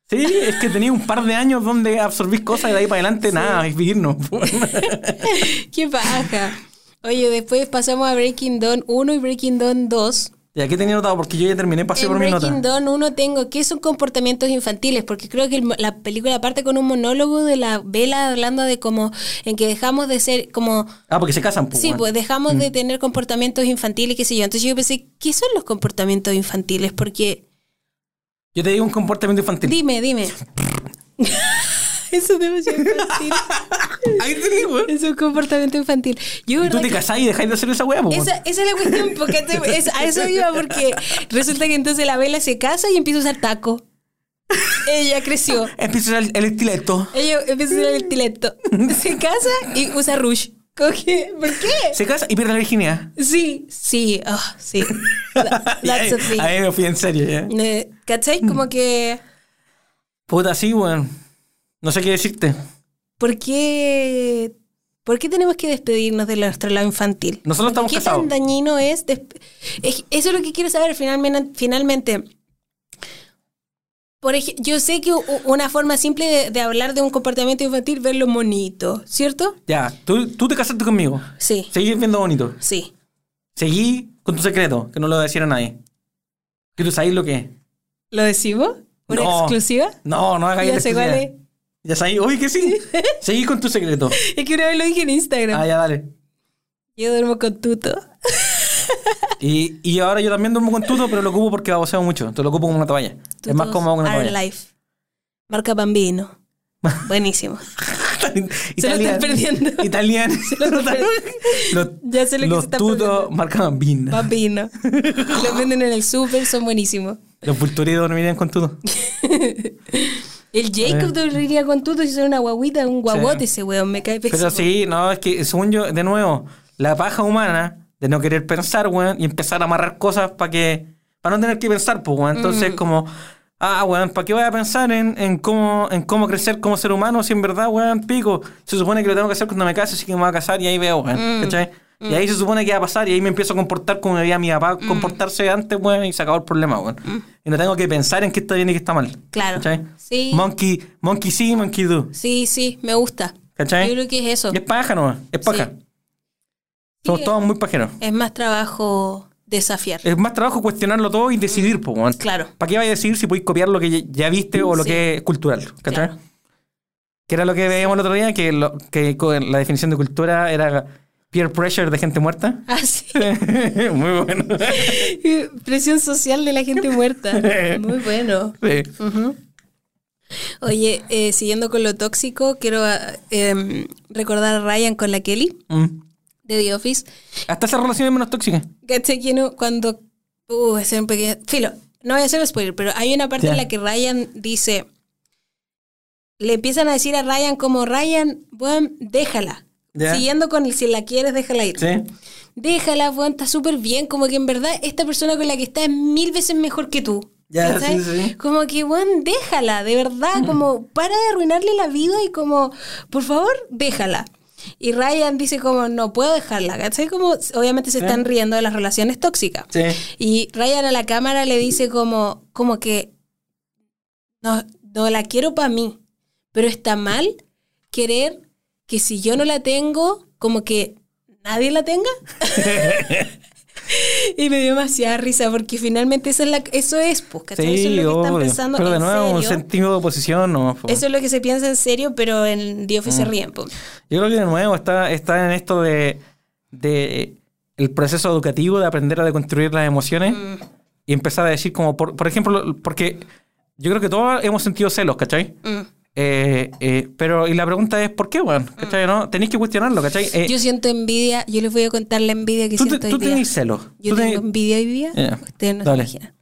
[SPEAKER 3] Sí, es que tenía un par de años donde absorbís cosas y de ahí para adelante nada, es vivirnos.
[SPEAKER 1] Qué paja. Oye, después pasamos a Breaking Dawn 1 y Breaking Dawn 2.
[SPEAKER 3] y aquí tenía notado porque yo ya terminé, pasé Ah,
[SPEAKER 1] en
[SPEAKER 3] por mi nota.
[SPEAKER 1] Breaking Dawn 1 tengo que son comportamientos infantiles, porque creo que el mo- la película parte con un monólogo de la vela hablando de como en que dejamos de ser como
[SPEAKER 3] Ah, porque se casan, pues.
[SPEAKER 1] Sí,
[SPEAKER 3] weón.
[SPEAKER 1] pues dejamos de tener comportamientos infantiles, qué sé yo. Entonces yo pensé, ¿qué son los comportamientos infantiles? Porque,
[SPEAKER 3] Yo te digo un comportamiento infantil.
[SPEAKER 1] dime, dime. Eso es demasiado infantil.
[SPEAKER 3] Ahí tenés, weón.
[SPEAKER 1] Es un comportamiento infantil. Yo,
[SPEAKER 3] Y tú
[SPEAKER 1] ¿verdad
[SPEAKER 3] te
[SPEAKER 1] que-
[SPEAKER 3] casás y dejáis de hacer esa weá, pues.
[SPEAKER 1] Esa,
[SPEAKER 3] weón.
[SPEAKER 1] esa es la cuestión, porque te- es- a eso iba, porque resulta que entonces la vela se casa y empieza a usar taco. Ella creció.
[SPEAKER 3] Empieza el, el estileto.
[SPEAKER 1] Ella empieza a usar el tileto. Se casa y usa rush. Como que, ¿Por qué?
[SPEAKER 3] Se casa y pierde la virginidad.
[SPEAKER 1] Sí, sí, ah, sí. That- That's a
[SPEAKER 3] Ahí-
[SPEAKER 1] thing.
[SPEAKER 3] Ahí me fui en serio, ya.
[SPEAKER 1] Eh, ¿Cachai? Como que.
[SPEAKER 3] Puta, sí, weón. No sé qué decirte.
[SPEAKER 1] ¿Por qué, ¿Por qué tenemos que despedirnos de nuestro lado infantil?
[SPEAKER 3] Nosotros estamos
[SPEAKER 1] ¿Qué
[SPEAKER 3] casados.
[SPEAKER 1] tan dañino es, desp- es- Eso es lo que quiero saber finalmente. finalmente por ej- yo sé que u- una forma simple de, de hablar de un comportamiento infantil es verlo monito, ¿cierto?
[SPEAKER 3] Ya, tú, tú te casaste conmigo.
[SPEAKER 1] Sí,
[SPEAKER 3] Seguí viendo bonito.
[SPEAKER 1] sí.
[SPEAKER 3] Seguí con tu secreto, que no lo voy a decir a nadie. ¿Que tú sabes lo que es?
[SPEAKER 1] ¿Lo decimos? ¿Una
[SPEAKER 3] No.
[SPEAKER 1] exclusiva?
[SPEAKER 3] No, no hagas
[SPEAKER 1] Ya sé cuál
[SPEAKER 3] electricidad. Ya sabéis, oye, que sí. Seguí con tu secreto.
[SPEAKER 1] Es que una vez lo dije en Instagram.
[SPEAKER 3] Ah, ya, dale.
[SPEAKER 1] Yo duermo con tuto.
[SPEAKER 3] Y, y ahora yo también duermo con tuto, pero lo ocupo porque baboseo mucho. Entonces lo ocupo como una toalla. es más
[SPEAKER 1] Tutos
[SPEAKER 3] cómodo que una
[SPEAKER 1] are
[SPEAKER 3] toalla.
[SPEAKER 1] life. Marca Bambino. Buenísimo. Se lo están perdiendo.
[SPEAKER 3] Italiano.
[SPEAKER 1] lo están perdiendo.
[SPEAKER 3] Los,
[SPEAKER 1] Ya sé lo que
[SPEAKER 3] los
[SPEAKER 1] se están
[SPEAKER 3] tutos
[SPEAKER 1] perdiendo.
[SPEAKER 3] marcaban vino.
[SPEAKER 1] Bambino. Los venden en el súper, son buenísimos.
[SPEAKER 3] Los pulturidos dormirían con tuto.
[SPEAKER 1] El Jacob dormiría con tuto si son una guaguita, un guaguote
[SPEAKER 3] Eh. Sí.
[SPEAKER 1] ese weón, me cae pésimo.
[SPEAKER 3] Pero sí, no, es que según yo, de nuevo, la paja humana de no querer pensar, weón, y empezar a amarrar cosas para que. para no tener que pensar, pues, weón.
[SPEAKER 1] Mm.
[SPEAKER 3] Entonces, como, ah, weón, ¿para qué voy a pensar en, en cómo, en cómo crecer como ser humano si en verdad, weón, pico? Se supone que lo tengo que hacer cuando me case, así que me voy a casar y ahí veo, weón.
[SPEAKER 1] Mm,
[SPEAKER 3] ¿Cachai? Y ahí se supone que va a pasar y ahí me empiezo a comportar como debía mi
[SPEAKER 1] Mm.
[SPEAKER 3] papá comportarse antes, weón, y se acabó el problema, weón. Y no tengo que pensar en qué está bien y qué está mal.
[SPEAKER 1] Claro.
[SPEAKER 3] ¿Cachai?
[SPEAKER 1] Sí.
[SPEAKER 3] Monkey, monkey sí, monkey do.
[SPEAKER 1] Sí, sí, me gusta.
[SPEAKER 3] ¿Cachai?
[SPEAKER 1] Yo creo que es eso.
[SPEAKER 3] Es paja nomás, es paja.
[SPEAKER 1] Sí.
[SPEAKER 3] Somos
[SPEAKER 1] Sí.
[SPEAKER 3] todos muy pajeros.
[SPEAKER 1] Es más trabajo desafiar.
[SPEAKER 3] Es más trabajo cuestionarlo todo y decidir, po, weón.
[SPEAKER 1] Claro.
[SPEAKER 3] ¿Para qué vais a decidir si podéis copiar lo que ya- ya viste o lo
[SPEAKER 1] Sí.
[SPEAKER 3] que es cultural? ¿Cachai?
[SPEAKER 1] Claro.
[SPEAKER 3] Que era lo que veíamos el otro día, que, lo- que con la definición de cultura era peer pressure de gente muerta.
[SPEAKER 1] Así.
[SPEAKER 3] muy bueno.
[SPEAKER 1] Presión social de la gente muerta. Muy bueno.
[SPEAKER 3] Sí.
[SPEAKER 1] Oye, eh, siguiendo con lo tóxico, quiero ah, em, recordar a Ryan con la Kelly
[SPEAKER 3] Mm.
[SPEAKER 1] de The Office.
[SPEAKER 3] Hasta esa relación es menos tóxica.
[SPEAKER 1] ¿Cachai que no- cuando... Uh, ese es un pequeño... Filo, no voy a hacer spoiler, pero hay una parte
[SPEAKER 3] Ya.
[SPEAKER 1] en la que Ryan dice... Le empiezan a decir a Ryan como, Ryan, weón, déjala.
[SPEAKER 3] Ya.
[SPEAKER 1] Siguiendo con el, si la quieres, déjala ir.
[SPEAKER 3] Sí.
[SPEAKER 1] Déjala, weón, está súper bien. Como que en verdad esta persona con la que está es mil veces mejor que tú.
[SPEAKER 3] Ya,
[SPEAKER 1] ¿Cachai?
[SPEAKER 3] sí, Mm. sí.
[SPEAKER 1] Como que, weón, déjala, de verdad. Como, para de arruinarle la vida y como, por favor, déjala. Y Ryan dice como, no puedo dejarla, ¿cachai? Como, obviamente se
[SPEAKER 3] Sí.
[SPEAKER 1] están riendo de las relaciones tóxicas.
[SPEAKER 3] Sí.
[SPEAKER 1] Y Ryan a la cámara le dice como, como que, no, no la quiero para mí, pero está mal querer que si yo no la tengo, como que nadie la tenga. y me dio demasiada risa porque finalmente eso es, la, eso es pues, ¿cachai? eso es lo que están
[SPEAKER 3] obvio.
[SPEAKER 1] pensando
[SPEAKER 3] Pero de
[SPEAKER 1] en
[SPEAKER 3] nuevo, un
[SPEAKER 1] serio.
[SPEAKER 3] sentido de oposición no. po.
[SPEAKER 1] Eso es lo que se piensa en serio, pero en The Office se
[SPEAKER 3] Mm.
[SPEAKER 1] ríen. po.
[SPEAKER 3] Yo creo que de nuevo está, está en esto de, de el proceso educativo de aprender a deconstruir las emociones
[SPEAKER 1] Mm.
[SPEAKER 3] y empezar a decir como, por, por ejemplo, porque yo creo que todos hemos sentido celos, ¿cachai?
[SPEAKER 1] Mm.
[SPEAKER 3] Eh, eh, pero, y la pregunta es, ¿por qué, weón? ¿Cachai? ¿No? Tenéis que cuestionarlo, ¿cachai? Eh,
[SPEAKER 1] Yo siento envidia, yo les voy a contar la envidia que
[SPEAKER 3] tú te-
[SPEAKER 1] siento hoy
[SPEAKER 3] tú
[SPEAKER 1] día.
[SPEAKER 3] tenés celos.
[SPEAKER 1] Yo
[SPEAKER 3] Tú tenés-
[SPEAKER 1] tengo envidia hoy día.
[SPEAKER 3] Ya,
[SPEAKER 1] Ustedes no
[SPEAKER 3] dale.
[SPEAKER 1] se imaginan.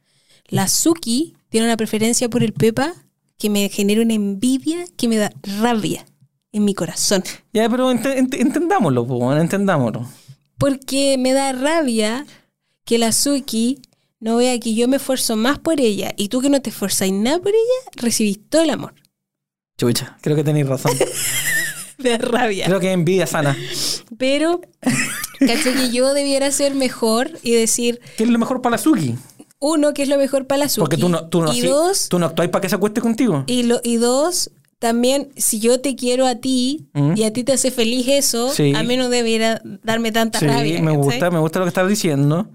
[SPEAKER 1] La Suki tiene una preferencia por el Pepa que me genera una envidia que me da rabia en mi corazón.
[SPEAKER 3] Ya, pero ent- ent- entendámoslo, po, weón, entendámoslo.
[SPEAKER 1] Porque me da rabia que la Suki no vea que yo me esfuerzo más por ella y tú que no te esforzas nada por ella, recibís todo el amor.
[SPEAKER 3] Chucha. Creo que tenéis razón.
[SPEAKER 1] Me da rabia.
[SPEAKER 3] Creo que es envidia sana.
[SPEAKER 1] Pero, caché que yo debiera ser mejor y decir,
[SPEAKER 3] ¿Qué es lo mejor para la Suki?
[SPEAKER 1] uno, que es lo mejor para la Suki.
[SPEAKER 3] Porque tú no, tú no,
[SPEAKER 1] y
[SPEAKER 3] sí,
[SPEAKER 1] dos,
[SPEAKER 3] tú no actuáis para que se acueste contigo.
[SPEAKER 1] Y, lo, y dos, también, si yo te quiero a ti
[SPEAKER 3] Mm.
[SPEAKER 1] y a ti te hace feliz eso,
[SPEAKER 3] Sí.
[SPEAKER 1] a mí no debiera darme tanta
[SPEAKER 3] Sí,
[SPEAKER 1] rabia.
[SPEAKER 3] me
[SPEAKER 1] ¿cachai?
[SPEAKER 3] gusta, me gusta lo que estás diciendo.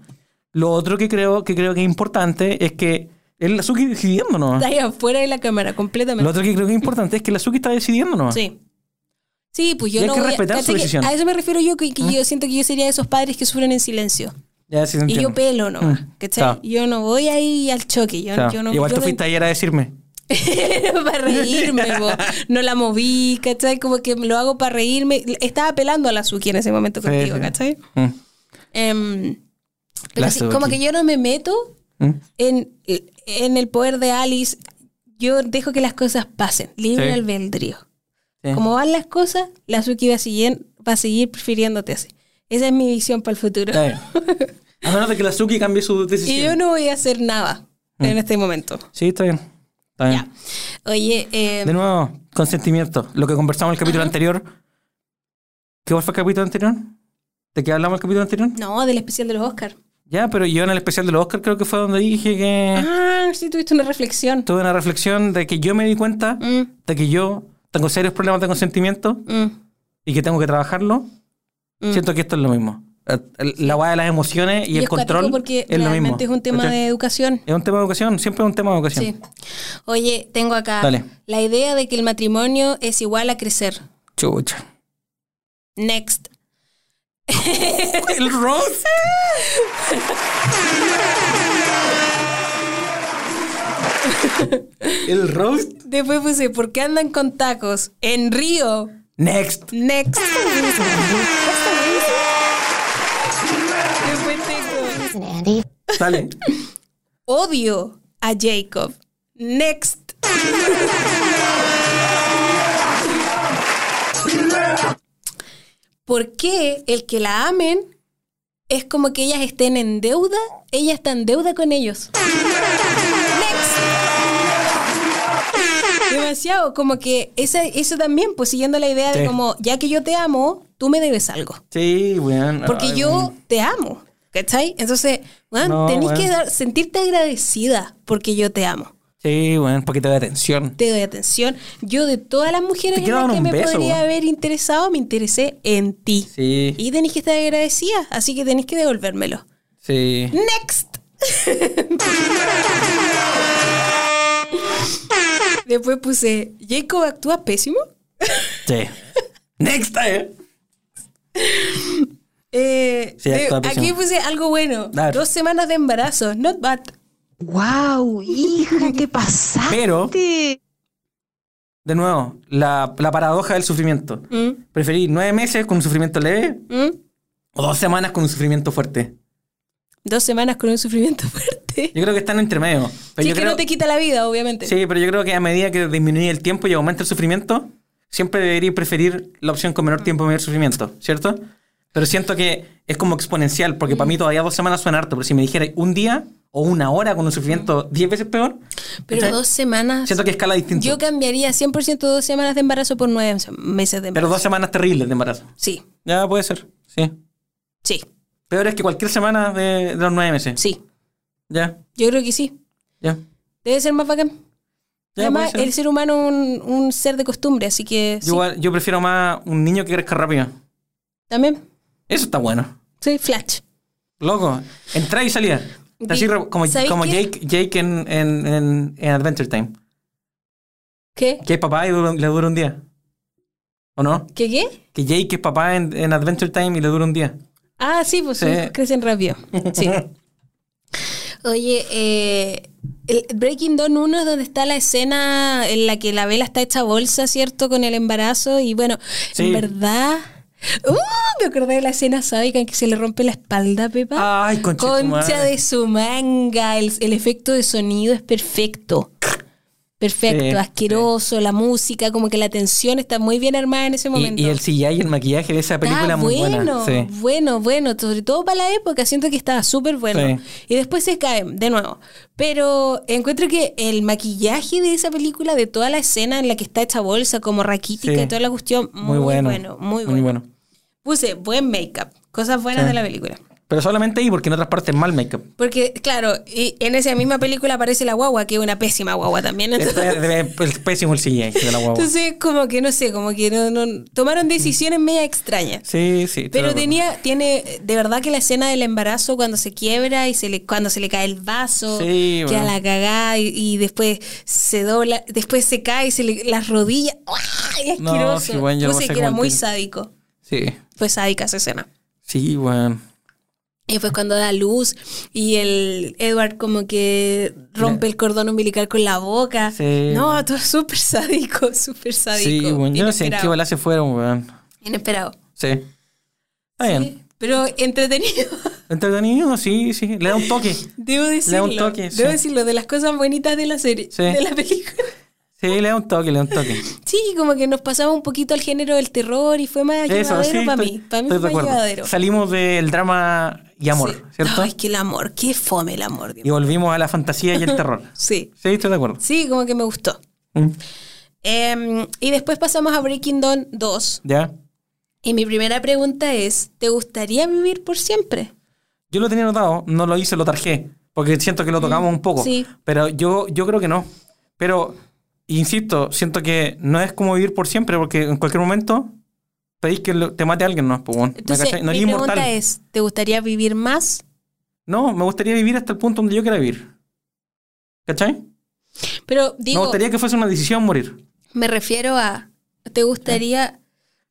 [SPEAKER 3] Lo otro que creo que creo que es importante es que es la Suki decidiéndonos.
[SPEAKER 1] Está ahí afuera de la cámara, completamente.
[SPEAKER 3] Lo otro que creo que es importante es que la Suki está decidiéndonos.
[SPEAKER 1] Sí. Sí, pues yo
[SPEAKER 3] Y hay
[SPEAKER 1] no
[SPEAKER 3] que
[SPEAKER 1] voy a-
[SPEAKER 3] respetar
[SPEAKER 1] ¿cachai
[SPEAKER 3] su
[SPEAKER 1] que
[SPEAKER 3] decisión. Mm.
[SPEAKER 1] A eso me refiero yo, que, que yo siento que yo sería de esos padres que sufren en silencio.
[SPEAKER 3] Ya, sí, se
[SPEAKER 1] Y
[SPEAKER 3] entiende.
[SPEAKER 1] yo pelo no
[SPEAKER 3] Mm, claro.
[SPEAKER 1] Yo no voy ahí al choque. Yo,
[SPEAKER 3] Claro.
[SPEAKER 1] yo no,
[SPEAKER 3] Igual
[SPEAKER 1] yo
[SPEAKER 3] tú
[SPEAKER 1] no-
[SPEAKER 3] fuiste ayer a decirme.
[SPEAKER 1] para reírme, po. no la moví, ¿cachai? Como que lo hago para reírme. Estaba apelando a la Suki en ese momento
[SPEAKER 3] Sí,
[SPEAKER 1] contigo,
[SPEAKER 3] sí.
[SPEAKER 1] ¿cachai?
[SPEAKER 3] Mm,
[SPEAKER 1] Em, pero
[SPEAKER 3] La
[SPEAKER 1] sí, como
[SPEAKER 3] Suki.
[SPEAKER 1] que yo no me meto
[SPEAKER 3] mm.
[SPEAKER 1] en, en el poder de Alice. Yo dejo que las cosas pasen, libre
[SPEAKER 3] Sí.
[SPEAKER 1] albedrío.
[SPEAKER 3] Sí.
[SPEAKER 1] Como van las cosas, la Suki va a seguir, va a seguir prefiriéndote así. Esa es mi visión para el futuro.
[SPEAKER 3] Está bien. A menos de que la Suki cambie su decisión. Mm.
[SPEAKER 1] Y yo no voy a hacer nada en este momento.
[SPEAKER 3] Sí, está bien. Está bien.
[SPEAKER 1] Ya. Oye, eh,
[SPEAKER 3] De nuevo, consentimiento. Lo que conversamos en el capítulo anterior. ¿Qué fue el capítulo anterior? ¿De qué hablamos el capítulo anterior?
[SPEAKER 1] no, del especial de los Oscars.
[SPEAKER 3] Ya, pero yo en el especial de los Oscar creo que fue donde dije que
[SPEAKER 1] Ah, sí, tuviste una reflexión.
[SPEAKER 3] tuve una reflexión de que yo me di cuenta
[SPEAKER 1] Mm,
[SPEAKER 3] de que yo tengo serios problemas de consentimiento
[SPEAKER 1] mm,
[SPEAKER 3] y que tengo que trabajarlo.
[SPEAKER 1] mm.
[SPEAKER 3] Siento que esto es lo mismo. Eh, el- La guada de las emociones y,
[SPEAKER 1] Y
[SPEAKER 3] el
[SPEAKER 1] es cuático
[SPEAKER 3] control
[SPEAKER 1] porque
[SPEAKER 3] es lo mismo.
[SPEAKER 1] realmente es un tema
[SPEAKER 3] ¿Cachai?
[SPEAKER 1] de educación.
[SPEAKER 3] Es un tema de educación, siempre es un tema de educación.
[SPEAKER 1] Sí. Oye, tengo acá
[SPEAKER 3] Dale.
[SPEAKER 1] la idea de que el matrimonio es igual a crecer.
[SPEAKER 3] Chucha.
[SPEAKER 1] Next.
[SPEAKER 3] ¡El Rose! El Rose.
[SPEAKER 1] Después puse, ¿por qué andan con tacos? En Río.
[SPEAKER 3] Next.
[SPEAKER 1] Next. Después tengo,
[SPEAKER 5] Reason, Andy.
[SPEAKER 3] Dale.
[SPEAKER 1] odio a Jacob. Next. ¿Por qué el que la amen es como que ellas estén en deuda? Ella está en deuda con ellos. Next. Demasiado, como que esa, eso también, pues siguiendo la idea
[SPEAKER 3] Sí.
[SPEAKER 1] de como, ya que yo te amo, tú me debes algo.
[SPEAKER 3] Sí, weón.
[SPEAKER 1] Porque
[SPEAKER 3] Ay,
[SPEAKER 1] yo
[SPEAKER 3] weón.
[SPEAKER 1] te amo, ¿cachai? Entonces, weón,
[SPEAKER 3] No,
[SPEAKER 1] tenés
[SPEAKER 3] weón.
[SPEAKER 1] que dar- sentirte agradecida porque yo te amo.
[SPEAKER 3] Sí, weón, un poquito de atención.
[SPEAKER 1] Te doy atención. Yo de todas las mujeres
[SPEAKER 3] Te
[SPEAKER 1] en
[SPEAKER 3] quiero
[SPEAKER 1] las
[SPEAKER 3] dar
[SPEAKER 1] que
[SPEAKER 3] un
[SPEAKER 1] me
[SPEAKER 3] beso,
[SPEAKER 1] podría
[SPEAKER 3] weón.
[SPEAKER 1] haber interesado, me interesé en ti.
[SPEAKER 3] Sí.
[SPEAKER 1] Y tenés que estar agradecida, así que tenés que devolvérmelo.
[SPEAKER 3] Sí.
[SPEAKER 1] Next. Después puse, Jacob actúa pésimo.
[SPEAKER 3] Sí. Next time.
[SPEAKER 1] Eh,
[SPEAKER 3] Sí, actúa
[SPEAKER 1] de-
[SPEAKER 3] pésimo.
[SPEAKER 1] Aquí puse algo bueno.
[SPEAKER 3] A ver.
[SPEAKER 1] Dos semanas de embarazo, not bad.
[SPEAKER 4] ¡Wow! ¡Hija, te
[SPEAKER 1] Ah,
[SPEAKER 4] pasaste!
[SPEAKER 3] Pero, de nuevo, la, la paradoja del sufrimiento.
[SPEAKER 1] Mm,
[SPEAKER 3] Preferí nueve meses con un sufrimiento leve
[SPEAKER 1] mm.
[SPEAKER 3] o dos semanas con un sufrimiento fuerte.
[SPEAKER 1] dos semanas con un sufrimiento fuerte.
[SPEAKER 3] Yo creo que están entre medio. Pero
[SPEAKER 1] Sí,
[SPEAKER 3] yo
[SPEAKER 1] que
[SPEAKER 3] creo-
[SPEAKER 1] no te quita la vida, obviamente.
[SPEAKER 3] Sí, pero yo creo que a medida que disminuye el tiempo y aumenta el sufrimiento, siempre debería preferir la opción con menor tiempo y menor sufrimiento, ¿cierto?
[SPEAKER 1] Mm.
[SPEAKER 3] Pero siento que es como exponencial, porque para mí todavía dos semanas suena harto, pero si me dijera un día o una hora con un sufrimiento 10 veces peor,
[SPEAKER 1] Pero
[SPEAKER 3] ¿cachai?
[SPEAKER 1] dos semanas.
[SPEAKER 3] siento que escala distinto.
[SPEAKER 1] Yo cambiaría 100% dos semanas de embarazo por nueve meses de
[SPEAKER 3] Pero
[SPEAKER 1] embarazo.
[SPEAKER 3] dos semanas terribles de embarazo.
[SPEAKER 1] Sí,
[SPEAKER 3] Ya puede ser, sí.
[SPEAKER 1] sí,
[SPEAKER 3] Peor es que cualquier semana de, de los nueve meses.
[SPEAKER 1] sí.
[SPEAKER 3] Ya,
[SPEAKER 1] Yo creo que sí.
[SPEAKER 3] ya.
[SPEAKER 1] Debe ser más bacán.
[SPEAKER 3] Ya,
[SPEAKER 1] Además,
[SPEAKER 3] puede ser.
[SPEAKER 1] el ser humano es un, un ser de costumbre, así que
[SPEAKER 3] Yo,
[SPEAKER 1] sí.
[SPEAKER 3] igual- yo prefiero más un niño que crezca rápido.
[SPEAKER 1] También,
[SPEAKER 3] Eso está bueno.
[SPEAKER 1] sí, flash.
[SPEAKER 3] Loco, entrada y salida. Está Así
[SPEAKER 1] Di-
[SPEAKER 3] re- como,
[SPEAKER 1] ¿sabes
[SPEAKER 3] como
[SPEAKER 1] qué?
[SPEAKER 3] Jake, Jake en, en, en- en Adventure Time.
[SPEAKER 1] ¿Qué?
[SPEAKER 3] Que es papá y dura- le dura un día. ¿O no?
[SPEAKER 1] ¿Qué qué?
[SPEAKER 3] Que Jake es papá en, en Adventure Time y le dura un día.
[SPEAKER 1] Ah, sí, pues
[SPEAKER 3] Sí.
[SPEAKER 1] sí, crecen rápido. Sí. Oye, eh, el Breaking Dawn 1 es donde está la escena en la que la vela está hecha bolsa, ¿cierto? Con el embarazo. Y bueno,
[SPEAKER 3] Sí.
[SPEAKER 1] en verdad. ¡Uh! Me acordé de la escena sádica en que se le rompe la espalda, Pepa.
[SPEAKER 3] Ay, concha de Ah, tu
[SPEAKER 1] Ah, Concha
[SPEAKER 3] madre.
[SPEAKER 1] de su manga. El, el efecto de sonido es perfecto. Perfecto,
[SPEAKER 3] Sí,
[SPEAKER 1] asqueroso, la música, como que la tensión está muy bien armada en ese momento.
[SPEAKER 3] Y, y el CGI y el maquillaje de esa película
[SPEAKER 1] Está
[SPEAKER 3] es muy buena.
[SPEAKER 1] Ah, bueno,
[SPEAKER 3] Sí.
[SPEAKER 1] bueno, bueno, sobre todo para la época, siento que estaba súper bueno. Y después se caen, de nuevo. Pero encuentro que el maquillaje de esa película, de toda la escena en la que está hecha bolsa, como raquítica
[SPEAKER 3] Sí.
[SPEAKER 1] y toda la cuestión,
[SPEAKER 3] Muy, bueno.
[SPEAKER 1] muy, bueno. Puse buen make-up, cosas buenas
[SPEAKER 3] Sí.
[SPEAKER 1] de la película.
[SPEAKER 3] Pero solamente ahí, porque en otras partes mal make-up. Eh,
[SPEAKER 1] Porque, claro, y en esa misma película aparece la guagua, que es una pésima guagua también.
[SPEAKER 3] Es,
[SPEAKER 1] Entonces,
[SPEAKER 3] es eh, pues, pésimo el CGI de la guagua.
[SPEAKER 1] entonces, como que no sé, como que no, no-
[SPEAKER 3] Mm.
[SPEAKER 1] tomaron decisiones media extrañas.
[SPEAKER 3] Sí, sí. te lo
[SPEAKER 1] Pero
[SPEAKER 3] recuerdo.
[SPEAKER 1] tenía, tiene, de verdad que la escena del embarazo cuando se quiebra y se le, cuando se le cae el vaso,
[SPEAKER 3] Sí,
[SPEAKER 1] queda
[SPEAKER 3] bueno.
[SPEAKER 1] la cagada y, y después se dobla, después se cae y se le, las rodillas, ¡ay,
[SPEAKER 3] No,
[SPEAKER 1] asqueroso!
[SPEAKER 3] sí, bueno, yo lo
[SPEAKER 1] Puse
[SPEAKER 3] pasé
[SPEAKER 1] que era
[SPEAKER 3] como el
[SPEAKER 1] muy
[SPEAKER 3] pico.
[SPEAKER 1] sádico,
[SPEAKER 3] Sí,
[SPEAKER 1] fue sádica esa escena.
[SPEAKER 3] sí, bueno.
[SPEAKER 1] Y después cuando da luz y el Edward como que rompe el cordón umbilical con la boca.
[SPEAKER 3] Sí.
[SPEAKER 1] No, todo súper sádico, súper sádico.
[SPEAKER 3] Sí, bueno. Yo no sé en qué
[SPEAKER 1] Inesperado.
[SPEAKER 3] bola se fueron, weón.
[SPEAKER 1] Inesperado.
[SPEAKER 3] Sí. Está bien.
[SPEAKER 1] Pero entretenido.
[SPEAKER 3] Entretenido, sí, sí. Le da un toque.
[SPEAKER 1] Debo
[SPEAKER 3] da
[SPEAKER 1] decirlo.
[SPEAKER 3] un toque, sí.
[SPEAKER 1] debo decirlo, de las cosas bonitas de la serie,
[SPEAKER 3] Sí.
[SPEAKER 1] de la película.
[SPEAKER 3] Sí, le da un toque, le da un toque.
[SPEAKER 1] Sí, como que nos pasaba un poquito al género del terror y fue más
[SPEAKER 3] Eso,
[SPEAKER 1] llevadero
[SPEAKER 3] sí.
[SPEAKER 1] para
[SPEAKER 3] estoy-
[SPEAKER 1] mí. Para
[SPEAKER 3] estoy
[SPEAKER 1] mí fue
[SPEAKER 3] de
[SPEAKER 1] más
[SPEAKER 3] acuerdo.
[SPEAKER 1] llevadero.
[SPEAKER 3] Salimos del drama y amor,
[SPEAKER 1] Sí.
[SPEAKER 3] ¿cierto?
[SPEAKER 1] Ay, que el amor, qué fome el amor. Dios
[SPEAKER 3] Y volvimos a la fantasía y el terror.
[SPEAKER 1] mío. Sí,
[SPEAKER 3] Sí, estoy de acuerdo.
[SPEAKER 1] sí, como que me gustó.
[SPEAKER 3] Mm,
[SPEAKER 1] Em, y después pasamos a Breaking Dawn 2.
[SPEAKER 3] ¿Ya?
[SPEAKER 1] Y mi primera pregunta es, ¿te gustaría vivir por siempre?
[SPEAKER 3] Yo lo tenía notado, no lo hice, lo tarjé, porque siento que lo tocamos un poco.
[SPEAKER 1] sí.
[SPEAKER 3] Pero yo, yo creo que no. Pero, insisto, siento que no es como vivir por siempre, porque en cualquier momento pedís que lo- te mate a alguien, ¿no? Pues, bueno, ¿me
[SPEAKER 1] Entonces,
[SPEAKER 3] cachai? no
[SPEAKER 1] mi
[SPEAKER 3] eres
[SPEAKER 1] pregunta
[SPEAKER 3] inmortal.
[SPEAKER 1] es, ¿te gustaría vivir más?
[SPEAKER 3] No, me gustaría vivir hasta el punto donde yo quiera vivir. ¿Cachai?
[SPEAKER 1] Pero
[SPEAKER 3] me
[SPEAKER 1] digo,
[SPEAKER 3] gustaría que fuese una decisión morir.
[SPEAKER 1] Me refiero a, ¿te gustaría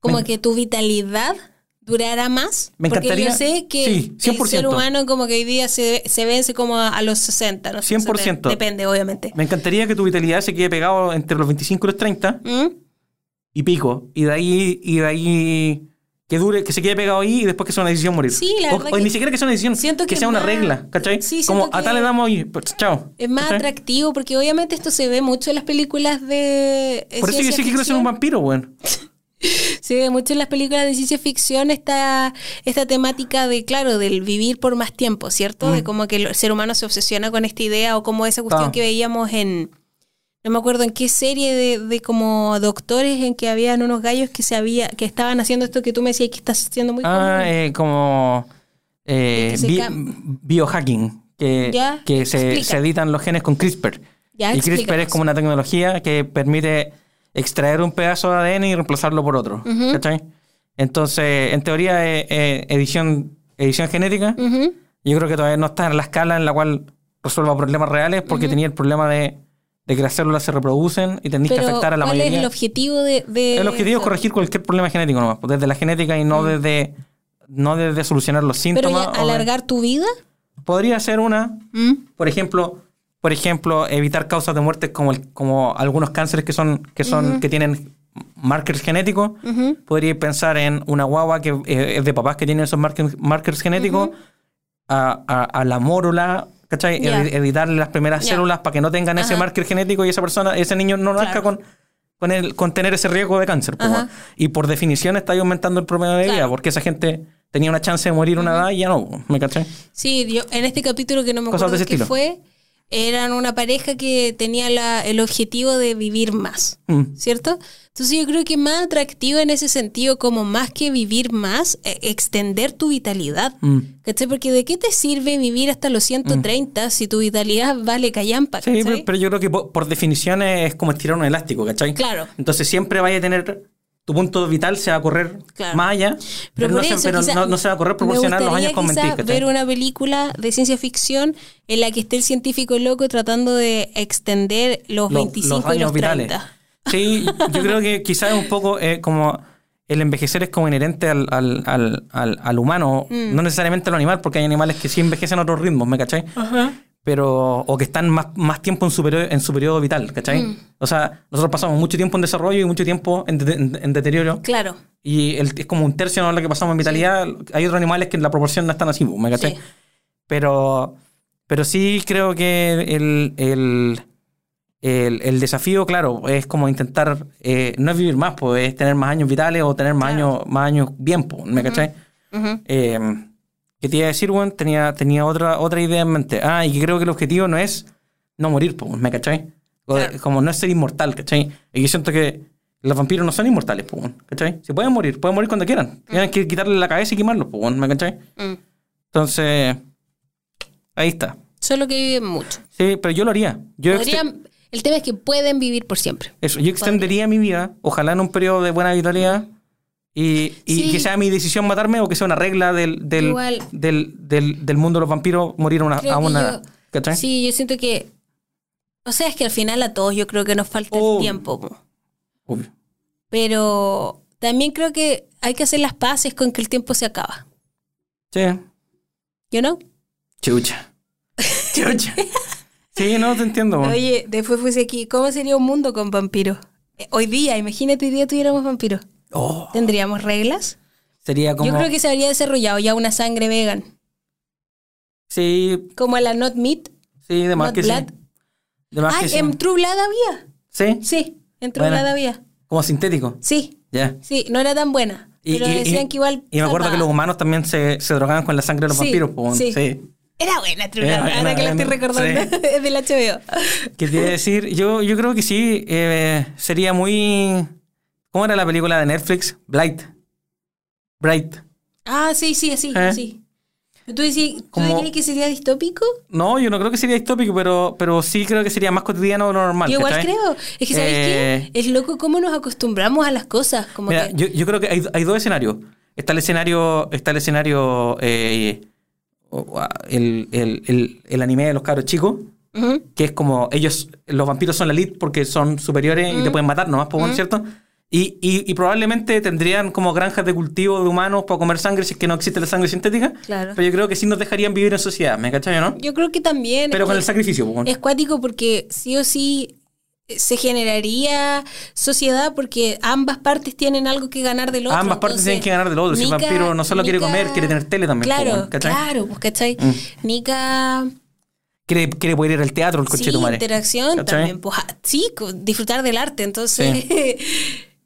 [SPEAKER 1] como
[SPEAKER 3] Ah. Me-
[SPEAKER 1] que tu vitalidad durara más?
[SPEAKER 3] Me encantaría-
[SPEAKER 1] Porque yo sé que
[SPEAKER 3] sí,
[SPEAKER 1] el
[SPEAKER 3] 100%.
[SPEAKER 1] ser humano como que hoy día se, se vence como a, a los 60, ¿no?
[SPEAKER 3] 100%.
[SPEAKER 1] Depende, obviamente.
[SPEAKER 3] Me encantaría que tu vitalidad se quede pegado entre los 25 y los 30
[SPEAKER 1] ¿Mm?
[SPEAKER 3] y pico. Y de ahí, y de ahí que dure, que se quede pegado ahí y después que sea una decisión morir.
[SPEAKER 1] Sí, la
[SPEAKER 3] o,
[SPEAKER 1] verdad
[SPEAKER 3] o
[SPEAKER 1] que-
[SPEAKER 3] ni siquiera que sea una decisión,
[SPEAKER 1] siento que
[SPEAKER 3] sea una
[SPEAKER 1] más-
[SPEAKER 3] regla, ¿cachai?
[SPEAKER 1] sí, siento
[SPEAKER 3] Como a
[SPEAKER 1] que-
[SPEAKER 3] tal le damos y pues, chao.
[SPEAKER 1] Es más
[SPEAKER 3] ¿cachai?
[SPEAKER 1] atractivo porque obviamente esto se ve mucho en las películas de... eh,
[SPEAKER 3] Por eso yo
[SPEAKER 1] ciencia
[SPEAKER 3] sí que quiero ser
[SPEAKER 1] ficción.
[SPEAKER 3] un vampiro, weón.
[SPEAKER 1] Se ve mucho en las películas de ciencia ficción esta, esta temática de, claro, del vivir por más tiempo, ¿cierto? De como que el ser humano se obsesiona con esta idea o como esa cuestión
[SPEAKER 3] Mm. Ah.
[SPEAKER 1] que veíamos en... No me acuerdo en qué serie de, de como doctores en que habían unos gallos que se había, que estaban haciendo esto que tú me decías que estás haciendo muy
[SPEAKER 3] Ah,
[SPEAKER 1] común.
[SPEAKER 3] eh, como eh,
[SPEAKER 1] Es que se
[SPEAKER 3] bi-
[SPEAKER 1] cam-
[SPEAKER 3] biohacking, que,
[SPEAKER 1] Ya,
[SPEAKER 3] que se,
[SPEAKER 1] explica.
[SPEAKER 3] se editan los genes con CRISPR.
[SPEAKER 1] Ya,
[SPEAKER 3] y CRISPR
[SPEAKER 1] explícanos.
[SPEAKER 3] es como una tecnología que permite extraer un pedazo de ADN y reemplazarlo por otro. ¿cachai? Entonces, en teoría, eh, eh, edición, edición genética,
[SPEAKER 1] Ujú.
[SPEAKER 3] yo creo que todavía no está en la escala en la cual resuelva problemas reales porque tenía el problema de, de que las células se reproducen y tenéis que
[SPEAKER 1] Pero
[SPEAKER 3] afectar a la
[SPEAKER 1] ¿cuál
[SPEAKER 3] mayoría.
[SPEAKER 1] es el objetivo de, de
[SPEAKER 3] El objetivo es
[SPEAKER 1] eso?
[SPEAKER 3] corregir cualquier problema genético nomás, pues, desde la genética y no desde no desde solucionar los
[SPEAKER 1] Mm. Pero ya,
[SPEAKER 3] síntomas. o de-
[SPEAKER 1] alargar tu vida.
[SPEAKER 3] Podría ser una,
[SPEAKER 1] ¿Mm?
[SPEAKER 3] por ejemplo, por ejemplo, evitar causas de muerte como el- como algunos cánceres que son que son que tienen markers genéticos.
[SPEAKER 1] Ujú.
[SPEAKER 3] Podría pensar en una guagua que eh, es de papás que tienen esos markers, markers genéticos a, a- a la mórula, ¿cachai?
[SPEAKER 1] Ya.
[SPEAKER 3] Edi- Editarle las primeras
[SPEAKER 1] Ya.
[SPEAKER 3] células para que no tengan ese
[SPEAKER 1] Ajá.
[SPEAKER 3] marker genético y esa persona, ese niño no nazca
[SPEAKER 1] Claro.
[SPEAKER 3] con, con, el, con tener ese riesgo de cáncer. po,
[SPEAKER 1] Ajá.
[SPEAKER 3] weón. y por definición está ahí aumentando el promedio de vida,
[SPEAKER 1] Claro.
[SPEAKER 3] porque esa gente tenía una chance de morir una edad y ya no, po, ¿me caché?
[SPEAKER 1] Sí, yo, en este capítulo que no me
[SPEAKER 3] Cosas de
[SPEAKER 1] acuerdo
[SPEAKER 3] ese
[SPEAKER 1] qué
[SPEAKER 3] estilo.
[SPEAKER 1] fue, eran una pareja que tenía la- el objetivo de vivir más,
[SPEAKER 3] Mm.
[SPEAKER 1] ¿cierto? Entonces yo creo que más atractivo en ese sentido, como más que vivir más, eh, extender tu vitalidad.
[SPEAKER 3] Mm.
[SPEAKER 1] ¿Cachai? Porque ¿de qué te sirve vivir hasta los 130 si tu vitalidad vale callampa?
[SPEAKER 3] Sí,
[SPEAKER 1] ¿cachai?
[SPEAKER 3] pero, pero yo creo que po- por, definición es como estirar un elástico, ¿cachai?
[SPEAKER 1] Claro.
[SPEAKER 3] Entonces siempre vaya a tener, tu punto vital se va a correr
[SPEAKER 1] Claro.
[SPEAKER 3] más allá, pero,
[SPEAKER 1] por
[SPEAKER 3] no, se,
[SPEAKER 1] eso
[SPEAKER 3] pero
[SPEAKER 1] quizá
[SPEAKER 3] no- no se va a correr
[SPEAKER 1] me
[SPEAKER 3] proporcional los
[SPEAKER 1] gustaría
[SPEAKER 3] años con
[SPEAKER 1] quizá
[SPEAKER 3] mentir, ¿cachai?
[SPEAKER 1] ver una película de ciencia ficción en la que esté el científico loco tratando de extender los,
[SPEAKER 3] Los-
[SPEAKER 1] 25
[SPEAKER 3] los
[SPEAKER 1] y
[SPEAKER 3] años
[SPEAKER 1] los
[SPEAKER 3] vitales.
[SPEAKER 1] 30.
[SPEAKER 3] Sí, yo creo que quizás es un poco eh, como el envejecer es como inherente al, al, al, al, al humano,
[SPEAKER 1] Mm.
[SPEAKER 3] no necesariamente al animal, porque hay animales que sí envejecen a otros ritmos, ¿me cachai? Pero, o que están más, más tiempo en su, periodo, en su periodo vital, ¿cachai? O sea, nosotros pasamos mucho tiempo en desarrollo y mucho tiempo en, de- en- en deterioro.
[SPEAKER 1] Claro.
[SPEAKER 3] Y el- es como un tercio de lo que pasamos en vitalidad. Hay otros animales que en la proporción no están así, pues, ¿me cachai?
[SPEAKER 1] Sí.
[SPEAKER 3] Pero, pero sí creo que el, el, el- el desafío, claro, es como intentar, eh, no es vivir más, pues es tener más años vitales o tener más, años, más años bien, pues, ¿me cachai?
[SPEAKER 1] Ujú.
[SPEAKER 3] Eh, ¿Qué te iba a decir, weón? Tenía, tenía otra, otra idea en mente. Ah, y que creo que el objetivo no es no morir, pues, ¿me cachai? O-
[SPEAKER 1] Claro.
[SPEAKER 3] Como no es ser inmortal, ¿cachai? Y yo siento que los vampiros no son inmortales, pues, weón, ¿cachai? Se pueden morir, pueden morir cuando quieran. Tienen que quitarle la cabeza y quemarlos, pues, weón, ¿me cachai?
[SPEAKER 1] Mm.
[SPEAKER 3] Entonces, ahí está.
[SPEAKER 1] Solo que viven mucho.
[SPEAKER 3] Sí, pero yo lo haría. Yo, exte-
[SPEAKER 1] Podrían- el tema es que pueden vivir por siempre.
[SPEAKER 3] eso, yo extendería mi vida, ojalá en un periodo de buena vitalidad, y, y
[SPEAKER 1] Sí.
[SPEAKER 3] que sea mi decisión matarme o que sea una regla del, del,
[SPEAKER 1] Igual.
[SPEAKER 3] del, del- del mundo de los vampiros morir a una,
[SPEAKER 1] Creo
[SPEAKER 3] a
[SPEAKER 1] que
[SPEAKER 3] una
[SPEAKER 1] yo-
[SPEAKER 3] ¿cachai?
[SPEAKER 1] Sí, yo siento que. O sea, es que al final a todos yo creo que nos falta
[SPEAKER 3] Oh.
[SPEAKER 1] el tiempo. po.
[SPEAKER 3] Obvio.
[SPEAKER 1] Pero también creo que hay que hacer las paces con que el tiempo se acaba.
[SPEAKER 3] Sí.
[SPEAKER 1] ¿Yo no?
[SPEAKER 3] Chucha. Chucha. Sí, no, te entiendo. man.
[SPEAKER 1] Oye, después fuese aquí, ¿cómo sería un mundo con vampiros? Eh, Hoy día, imagínate, hoy día tuviéramos vampiros.
[SPEAKER 3] Oh,
[SPEAKER 1] ¿Tendríamos reglas?
[SPEAKER 3] sería como...
[SPEAKER 1] Yo creo que se habría desarrollado ya una sangre vegan,
[SPEAKER 3] Sí,
[SPEAKER 1] como la not meat.
[SPEAKER 3] sí, de más
[SPEAKER 1] Not
[SPEAKER 3] que sí.
[SPEAKER 1] blood.
[SPEAKER 3] De más
[SPEAKER 1] Ay, em.
[SPEAKER 3] que sí.
[SPEAKER 1] en True Blood había.
[SPEAKER 3] Sí,
[SPEAKER 1] Sí, en True
[SPEAKER 3] Buena.
[SPEAKER 1] Blood había.
[SPEAKER 3] como sintético.
[SPEAKER 1] Sí,
[SPEAKER 3] Ya.
[SPEAKER 1] sí, no era tan buena.
[SPEAKER 3] Y,
[SPEAKER 1] pero
[SPEAKER 3] y- y-
[SPEAKER 1] decían que igual.
[SPEAKER 3] y me acuerdo que
[SPEAKER 1] salvaba.
[SPEAKER 3] los humanos también se, se drogaban con la sangre de los
[SPEAKER 1] Sí,
[SPEAKER 3] vampiros. po, man.
[SPEAKER 1] sí.
[SPEAKER 3] sí.
[SPEAKER 1] Era buena True
[SPEAKER 3] Era
[SPEAKER 1] Blood,
[SPEAKER 3] buena,
[SPEAKER 1] ahora que la estoy
[SPEAKER 3] buena.
[SPEAKER 1] recordando. Es del HBO.
[SPEAKER 3] ¿Qué te iba a decir? Yo, yo creo que sí. eh, sería muy. ¿Cómo era la película de Netflix? Blight. Bright.
[SPEAKER 1] Ah, sí, sí, sí,
[SPEAKER 3] ¿Eh?
[SPEAKER 1] sí. ¿Tú, decís, ¿tú
[SPEAKER 3] Como-
[SPEAKER 1] dirías que sería distópico?
[SPEAKER 3] No, yo no creo que sería distópico, pero, pero sí creo que sería más cotidiano de lo normal.
[SPEAKER 1] Yo igual
[SPEAKER 3] ¿cachai?
[SPEAKER 1] creo. Es que, ¿sabéis
[SPEAKER 3] Eh,
[SPEAKER 1] qué? Es loco cómo nos acostumbramos a las cosas. Como
[SPEAKER 3] Mira,
[SPEAKER 1] que,
[SPEAKER 3] yo, yo creo que hay, hay dos escenarios. Está el escenario. Está el escenario. eh, o- a- el, el- el- el anime de los cabros chicos.
[SPEAKER 1] Ujú.
[SPEAKER 3] que es como ellos, los vampiros son la elite porque son superiores
[SPEAKER 1] Mm.
[SPEAKER 3] y te pueden matar nomás, pues, bueno, ¿cierto? Y, y- y probablemente tendrían como granjas de cultivo de humanos para comer sangre si es que no existe la sangre sintética.
[SPEAKER 1] Claro.
[SPEAKER 3] Pero yo creo que sí nos dejarían vivir en sociedad, ¿me cachai, no?
[SPEAKER 1] Yo creo que también.
[SPEAKER 3] Pero
[SPEAKER 1] es
[SPEAKER 3] con
[SPEAKER 1] que
[SPEAKER 3] el sacrificio, pues, bueno.
[SPEAKER 1] Es cuático porque sí o sí eh, se generaría sociedad porque ambas partes tienen algo que ganar del otro.
[SPEAKER 3] Ambas partes
[SPEAKER 1] entonces,
[SPEAKER 3] tienen que ganar del otro. Si el vampiro no solo quiere comer, quiere tener tele también, po,
[SPEAKER 1] Claro,
[SPEAKER 3] weón, ¿cachai? Mm.
[SPEAKER 1] claro, pues, ¿cachai? Nica,
[SPEAKER 3] Quiere, quiere poder ir al teatro, el
[SPEAKER 1] sí,
[SPEAKER 3] coche madre.
[SPEAKER 1] interacción
[SPEAKER 3] ¿Cachai?
[SPEAKER 1] también, pues, ah, sí, co- disfrutar del arte, entonces...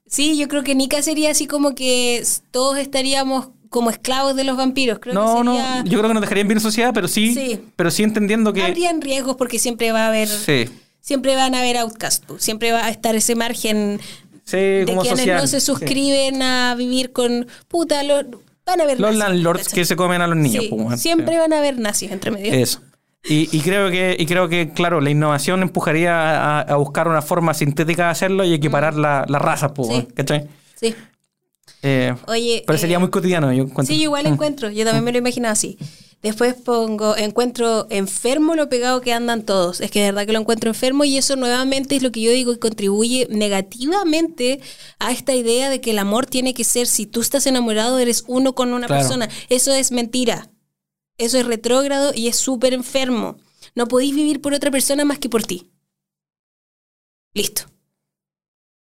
[SPEAKER 1] Sí. yo creo que Nika sería así como que s- todos estaríamos como esclavos de los vampiros. Creo
[SPEAKER 3] No,
[SPEAKER 1] que
[SPEAKER 3] no,
[SPEAKER 1] sería...
[SPEAKER 3] yo creo que nos dejarían vivir en sociedad, pero sí,
[SPEAKER 1] Sí.
[SPEAKER 3] pero sí entendiendo que...
[SPEAKER 1] Habrían riesgos porque siempre va a haber...
[SPEAKER 3] Sí,
[SPEAKER 1] Siempre van a haber outcast, pues, siempre va a estar ese margen
[SPEAKER 3] sí,
[SPEAKER 1] de
[SPEAKER 3] como
[SPEAKER 1] quienes
[SPEAKER 3] social.
[SPEAKER 1] no se
[SPEAKER 3] sí.
[SPEAKER 1] suscriben a vivir con puta, lo- van a haber
[SPEAKER 3] Los
[SPEAKER 1] nazis,
[SPEAKER 3] landlords
[SPEAKER 1] ¿cachai?
[SPEAKER 3] que se comen a los niños,
[SPEAKER 1] Sí,
[SPEAKER 3] po, weón.
[SPEAKER 1] siempre van a haber nazis entre medio.
[SPEAKER 3] Eso. Y, y creo que, y creo que, claro, la innovación empujaría a, a buscar una forma sintética de hacerlo y equiparar la, la raza, po,
[SPEAKER 1] Mm. Sí.
[SPEAKER 3] ¿cachai?
[SPEAKER 1] Sí.
[SPEAKER 3] Eh,
[SPEAKER 1] Oye,
[SPEAKER 3] pero
[SPEAKER 1] eh,
[SPEAKER 3] sería muy cotidiano, yo encuentro. Ah.
[SPEAKER 1] Sí, yo igual encuentro. Yo también me lo imaginaba así. Después pongo, encuentro enfermo lo pegado que andan todos. Es que de verdad que lo encuentro enfermo y eso nuevamente es lo que yo digo que contribuye negativamente a esta idea de que el amor tiene que ser, si tú estás enamorado, eres uno con una
[SPEAKER 3] Claro.
[SPEAKER 1] persona. Eso es mentira. Eso es retrógrado y es súper enfermo. No podéis vivir por otra persona más que por ti. Listo.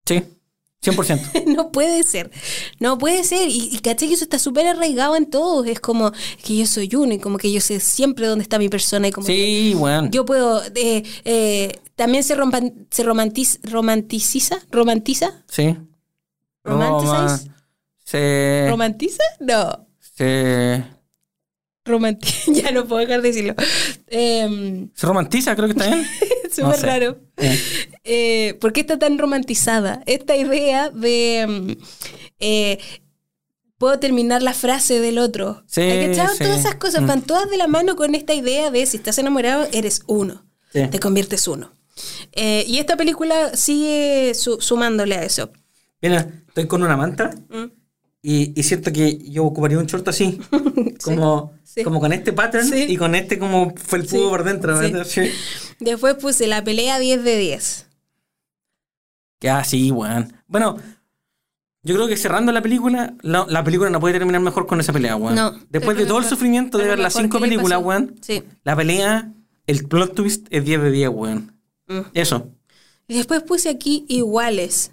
[SPEAKER 3] Sí, 100%.
[SPEAKER 1] no puede ser. No puede ser. Y, y caché que eso está súper arraigado en todos. Es como que yo soy uno y como que yo sé siempre dónde está mi persona y como que
[SPEAKER 3] sí, bueno.
[SPEAKER 1] yo puedo eh, eh, También se, rompan- se romantiz- romanticiza, romantiza,
[SPEAKER 3] Sí.
[SPEAKER 1] romanticize,
[SPEAKER 3] Roma- Se.
[SPEAKER 1] romantiza, no,
[SPEAKER 3] se.
[SPEAKER 1] romantiza, ya no puedo dejar de decirlo. Em,
[SPEAKER 3] Se romantiza, creo que está bien.
[SPEAKER 1] es súper
[SPEAKER 3] sé.
[SPEAKER 1] raro.
[SPEAKER 3] Eh,
[SPEAKER 1] Eh, ¿Por qué está tan romantizada? Esta idea de mm, eh, puedo terminar la frase del otro.
[SPEAKER 3] Sí,
[SPEAKER 1] ¿Hay cachado?
[SPEAKER 3] sí.
[SPEAKER 1] Todas esas cosas
[SPEAKER 3] Mm.
[SPEAKER 1] van todas de la mano con esta idea de si estás enamorado, eres uno.
[SPEAKER 3] Sí.
[SPEAKER 1] Te conviertes uno. Eh, y esta película sigue su- sumándole a eso.
[SPEAKER 3] Mira, estoy con una manta
[SPEAKER 1] Mm.
[SPEAKER 3] y, y siento que yo ocuparía un short así. como,
[SPEAKER 1] sí.
[SPEAKER 3] como con este pattern
[SPEAKER 1] Sí.
[SPEAKER 3] y con este como felpudo
[SPEAKER 1] Sí,
[SPEAKER 3] por dentro.
[SPEAKER 1] sí.
[SPEAKER 3] ¿verdad? Sí.
[SPEAKER 1] Después puse la pelea 10 de 10.
[SPEAKER 3] Ya, sí, weón. Bueno, yo creo que cerrando la película, la, la película no puede terminar mejor con esa pelea, weón.
[SPEAKER 1] No,
[SPEAKER 3] Después de
[SPEAKER 1] es lo
[SPEAKER 3] todo el
[SPEAKER 1] mejor.
[SPEAKER 3] sufrimiento de
[SPEAKER 1] Es lo
[SPEAKER 3] ver las
[SPEAKER 1] mejor
[SPEAKER 3] cinco
[SPEAKER 1] que le
[SPEAKER 3] películas,
[SPEAKER 1] pasó.
[SPEAKER 3] weón,
[SPEAKER 1] Sí.
[SPEAKER 3] la pelea, el plot twist es 10 de 10, weón.
[SPEAKER 1] Mm.
[SPEAKER 3] Eso.
[SPEAKER 1] Y después puse aquí iguales.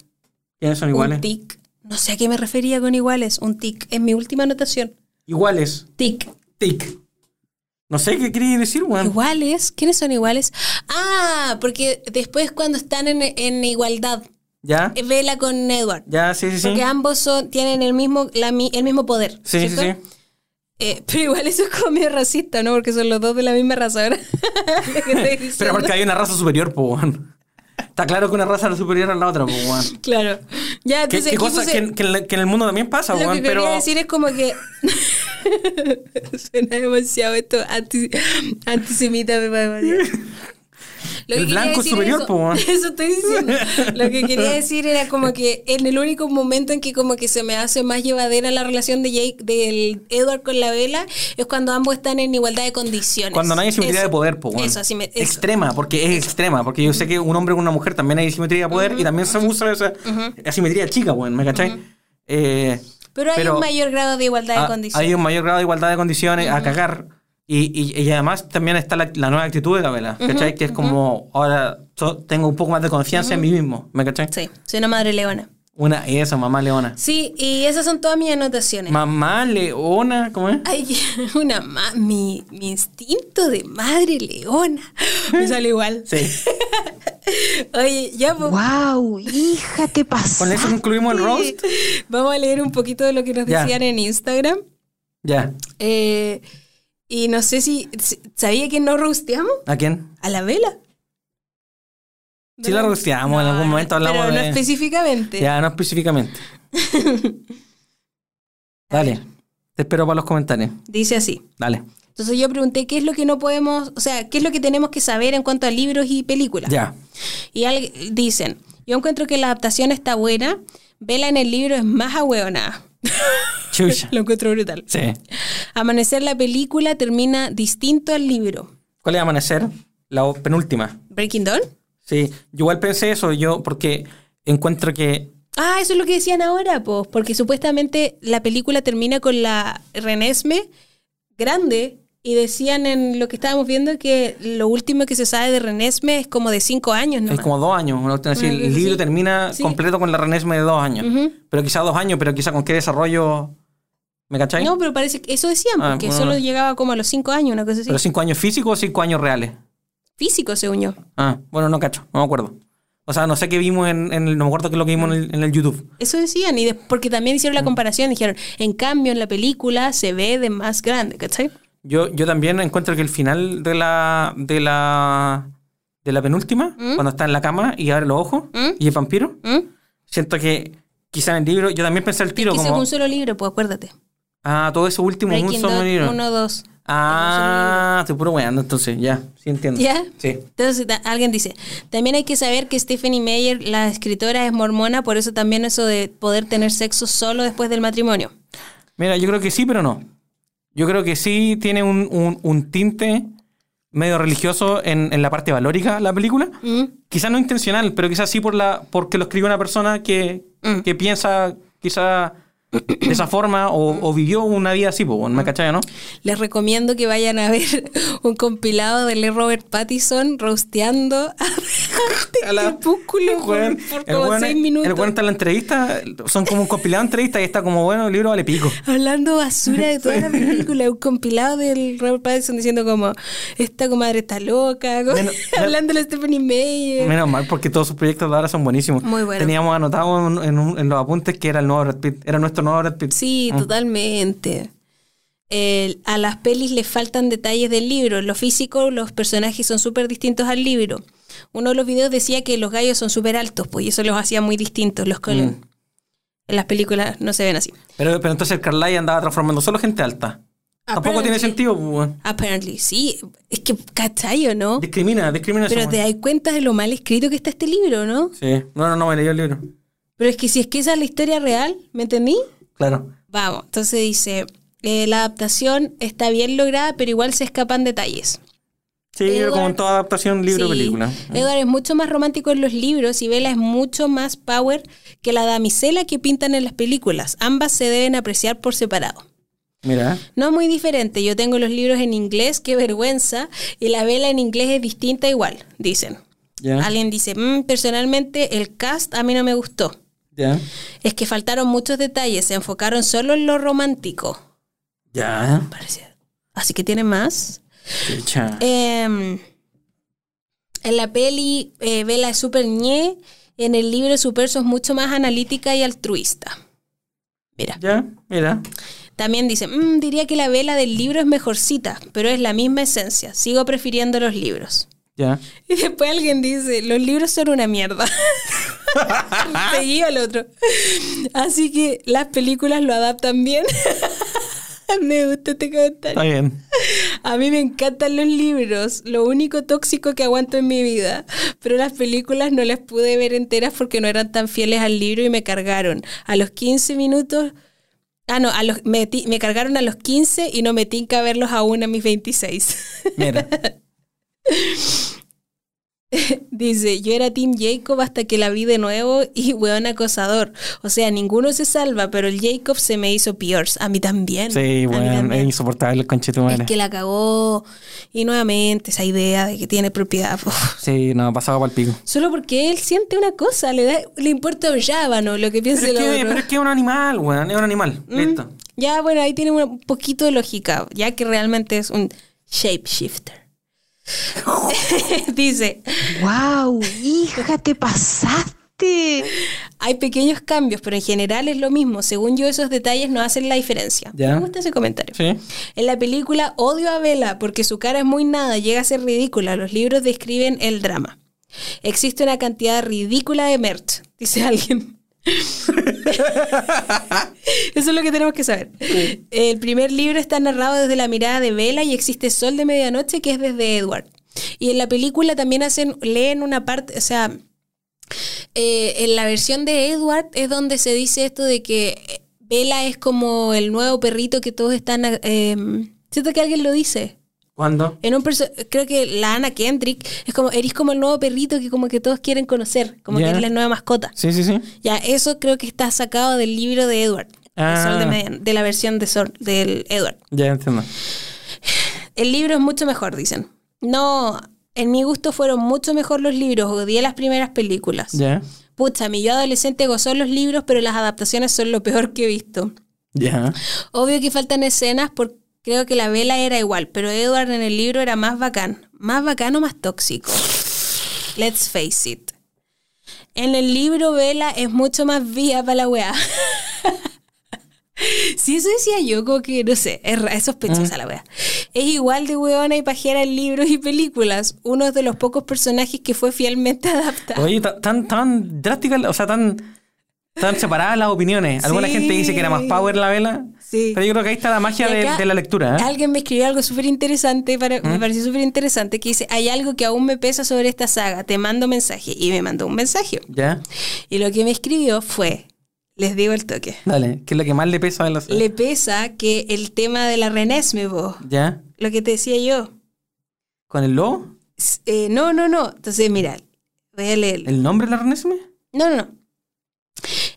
[SPEAKER 3] ¿Quiénes son iguales?
[SPEAKER 1] Un tic. No sé a qué me refería con iguales. Un tic. Es mi última anotación.
[SPEAKER 3] Iguales.
[SPEAKER 1] Tic.
[SPEAKER 3] Tic. No sé qué quería decir, weón.
[SPEAKER 1] ¿Iguales? ¿Quiénes son iguales? Ah, porque después cuando están en, en igualdad,
[SPEAKER 3] Ya,
[SPEAKER 1] eh, Vela con Edward.
[SPEAKER 3] ya, sí, sí, sí.
[SPEAKER 1] Porque ambos son, tienen el mismo, la mi- el mismo poder.
[SPEAKER 3] Sí, sí,
[SPEAKER 1] ¿cierto?
[SPEAKER 3] sí.
[SPEAKER 1] Eh, pero igual eso es como medio racista, ¿no? Porque son los dos de la misma raza, ¿verdad? Lo que estoy
[SPEAKER 3] Pero
[SPEAKER 1] diciendo.
[SPEAKER 3] porque hay una raza superior, po, weón. Está claro que una raza es superior a la otra, po, weón.
[SPEAKER 1] Claro. Ya,
[SPEAKER 3] Que,
[SPEAKER 1] entonces
[SPEAKER 3] que
[SPEAKER 1] aquí
[SPEAKER 3] cosa
[SPEAKER 1] puse-
[SPEAKER 3] que, en- que en la- que en el mundo también pasa,
[SPEAKER 1] Lo
[SPEAKER 3] weón.
[SPEAKER 1] que
[SPEAKER 3] Pero.
[SPEAKER 1] quería decir es como que suena demasiado esto anti, antisemita me parece demasiado. Lo
[SPEAKER 3] El
[SPEAKER 1] que quería
[SPEAKER 3] blanco
[SPEAKER 1] decir
[SPEAKER 3] superior,
[SPEAKER 1] eso,
[SPEAKER 3] po, weón.
[SPEAKER 1] eso estoy diciendo. Lo que quería decir era como que en el único momento en que como que se me hace más llevadera la relación de Jake, del Edward con la vela, es cuando ambos están en igualdad de condiciones.
[SPEAKER 3] Cuando no hay simetría
[SPEAKER 1] Eso.
[SPEAKER 3] de poder, po, weón.
[SPEAKER 1] Eso, así me, eso.
[SPEAKER 3] Extrema, porque es extrema. Porque yo sé que un hombre con una mujer también hay simetría de poder y también se usa esa asimetría chica, weón, ¿me cachai? Eh,
[SPEAKER 1] Pero hay un mayor grado de igualdad de
[SPEAKER 3] ah,
[SPEAKER 1] condiciones.
[SPEAKER 3] Hay un mayor grado de igualdad de condiciones a cagar. Y, y- y además también está la, la nueva actitud de la vela, ¿cachai? Que es como, ahora so- tengo un poco más de confianza en mí mismo, ¿me cachai?
[SPEAKER 1] Sí, soy una madre leona.
[SPEAKER 3] Una, esa, mamá leona.
[SPEAKER 1] Sí, y esas son todas mis anotaciones.
[SPEAKER 3] Mamá leona, ¿cómo es?
[SPEAKER 1] Ay, una ma mi, mi instinto de madre leona. Me sale igual.
[SPEAKER 3] Sí.
[SPEAKER 1] Oye, ya pues,
[SPEAKER 4] Wow, hija, ¿qué pasó?
[SPEAKER 3] Con eso concluimos el roast.
[SPEAKER 1] vamos a leer un poquito de lo que nos
[SPEAKER 3] Ya.
[SPEAKER 1] decían en Instagram.
[SPEAKER 3] Ya.
[SPEAKER 1] Eh, y no sé si, si- ¿sabía que no rosteamos?
[SPEAKER 3] ¿A quién?
[SPEAKER 1] A la vela.
[SPEAKER 3] Sí la rosteamos, en algún momento hablamos
[SPEAKER 1] pero
[SPEAKER 3] de-
[SPEAKER 1] no específicamente.
[SPEAKER 3] Ya, no específicamente. Dale. Te espero para los comentarios.
[SPEAKER 1] Dice así.
[SPEAKER 3] Dale.
[SPEAKER 1] Entonces yo pregunté qué es lo que no podemos, o sea, qué es lo que tenemos que saber en cuanto a libros y películas.
[SPEAKER 3] Ya.
[SPEAKER 1] Y al- dicen, yo encuentro que la adaptación está buena, Vela en el libro es más ahueonada.
[SPEAKER 3] Chucha.
[SPEAKER 1] Lo encuentro brutal.
[SPEAKER 3] Sí.
[SPEAKER 1] Amanecer la película termina distinto al libro.
[SPEAKER 3] ¿Cuál es Amanecer? La o- penúltima.
[SPEAKER 1] ¿Breaking Dawn?
[SPEAKER 3] Sí. Yo igual pensé eso yo porque encuentro que...
[SPEAKER 1] Ah, eso es lo que decían ahora, pues, porque supuestamente la película termina con la Renesme grande y decían en lo que estábamos viendo que lo último que se sabe de Renesme es como de cinco años, ¿no?
[SPEAKER 3] Es como dos años. ¿no? Es decir,
[SPEAKER 1] Una cosa
[SPEAKER 3] el libro
[SPEAKER 1] así.
[SPEAKER 3] termina
[SPEAKER 1] Sí.
[SPEAKER 3] completo con la renesme de dos años. Pero quizá dos años, pero quizá con qué desarrollo... ¿Me cachai?
[SPEAKER 1] No, pero parece que eso decían,
[SPEAKER 3] Ah,
[SPEAKER 1] porque
[SPEAKER 3] bueno.
[SPEAKER 1] solo llegaba como a los cinco años, una cosa así.
[SPEAKER 3] ¿Pero cinco años físicos o cinco años reales?
[SPEAKER 1] Físico, según yo.
[SPEAKER 3] Ah, bueno, no cacho, no me acuerdo. O sea, no sé qué vimos en, en el... No me acuerdo qué es lo que vimos en el, en el YouTube.
[SPEAKER 1] Eso decían, y des- porque también hicieron la
[SPEAKER 3] Mm.
[SPEAKER 1] comparación, dijeron, en cambio en la película se ve de más grande, ¿cachai?
[SPEAKER 3] Yo, yo también encuentro que el final de la de la de la penúltima, cuando está en la cama y abre los ojos y es vampiro,
[SPEAKER 1] ¿Mm?
[SPEAKER 3] siento que quizá en el libro, yo también pensé el tiro
[SPEAKER 1] que
[SPEAKER 3] como
[SPEAKER 1] según solo libro, pues acuérdate.
[SPEAKER 3] ah, todo eso último es un
[SPEAKER 1] Breaking
[SPEAKER 3] solo libro.
[SPEAKER 1] Dawn 1, 2.
[SPEAKER 3] Ah, estoy puro weando entonces, ya, sí entiendo.
[SPEAKER 1] ¿Ya?
[SPEAKER 3] Sí.
[SPEAKER 1] Entonces ta- alguien dice, también hay que saber que Stephanie Meyer, la escritora, es mormona, por eso también eso de poder tener sexo solo después del matrimonio.
[SPEAKER 3] Mira, yo creo que sí, pero no. Yo creo que sí tiene un, un- un tinte medio religioso en, en la parte valórica la película.
[SPEAKER 1] Mm.
[SPEAKER 3] Quizás no
[SPEAKER 1] Mm.
[SPEAKER 3] intencional, pero quizás sí por la, porque lo escribe una persona que, que piensa quizá de esa forma o, o vivió una vida así, pues,
[SPEAKER 1] Mm.
[SPEAKER 3] ¿me cachai, no?
[SPEAKER 1] Les recomiendo que vayan a ver un compilado de Lee Robert Pattinson rosteando a
[SPEAKER 3] la-
[SPEAKER 1] Crepúsculo por, por
[SPEAKER 3] el
[SPEAKER 1] como
[SPEAKER 3] weón-
[SPEAKER 1] seis minutos.
[SPEAKER 3] El weón está en la entrevista, son como un compilado de entrevistas y está como, bueno, el libro vale pico.
[SPEAKER 1] Hablando basura de toda la película, un compilado del Robert Pattinson diciendo como esta comadre está loca, como-
[SPEAKER 3] Menos-
[SPEAKER 1] hablándole a Stephanie Meyer.
[SPEAKER 3] Menos mal, porque todos sus proyectos de ahora son buenísimos.
[SPEAKER 1] Muy bueno.
[SPEAKER 3] Teníamos anotado en, en un- en los apuntes que era el nuevo Brad Pitt. Era nuestro nuevo Brad Pitt.
[SPEAKER 1] Sí,
[SPEAKER 3] Mm.
[SPEAKER 1] totalmente. El- a las pelis le faltan detalles del libro. Lo físico, los personajes son súper distintos al libro. Uno de los videos decía que los gallos son súper altos, pues y eso los hacía muy distintos. Los Cullen.
[SPEAKER 3] Mm.
[SPEAKER 1] En las películas no se ven así.
[SPEAKER 3] Pero, pero entonces el Carlyle andaba transformando solo gente alta.
[SPEAKER 1] Ah,
[SPEAKER 3] Tampoco tiene
[SPEAKER 1] Apparently-
[SPEAKER 3] sentido, pues, weón.
[SPEAKER 1] Apparently, sí. Es que, ¿cachai o no?
[SPEAKER 3] Discrimina, discrimina.
[SPEAKER 1] Pero
[SPEAKER 3] esa
[SPEAKER 1] te
[SPEAKER 3] weá.
[SPEAKER 1] das cuenta de lo mal escrito que está este libro, ¿no?
[SPEAKER 3] Sí. No, no, no, me leí el libro.
[SPEAKER 1] Pero es que si es que esa es la historia real, ¿me entendí?
[SPEAKER 3] Claro.
[SPEAKER 1] Vamos, entonces dice, eh, la adaptación está bien lograda, pero igual se escapan detalles.
[SPEAKER 3] Sí,
[SPEAKER 1] Edward-
[SPEAKER 3] como en toda adaptación, libro
[SPEAKER 1] Sí. Eh,
[SPEAKER 3] película.
[SPEAKER 1] Edward es mucho más romántico en los libros y Bella es mucho más power que la damisela que pintan en las películas. Ambas se deben apreciar por separado.
[SPEAKER 3] Mira.
[SPEAKER 1] No muy diferente, yo tengo los libros en inglés, qué vergüenza, y la Bella en inglés es distinta igual, dicen.
[SPEAKER 3] Ya.
[SPEAKER 1] Alguien dice, "Mm, personalmente el cast a mí no me gustó.
[SPEAKER 3] Ya.
[SPEAKER 1] Es que faltaron muchos detalles, se enfocaron solo en lo romántico.
[SPEAKER 3] Ya.
[SPEAKER 1] Parecía. Así que tiene más.
[SPEAKER 3] Chucha.
[SPEAKER 1] Em, en la peli, eh, Vela es súper ñe. En el libro, su verso es mucho más analítica y altruista. Mira.
[SPEAKER 3] Ya, mira.
[SPEAKER 1] También dice, "Mm, diría que la vela del libro es mejorcita, pero es la misma esencia. Sigo prefiriendo los libros.
[SPEAKER 3] Ya.
[SPEAKER 1] Y después alguien dice, los libros son una mierda. Seguido al otro. Así que las películas lo adaptan bien. Me gusta este comentario.
[SPEAKER 3] Está bien.
[SPEAKER 1] A mí me encantan los libros, lo único tóxico que aguanto en mi vida. Pero las películas no las pude ver enteras porque no eran tan fieles al libro y me cargaron. A los 15 minutos... Ah, no, a los, me, ti- me cargaron a los 15 y no me tinca verlos aún a mis 26.
[SPEAKER 3] Mira.
[SPEAKER 1] Dice, yo era Team Jacob hasta que la vi de nuevo y weón acosador. O sea, ninguno se salva, pero el Jacob se me hizo peors. A mí también.
[SPEAKER 3] Sí,
[SPEAKER 1] A mí
[SPEAKER 3] bueno, es
[SPEAKER 1] también.
[SPEAKER 3] insoportable el conchetumare.
[SPEAKER 1] Es que la cagó. Y nuevamente esa idea de que tiene propiedad. uf.
[SPEAKER 3] Sí, no, pasaba para el pico.
[SPEAKER 1] Solo porque él siente una cosa, le, da, le importa un llábano lo que piense
[SPEAKER 3] Pero es,
[SPEAKER 1] el
[SPEAKER 3] que,
[SPEAKER 1] otro. Mm.
[SPEAKER 3] pero es que es un animal, weón. Es un animal. Listo.
[SPEAKER 1] Ya, bueno, ahí tiene un poquito de lógica, ya que realmente es un shapeshifter. Dice,
[SPEAKER 4] ¡Wow! ¡Hija, te pasaste!
[SPEAKER 1] Hay pequeños cambios, pero en general es lo mismo. Según yo, esos detalles no hacen la diferencia.
[SPEAKER 3] Ya.
[SPEAKER 1] Me gusta ese comentario.
[SPEAKER 3] Sí.
[SPEAKER 1] En la película odio a Bella porque su cara es muy nada, llega a ser ridícula. Los libros describen el drama. Existe una cantidad ridícula de merch, dice alguien. Eso es lo que tenemos que saber. El primer libro está narrado desde la mirada de Bella y existe Sol de Medianoche, que es desde Edward. Y en la película también hacen, leen una parte, o sea, eh, en la versión de Edward es donde se dice esto de que Vela es como el nuevo perrito que todos están... eh, siento que alguien lo dice.
[SPEAKER 3] ¿Cuándo?
[SPEAKER 1] En un perso- creo que la Ana Kendrick es como, eres como el nuevo perrito que como que todos quieren conocer, como
[SPEAKER 3] Ya.
[SPEAKER 1] que eres la nueva mascota.
[SPEAKER 3] Sí, sí, sí.
[SPEAKER 1] Ya, eso creo que está sacado del libro de Edward, de
[SPEAKER 3] Ah.
[SPEAKER 1] Sol de, Median- de la versión de Sol, del Edward.
[SPEAKER 3] Ya entiendo.
[SPEAKER 1] El libro es mucho mejor, dicen. No, en mi gusto fueron mucho mejor los libros, odié las primeras películas.
[SPEAKER 3] Ya.
[SPEAKER 1] Pucha, mi yo adolescente gozó los libros, pero las adaptaciones son lo peor que he visto.
[SPEAKER 3] Ya.
[SPEAKER 1] Obvio que faltan escenas, porque creo que la vela era igual, pero Edward en el libro era más bacán. Más bacán o más tóxico. Let's face it. En el libro Vela es mucho más vía para la weá. Si eso decía yo, como que, no sé, es, ra- es sospechosa la wea. Es igual de weona y pajera en libros y películas. Uno de los pocos personajes que fue fielmente adaptado.
[SPEAKER 3] Oye, ta- tan, tan drástica, la- o sea, tan, tan separadas las opiniones. Alguna
[SPEAKER 1] Sí.
[SPEAKER 3] gente dice que era más power la vela.
[SPEAKER 1] Sí.
[SPEAKER 3] Pero yo creo que ahí está la magia
[SPEAKER 1] Y
[SPEAKER 3] de,
[SPEAKER 1] acá
[SPEAKER 3] de la lectura. ¿eh? ¿Mm?
[SPEAKER 1] Alguien me escribió algo súper interesante, para- me pareció súper interesante, que dice, hay algo que aún me pesa sobre esta saga, te mando mensaje. Y me mandó un mensaje.
[SPEAKER 3] Ya.
[SPEAKER 1] Y lo que me escribió fue, les digo el toque,
[SPEAKER 3] Dale, que es la que más le pesa a la
[SPEAKER 1] le pesa que el tema de la renesme, vos,
[SPEAKER 3] Ya.
[SPEAKER 1] lo que te decía yo.
[SPEAKER 3] ¿Con el lobo?
[SPEAKER 1] S- eh, no, no, no. Entonces, mira, voy a leer.
[SPEAKER 3] ¿El nombre de la Renesme?
[SPEAKER 1] No, no, no.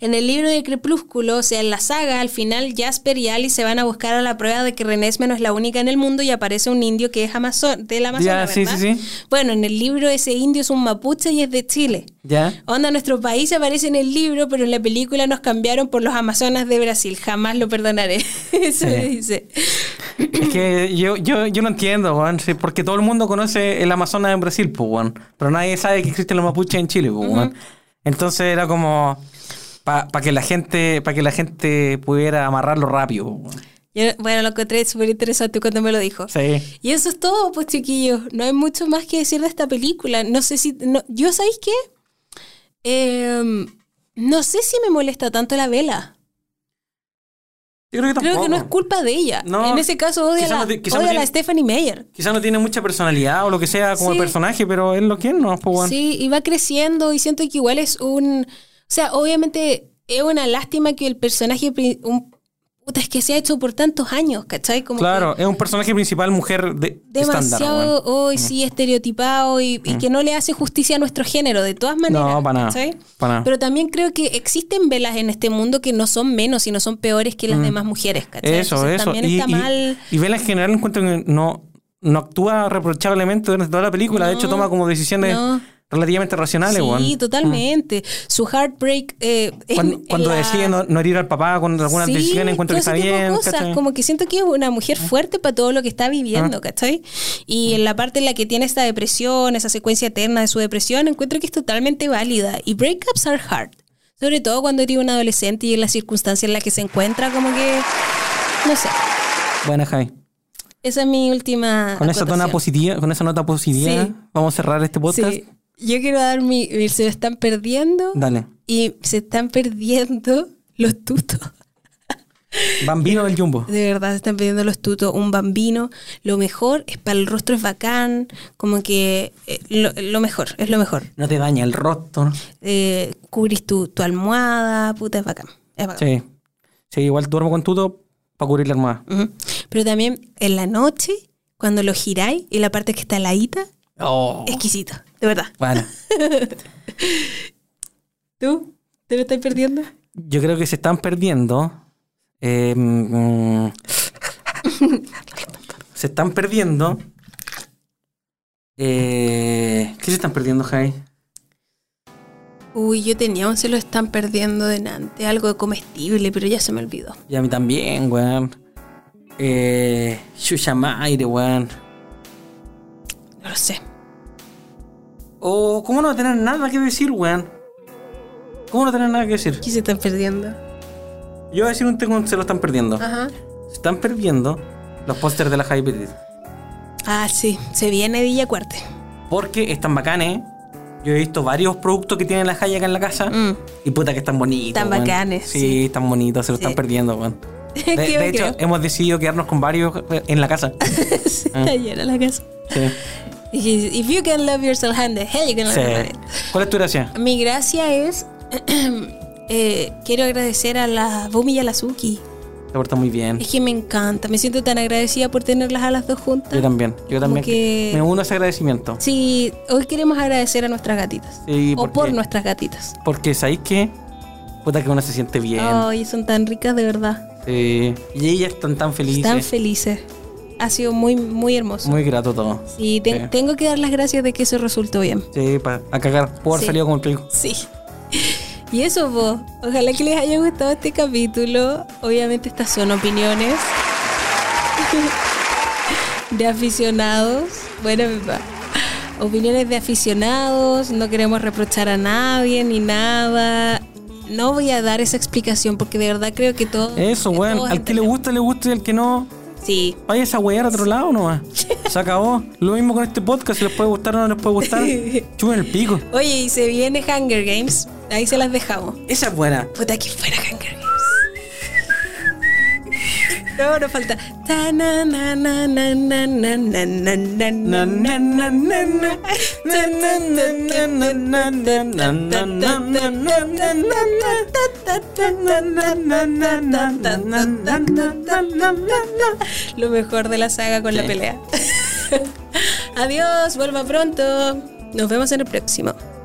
[SPEAKER 1] En el libro de Crepúsculo, o sea, en la saga, al final Jasper y Alice se van a buscar a la prueba de que Renesme no es la única en el mundo y aparece un indio que es Amazon, del Amazonas,
[SPEAKER 3] Ya, sí,
[SPEAKER 1] ¿verdad?
[SPEAKER 3] sí, sí.
[SPEAKER 1] Bueno, en el libro ese indio es un mapuche y es de Chile.
[SPEAKER 3] ¿Ya?
[SPEAKER 1] Onda, nuestro país aparece en el libro, pero en la película nos cambiaron por los Amazonas de Brasil. Jamás lo perdonaré.
[SPEAKER 3] Sí.
[SPEAKER 1] Eso le dice.
[SPEAKER 3] Es que yo, yo, yo no entiendo, weón. sí, Porque todo el mundo conoce el Amazonas en Brasil, pues, weón. Pero nadie sabe que existen los mapuches en Chile, pues, weón. Entonces era como. Para que la gente para que la gente pudiera amarrarlo rápido, pues, weón.
[SPEAKER 1] Yo- bueno, lo encontré súper interesante cuando me lo dijo.
[SPEAKER 3] Sí.
[SPEAKER 1] Y eso es todo, pues chiquillos. No hay mucho más que decir de esta película. No sé si... no- ¿Yo sabéis qué? Em, no sé si me molesta tanto la vela.
[SPEAKER 3] Yo creo que tampoco.
[SPEAKER 1] Creo que no es culpa de ella.
[SPEAKER 3] No,
[SPEAKER 1] en ese caso odia
[SPEAKER 3] quizá
[SPEAKER 1] a la,
[SPEAKER 3] no ti- quizá
[SPEAKER 1] odio
[SPEAKER 3] no
[SPEAKER 1] a la
[SPEAKER 3] tiene-
[SPEAKER 1] Stephanie Meyer.
[SPEAKER 3] Quizás no tiene mucha personalidad o lo que sea como
[SPEAKER 1] Sí.
[SPEAKER 3] personaje, pero es lo que es, ¿no? Pues, weón.
[SPEAKER 1] Sí, y va creciendo y siento que igual es un... O sea, obviamente es una lástima que el personaje... pri- Un, puta, es que se ha hecho por tantos años, ¿cachai? Como que-
[SPEAKER 3] Claro, es un personaje principal mujer de estándar,
[SPEAKER 1] demasiado
[SPEAKER 3] weón. Mm.
[SPEAKER 1] hoy sí estereotipado y, y que no le hace justicia a nuestro género, de todas maneras.
[SPEAKER 3] No, para nada.
[SPEAKER 1] ¿cachai?
[SPEAKER 3] Para nada.
[SPEAKER 1] Pero también creo que existen velas en este mundo que no son menos, sino son peores que las demás mujeres, ¿cachai?
[SPEAKER 3] Mm. Eso,
[SPEAKER 1] Entonces,
[SPEAKER 3] eso.
[SPEAKER 1] También
[SPEAKER 3] y,
[SPEAKER 1] está
[SPEAKER 3] y-
[SPEAKER 1] mal.
[SPEAKER 3] y Bella en general encuentro que no, no actúa reprochablemente durante toda la película. de hecho, toma como decisiones
[SPEAKER 1] no.
[SPEAKER 3] relativamente racionales,
[SPEAKER 1] sí,
[SPEAKER 3] weón. Mm.
[SPEAKER 1] totalmente. Su heartbreak. eh, en-
[SPEAKER 3] Cuando,
[SPEAKER 1] en
[SPEAKER 3] cuando
[SPEAKER 1] la-
[SPEAKER 3] decide no, no herir al papá con algunas
[SPEAKER 1] Sí,
[SPEAKER 3] decisiones, encuentro que
[SPEAKER 1] todo
[SPEAKER 3] está
[SPEAKER 1] ese tipo de
[SPEAKER 3] bien.
[SPEAKER 1] cosas,
[SPEAKER 3] ¿cachai? Ah.
[SPEAKER 1] como que siento que es una mujer fuerte para todo lo que está viviendo, ¿cachai? Y en la parte en la que tiene esta depresión, esa secuencia eterna de su depresión, encuentro que es totalmente válida. Y breakups are hard. Sobre todo cuando eres un adolescente y en las circunstancias en las que se encuentra, como que. No sé.
[SPEAKER 3] Buena, Javi.
[SPEAKER 1] Esa es mi última.
[SPEAKER 3] Con esa, tona
[SPEAKER 1] Ah, acotación.
[SPEAKER 3] positiva, con esa nota positiva,
[SPEAKER 1] Sí.
[SPEAKER 3] vamos a cerrar este podcast.
[SPEAKER 1] Sí. Yo quiero dar mi. mi- Se lo están perdiendo.
[SPEAKER 3] Dale.
[SPEAKER 1] Y se están perdiendo los tutos.
[SPEAKER 3] Bambino del Jumbo.
[SPEAKER 1] De verdad, se están pidiendo los tutos, un bambino. Lo mejor es para el rostro, es bacán. Como que eh, lo, lo mejor, es lo mejor.
[SPEAKER 3] No te daña el rostro.
[SPEAKER 1] Eh, cubrís tu, tu almohada, puta, es bacán. Es bacán.
[SPEAKER 3] Sí. Sí, igual duermo con tuto para cubrir la almohada.
[SPEAKER 1] Ujú. Pero también en la noche, cuando lo giráis y la parte que está heladita,
[SPEAKER 3] Oh.
[SPEAKER 1] exquisito, de verdad.
[SPEAKER 3] Bueno.
[SPEAKER 1] ¿Tú? ¿Te lo estás perdiendo?
[SPEAKER 3] Yo creo que se están perdiendo. eh, mm, se están perdiendo. eh, ¿Qué se están perdiendo, Jai?
[SPEAKER 1] Uy, yo tenía un se lo están perdiendo delante, algo de comestible, pero ya se me olvidó.
[SPEAKER 3] Y a mí también, weón. Eh, Shushamaire, weón.
[SPEAKER 1] No lo sé.
[SPEAKER 3] Oh, ¿cómo no tener nada que decir, weón? ¿Cómo no tener nada que decir?
[SPEAKER 1] ¿Qué se están perdiendo?
[SPEAKER 3] Yo voy a decir un tema que se lo están perdiendo.
[SPEAKER 1] Ajá.
[SPEAKER 3] Se están perdiendo los pósters de la Jai Petit.
[SPEAKER 1] Ah, sí, se viene Villa Cuarte.
[SPEAKER 3] Porque están bacanes. Yo he visto varios productos que tiene la Jai acá en la casa.
[SPEAKER 1] Mm.
[SPEAKER 3] Y puta que están bonitos.
[SPEAKER 1] Están
[SPEAKER 3] weón.
[SPEAKER 1] bacanes,
[SPEAKER 3] Sí,
[SPEAKER 1] sí.
[SPEAKER 3] están bonitos, se lo
[SPEAKER 1] Sí.
[SPEAKER 3] están perdiendo, weón. De,
[SPEAKER 1] Creo
[SPEAKER 3] de
[SPEAKER 1] que
[SPEAKER 3] hecho, hemos decidido quedarnos con varios eh, en la casa.
[SPEAKER 1] Está llena la casa.
[SPEAKER 3] Sí.
[SPEAKER 1] Y dice, If you can love yourself, hand the hell you can love
[SPEAKER 3] Sí.
[SPEAKER 1] your body".
[SPEAKER 3] ¿Cuál es tu gracia?
[SPEAKER 1] Mi gracia es. eh, quiero agradecer a la Bumi y a la Suki.
[SPEAKER 3] Te portas muy bien.
[SPEAKER 1] Es que me encanta. Me siento tan agradecida por tenerlas a las dos juntas.
[SPEAKER 3] Yo también. Yo también.
[SPEAKER 1] que-
[SPEAKER 3] Me uno a ese agradecimiento.
[SPEAKER 1] Sí, hoy queremos agradecer a nuestras gatitas.
[SPEAKER 3] Sí,
[SPEAKER 1] o
[SPEAKER 3] porque-
[SPEAKER 1] por nuestras gatitas.
[SPEAKER 3] Porque sabéis que. Puta que uno se siente bien.
[SPEAKER 1] Ay, son tan ricas de verdad.
[SPEAKER 3] Sí. Y ellas están tan felices.
[SPEAKER 1] Tan felices. Ha sido muy, muy hermoso.
[SPEAKER 3] muy grato todo.
[SPEAKER 1] Sí, te-
[SPEAKER 3] Sí.
[SPEAKER 1] tengo que dar las gracias de que eso resultó bien.
[SPEAKER 3] Sí, para a cagar. Puedo haber
[SPEAKER 1] Sí.
[SPEAKER 3] salido con el pliego.
[SPEAKER 1] Sí. Y eso vos. Ojalá que les haya gustado este capítulo. Obviamente estas son opiniones de aficionados. Bueno, mi pa. Opiniones de aficionados. No queremos reprochar a nadie ni nada. No voy a dar esa explicación porque de verdad creo que todo.
[SPEAKER 3] Eso,
[SPEAKER 1] que
[SPEAKER 3] weón. Al
[SPEAKER 1] todos
[SPEAKER 3] que le
[SPEAKER 1] entendemos.
[SPEAKER 3] gusta, le gusta y al que no.
[SPEAKER 1] Sí.
[SPEAKER 3] Vaya a wear a otro lado nomás. Se acabó. Lo mismo con este podcast. Si les puede gustar o no les puede gustar, chupen el pico.
[SPEAKER 1] Oye, y se viene Hunger Games. Ahí se las dejamos.
[SPEAKER 3] Esa es buena.
[SPEAKER 1] Puta que fuera Hunger Games. No, no falta. Ta na na na na na na na na na
[SPEAKER 3] Na,
[SPEAKER 1] na na.
[SPEAKER 3] na, na, na, na. Na, na, na, na, na, na, na, na, na, na, na, na, na, na, na.
[SPEAKER 1] Lo mejor de la saga con la pelea. Adiós, vuelva pronto. Nos vemos en el próximo.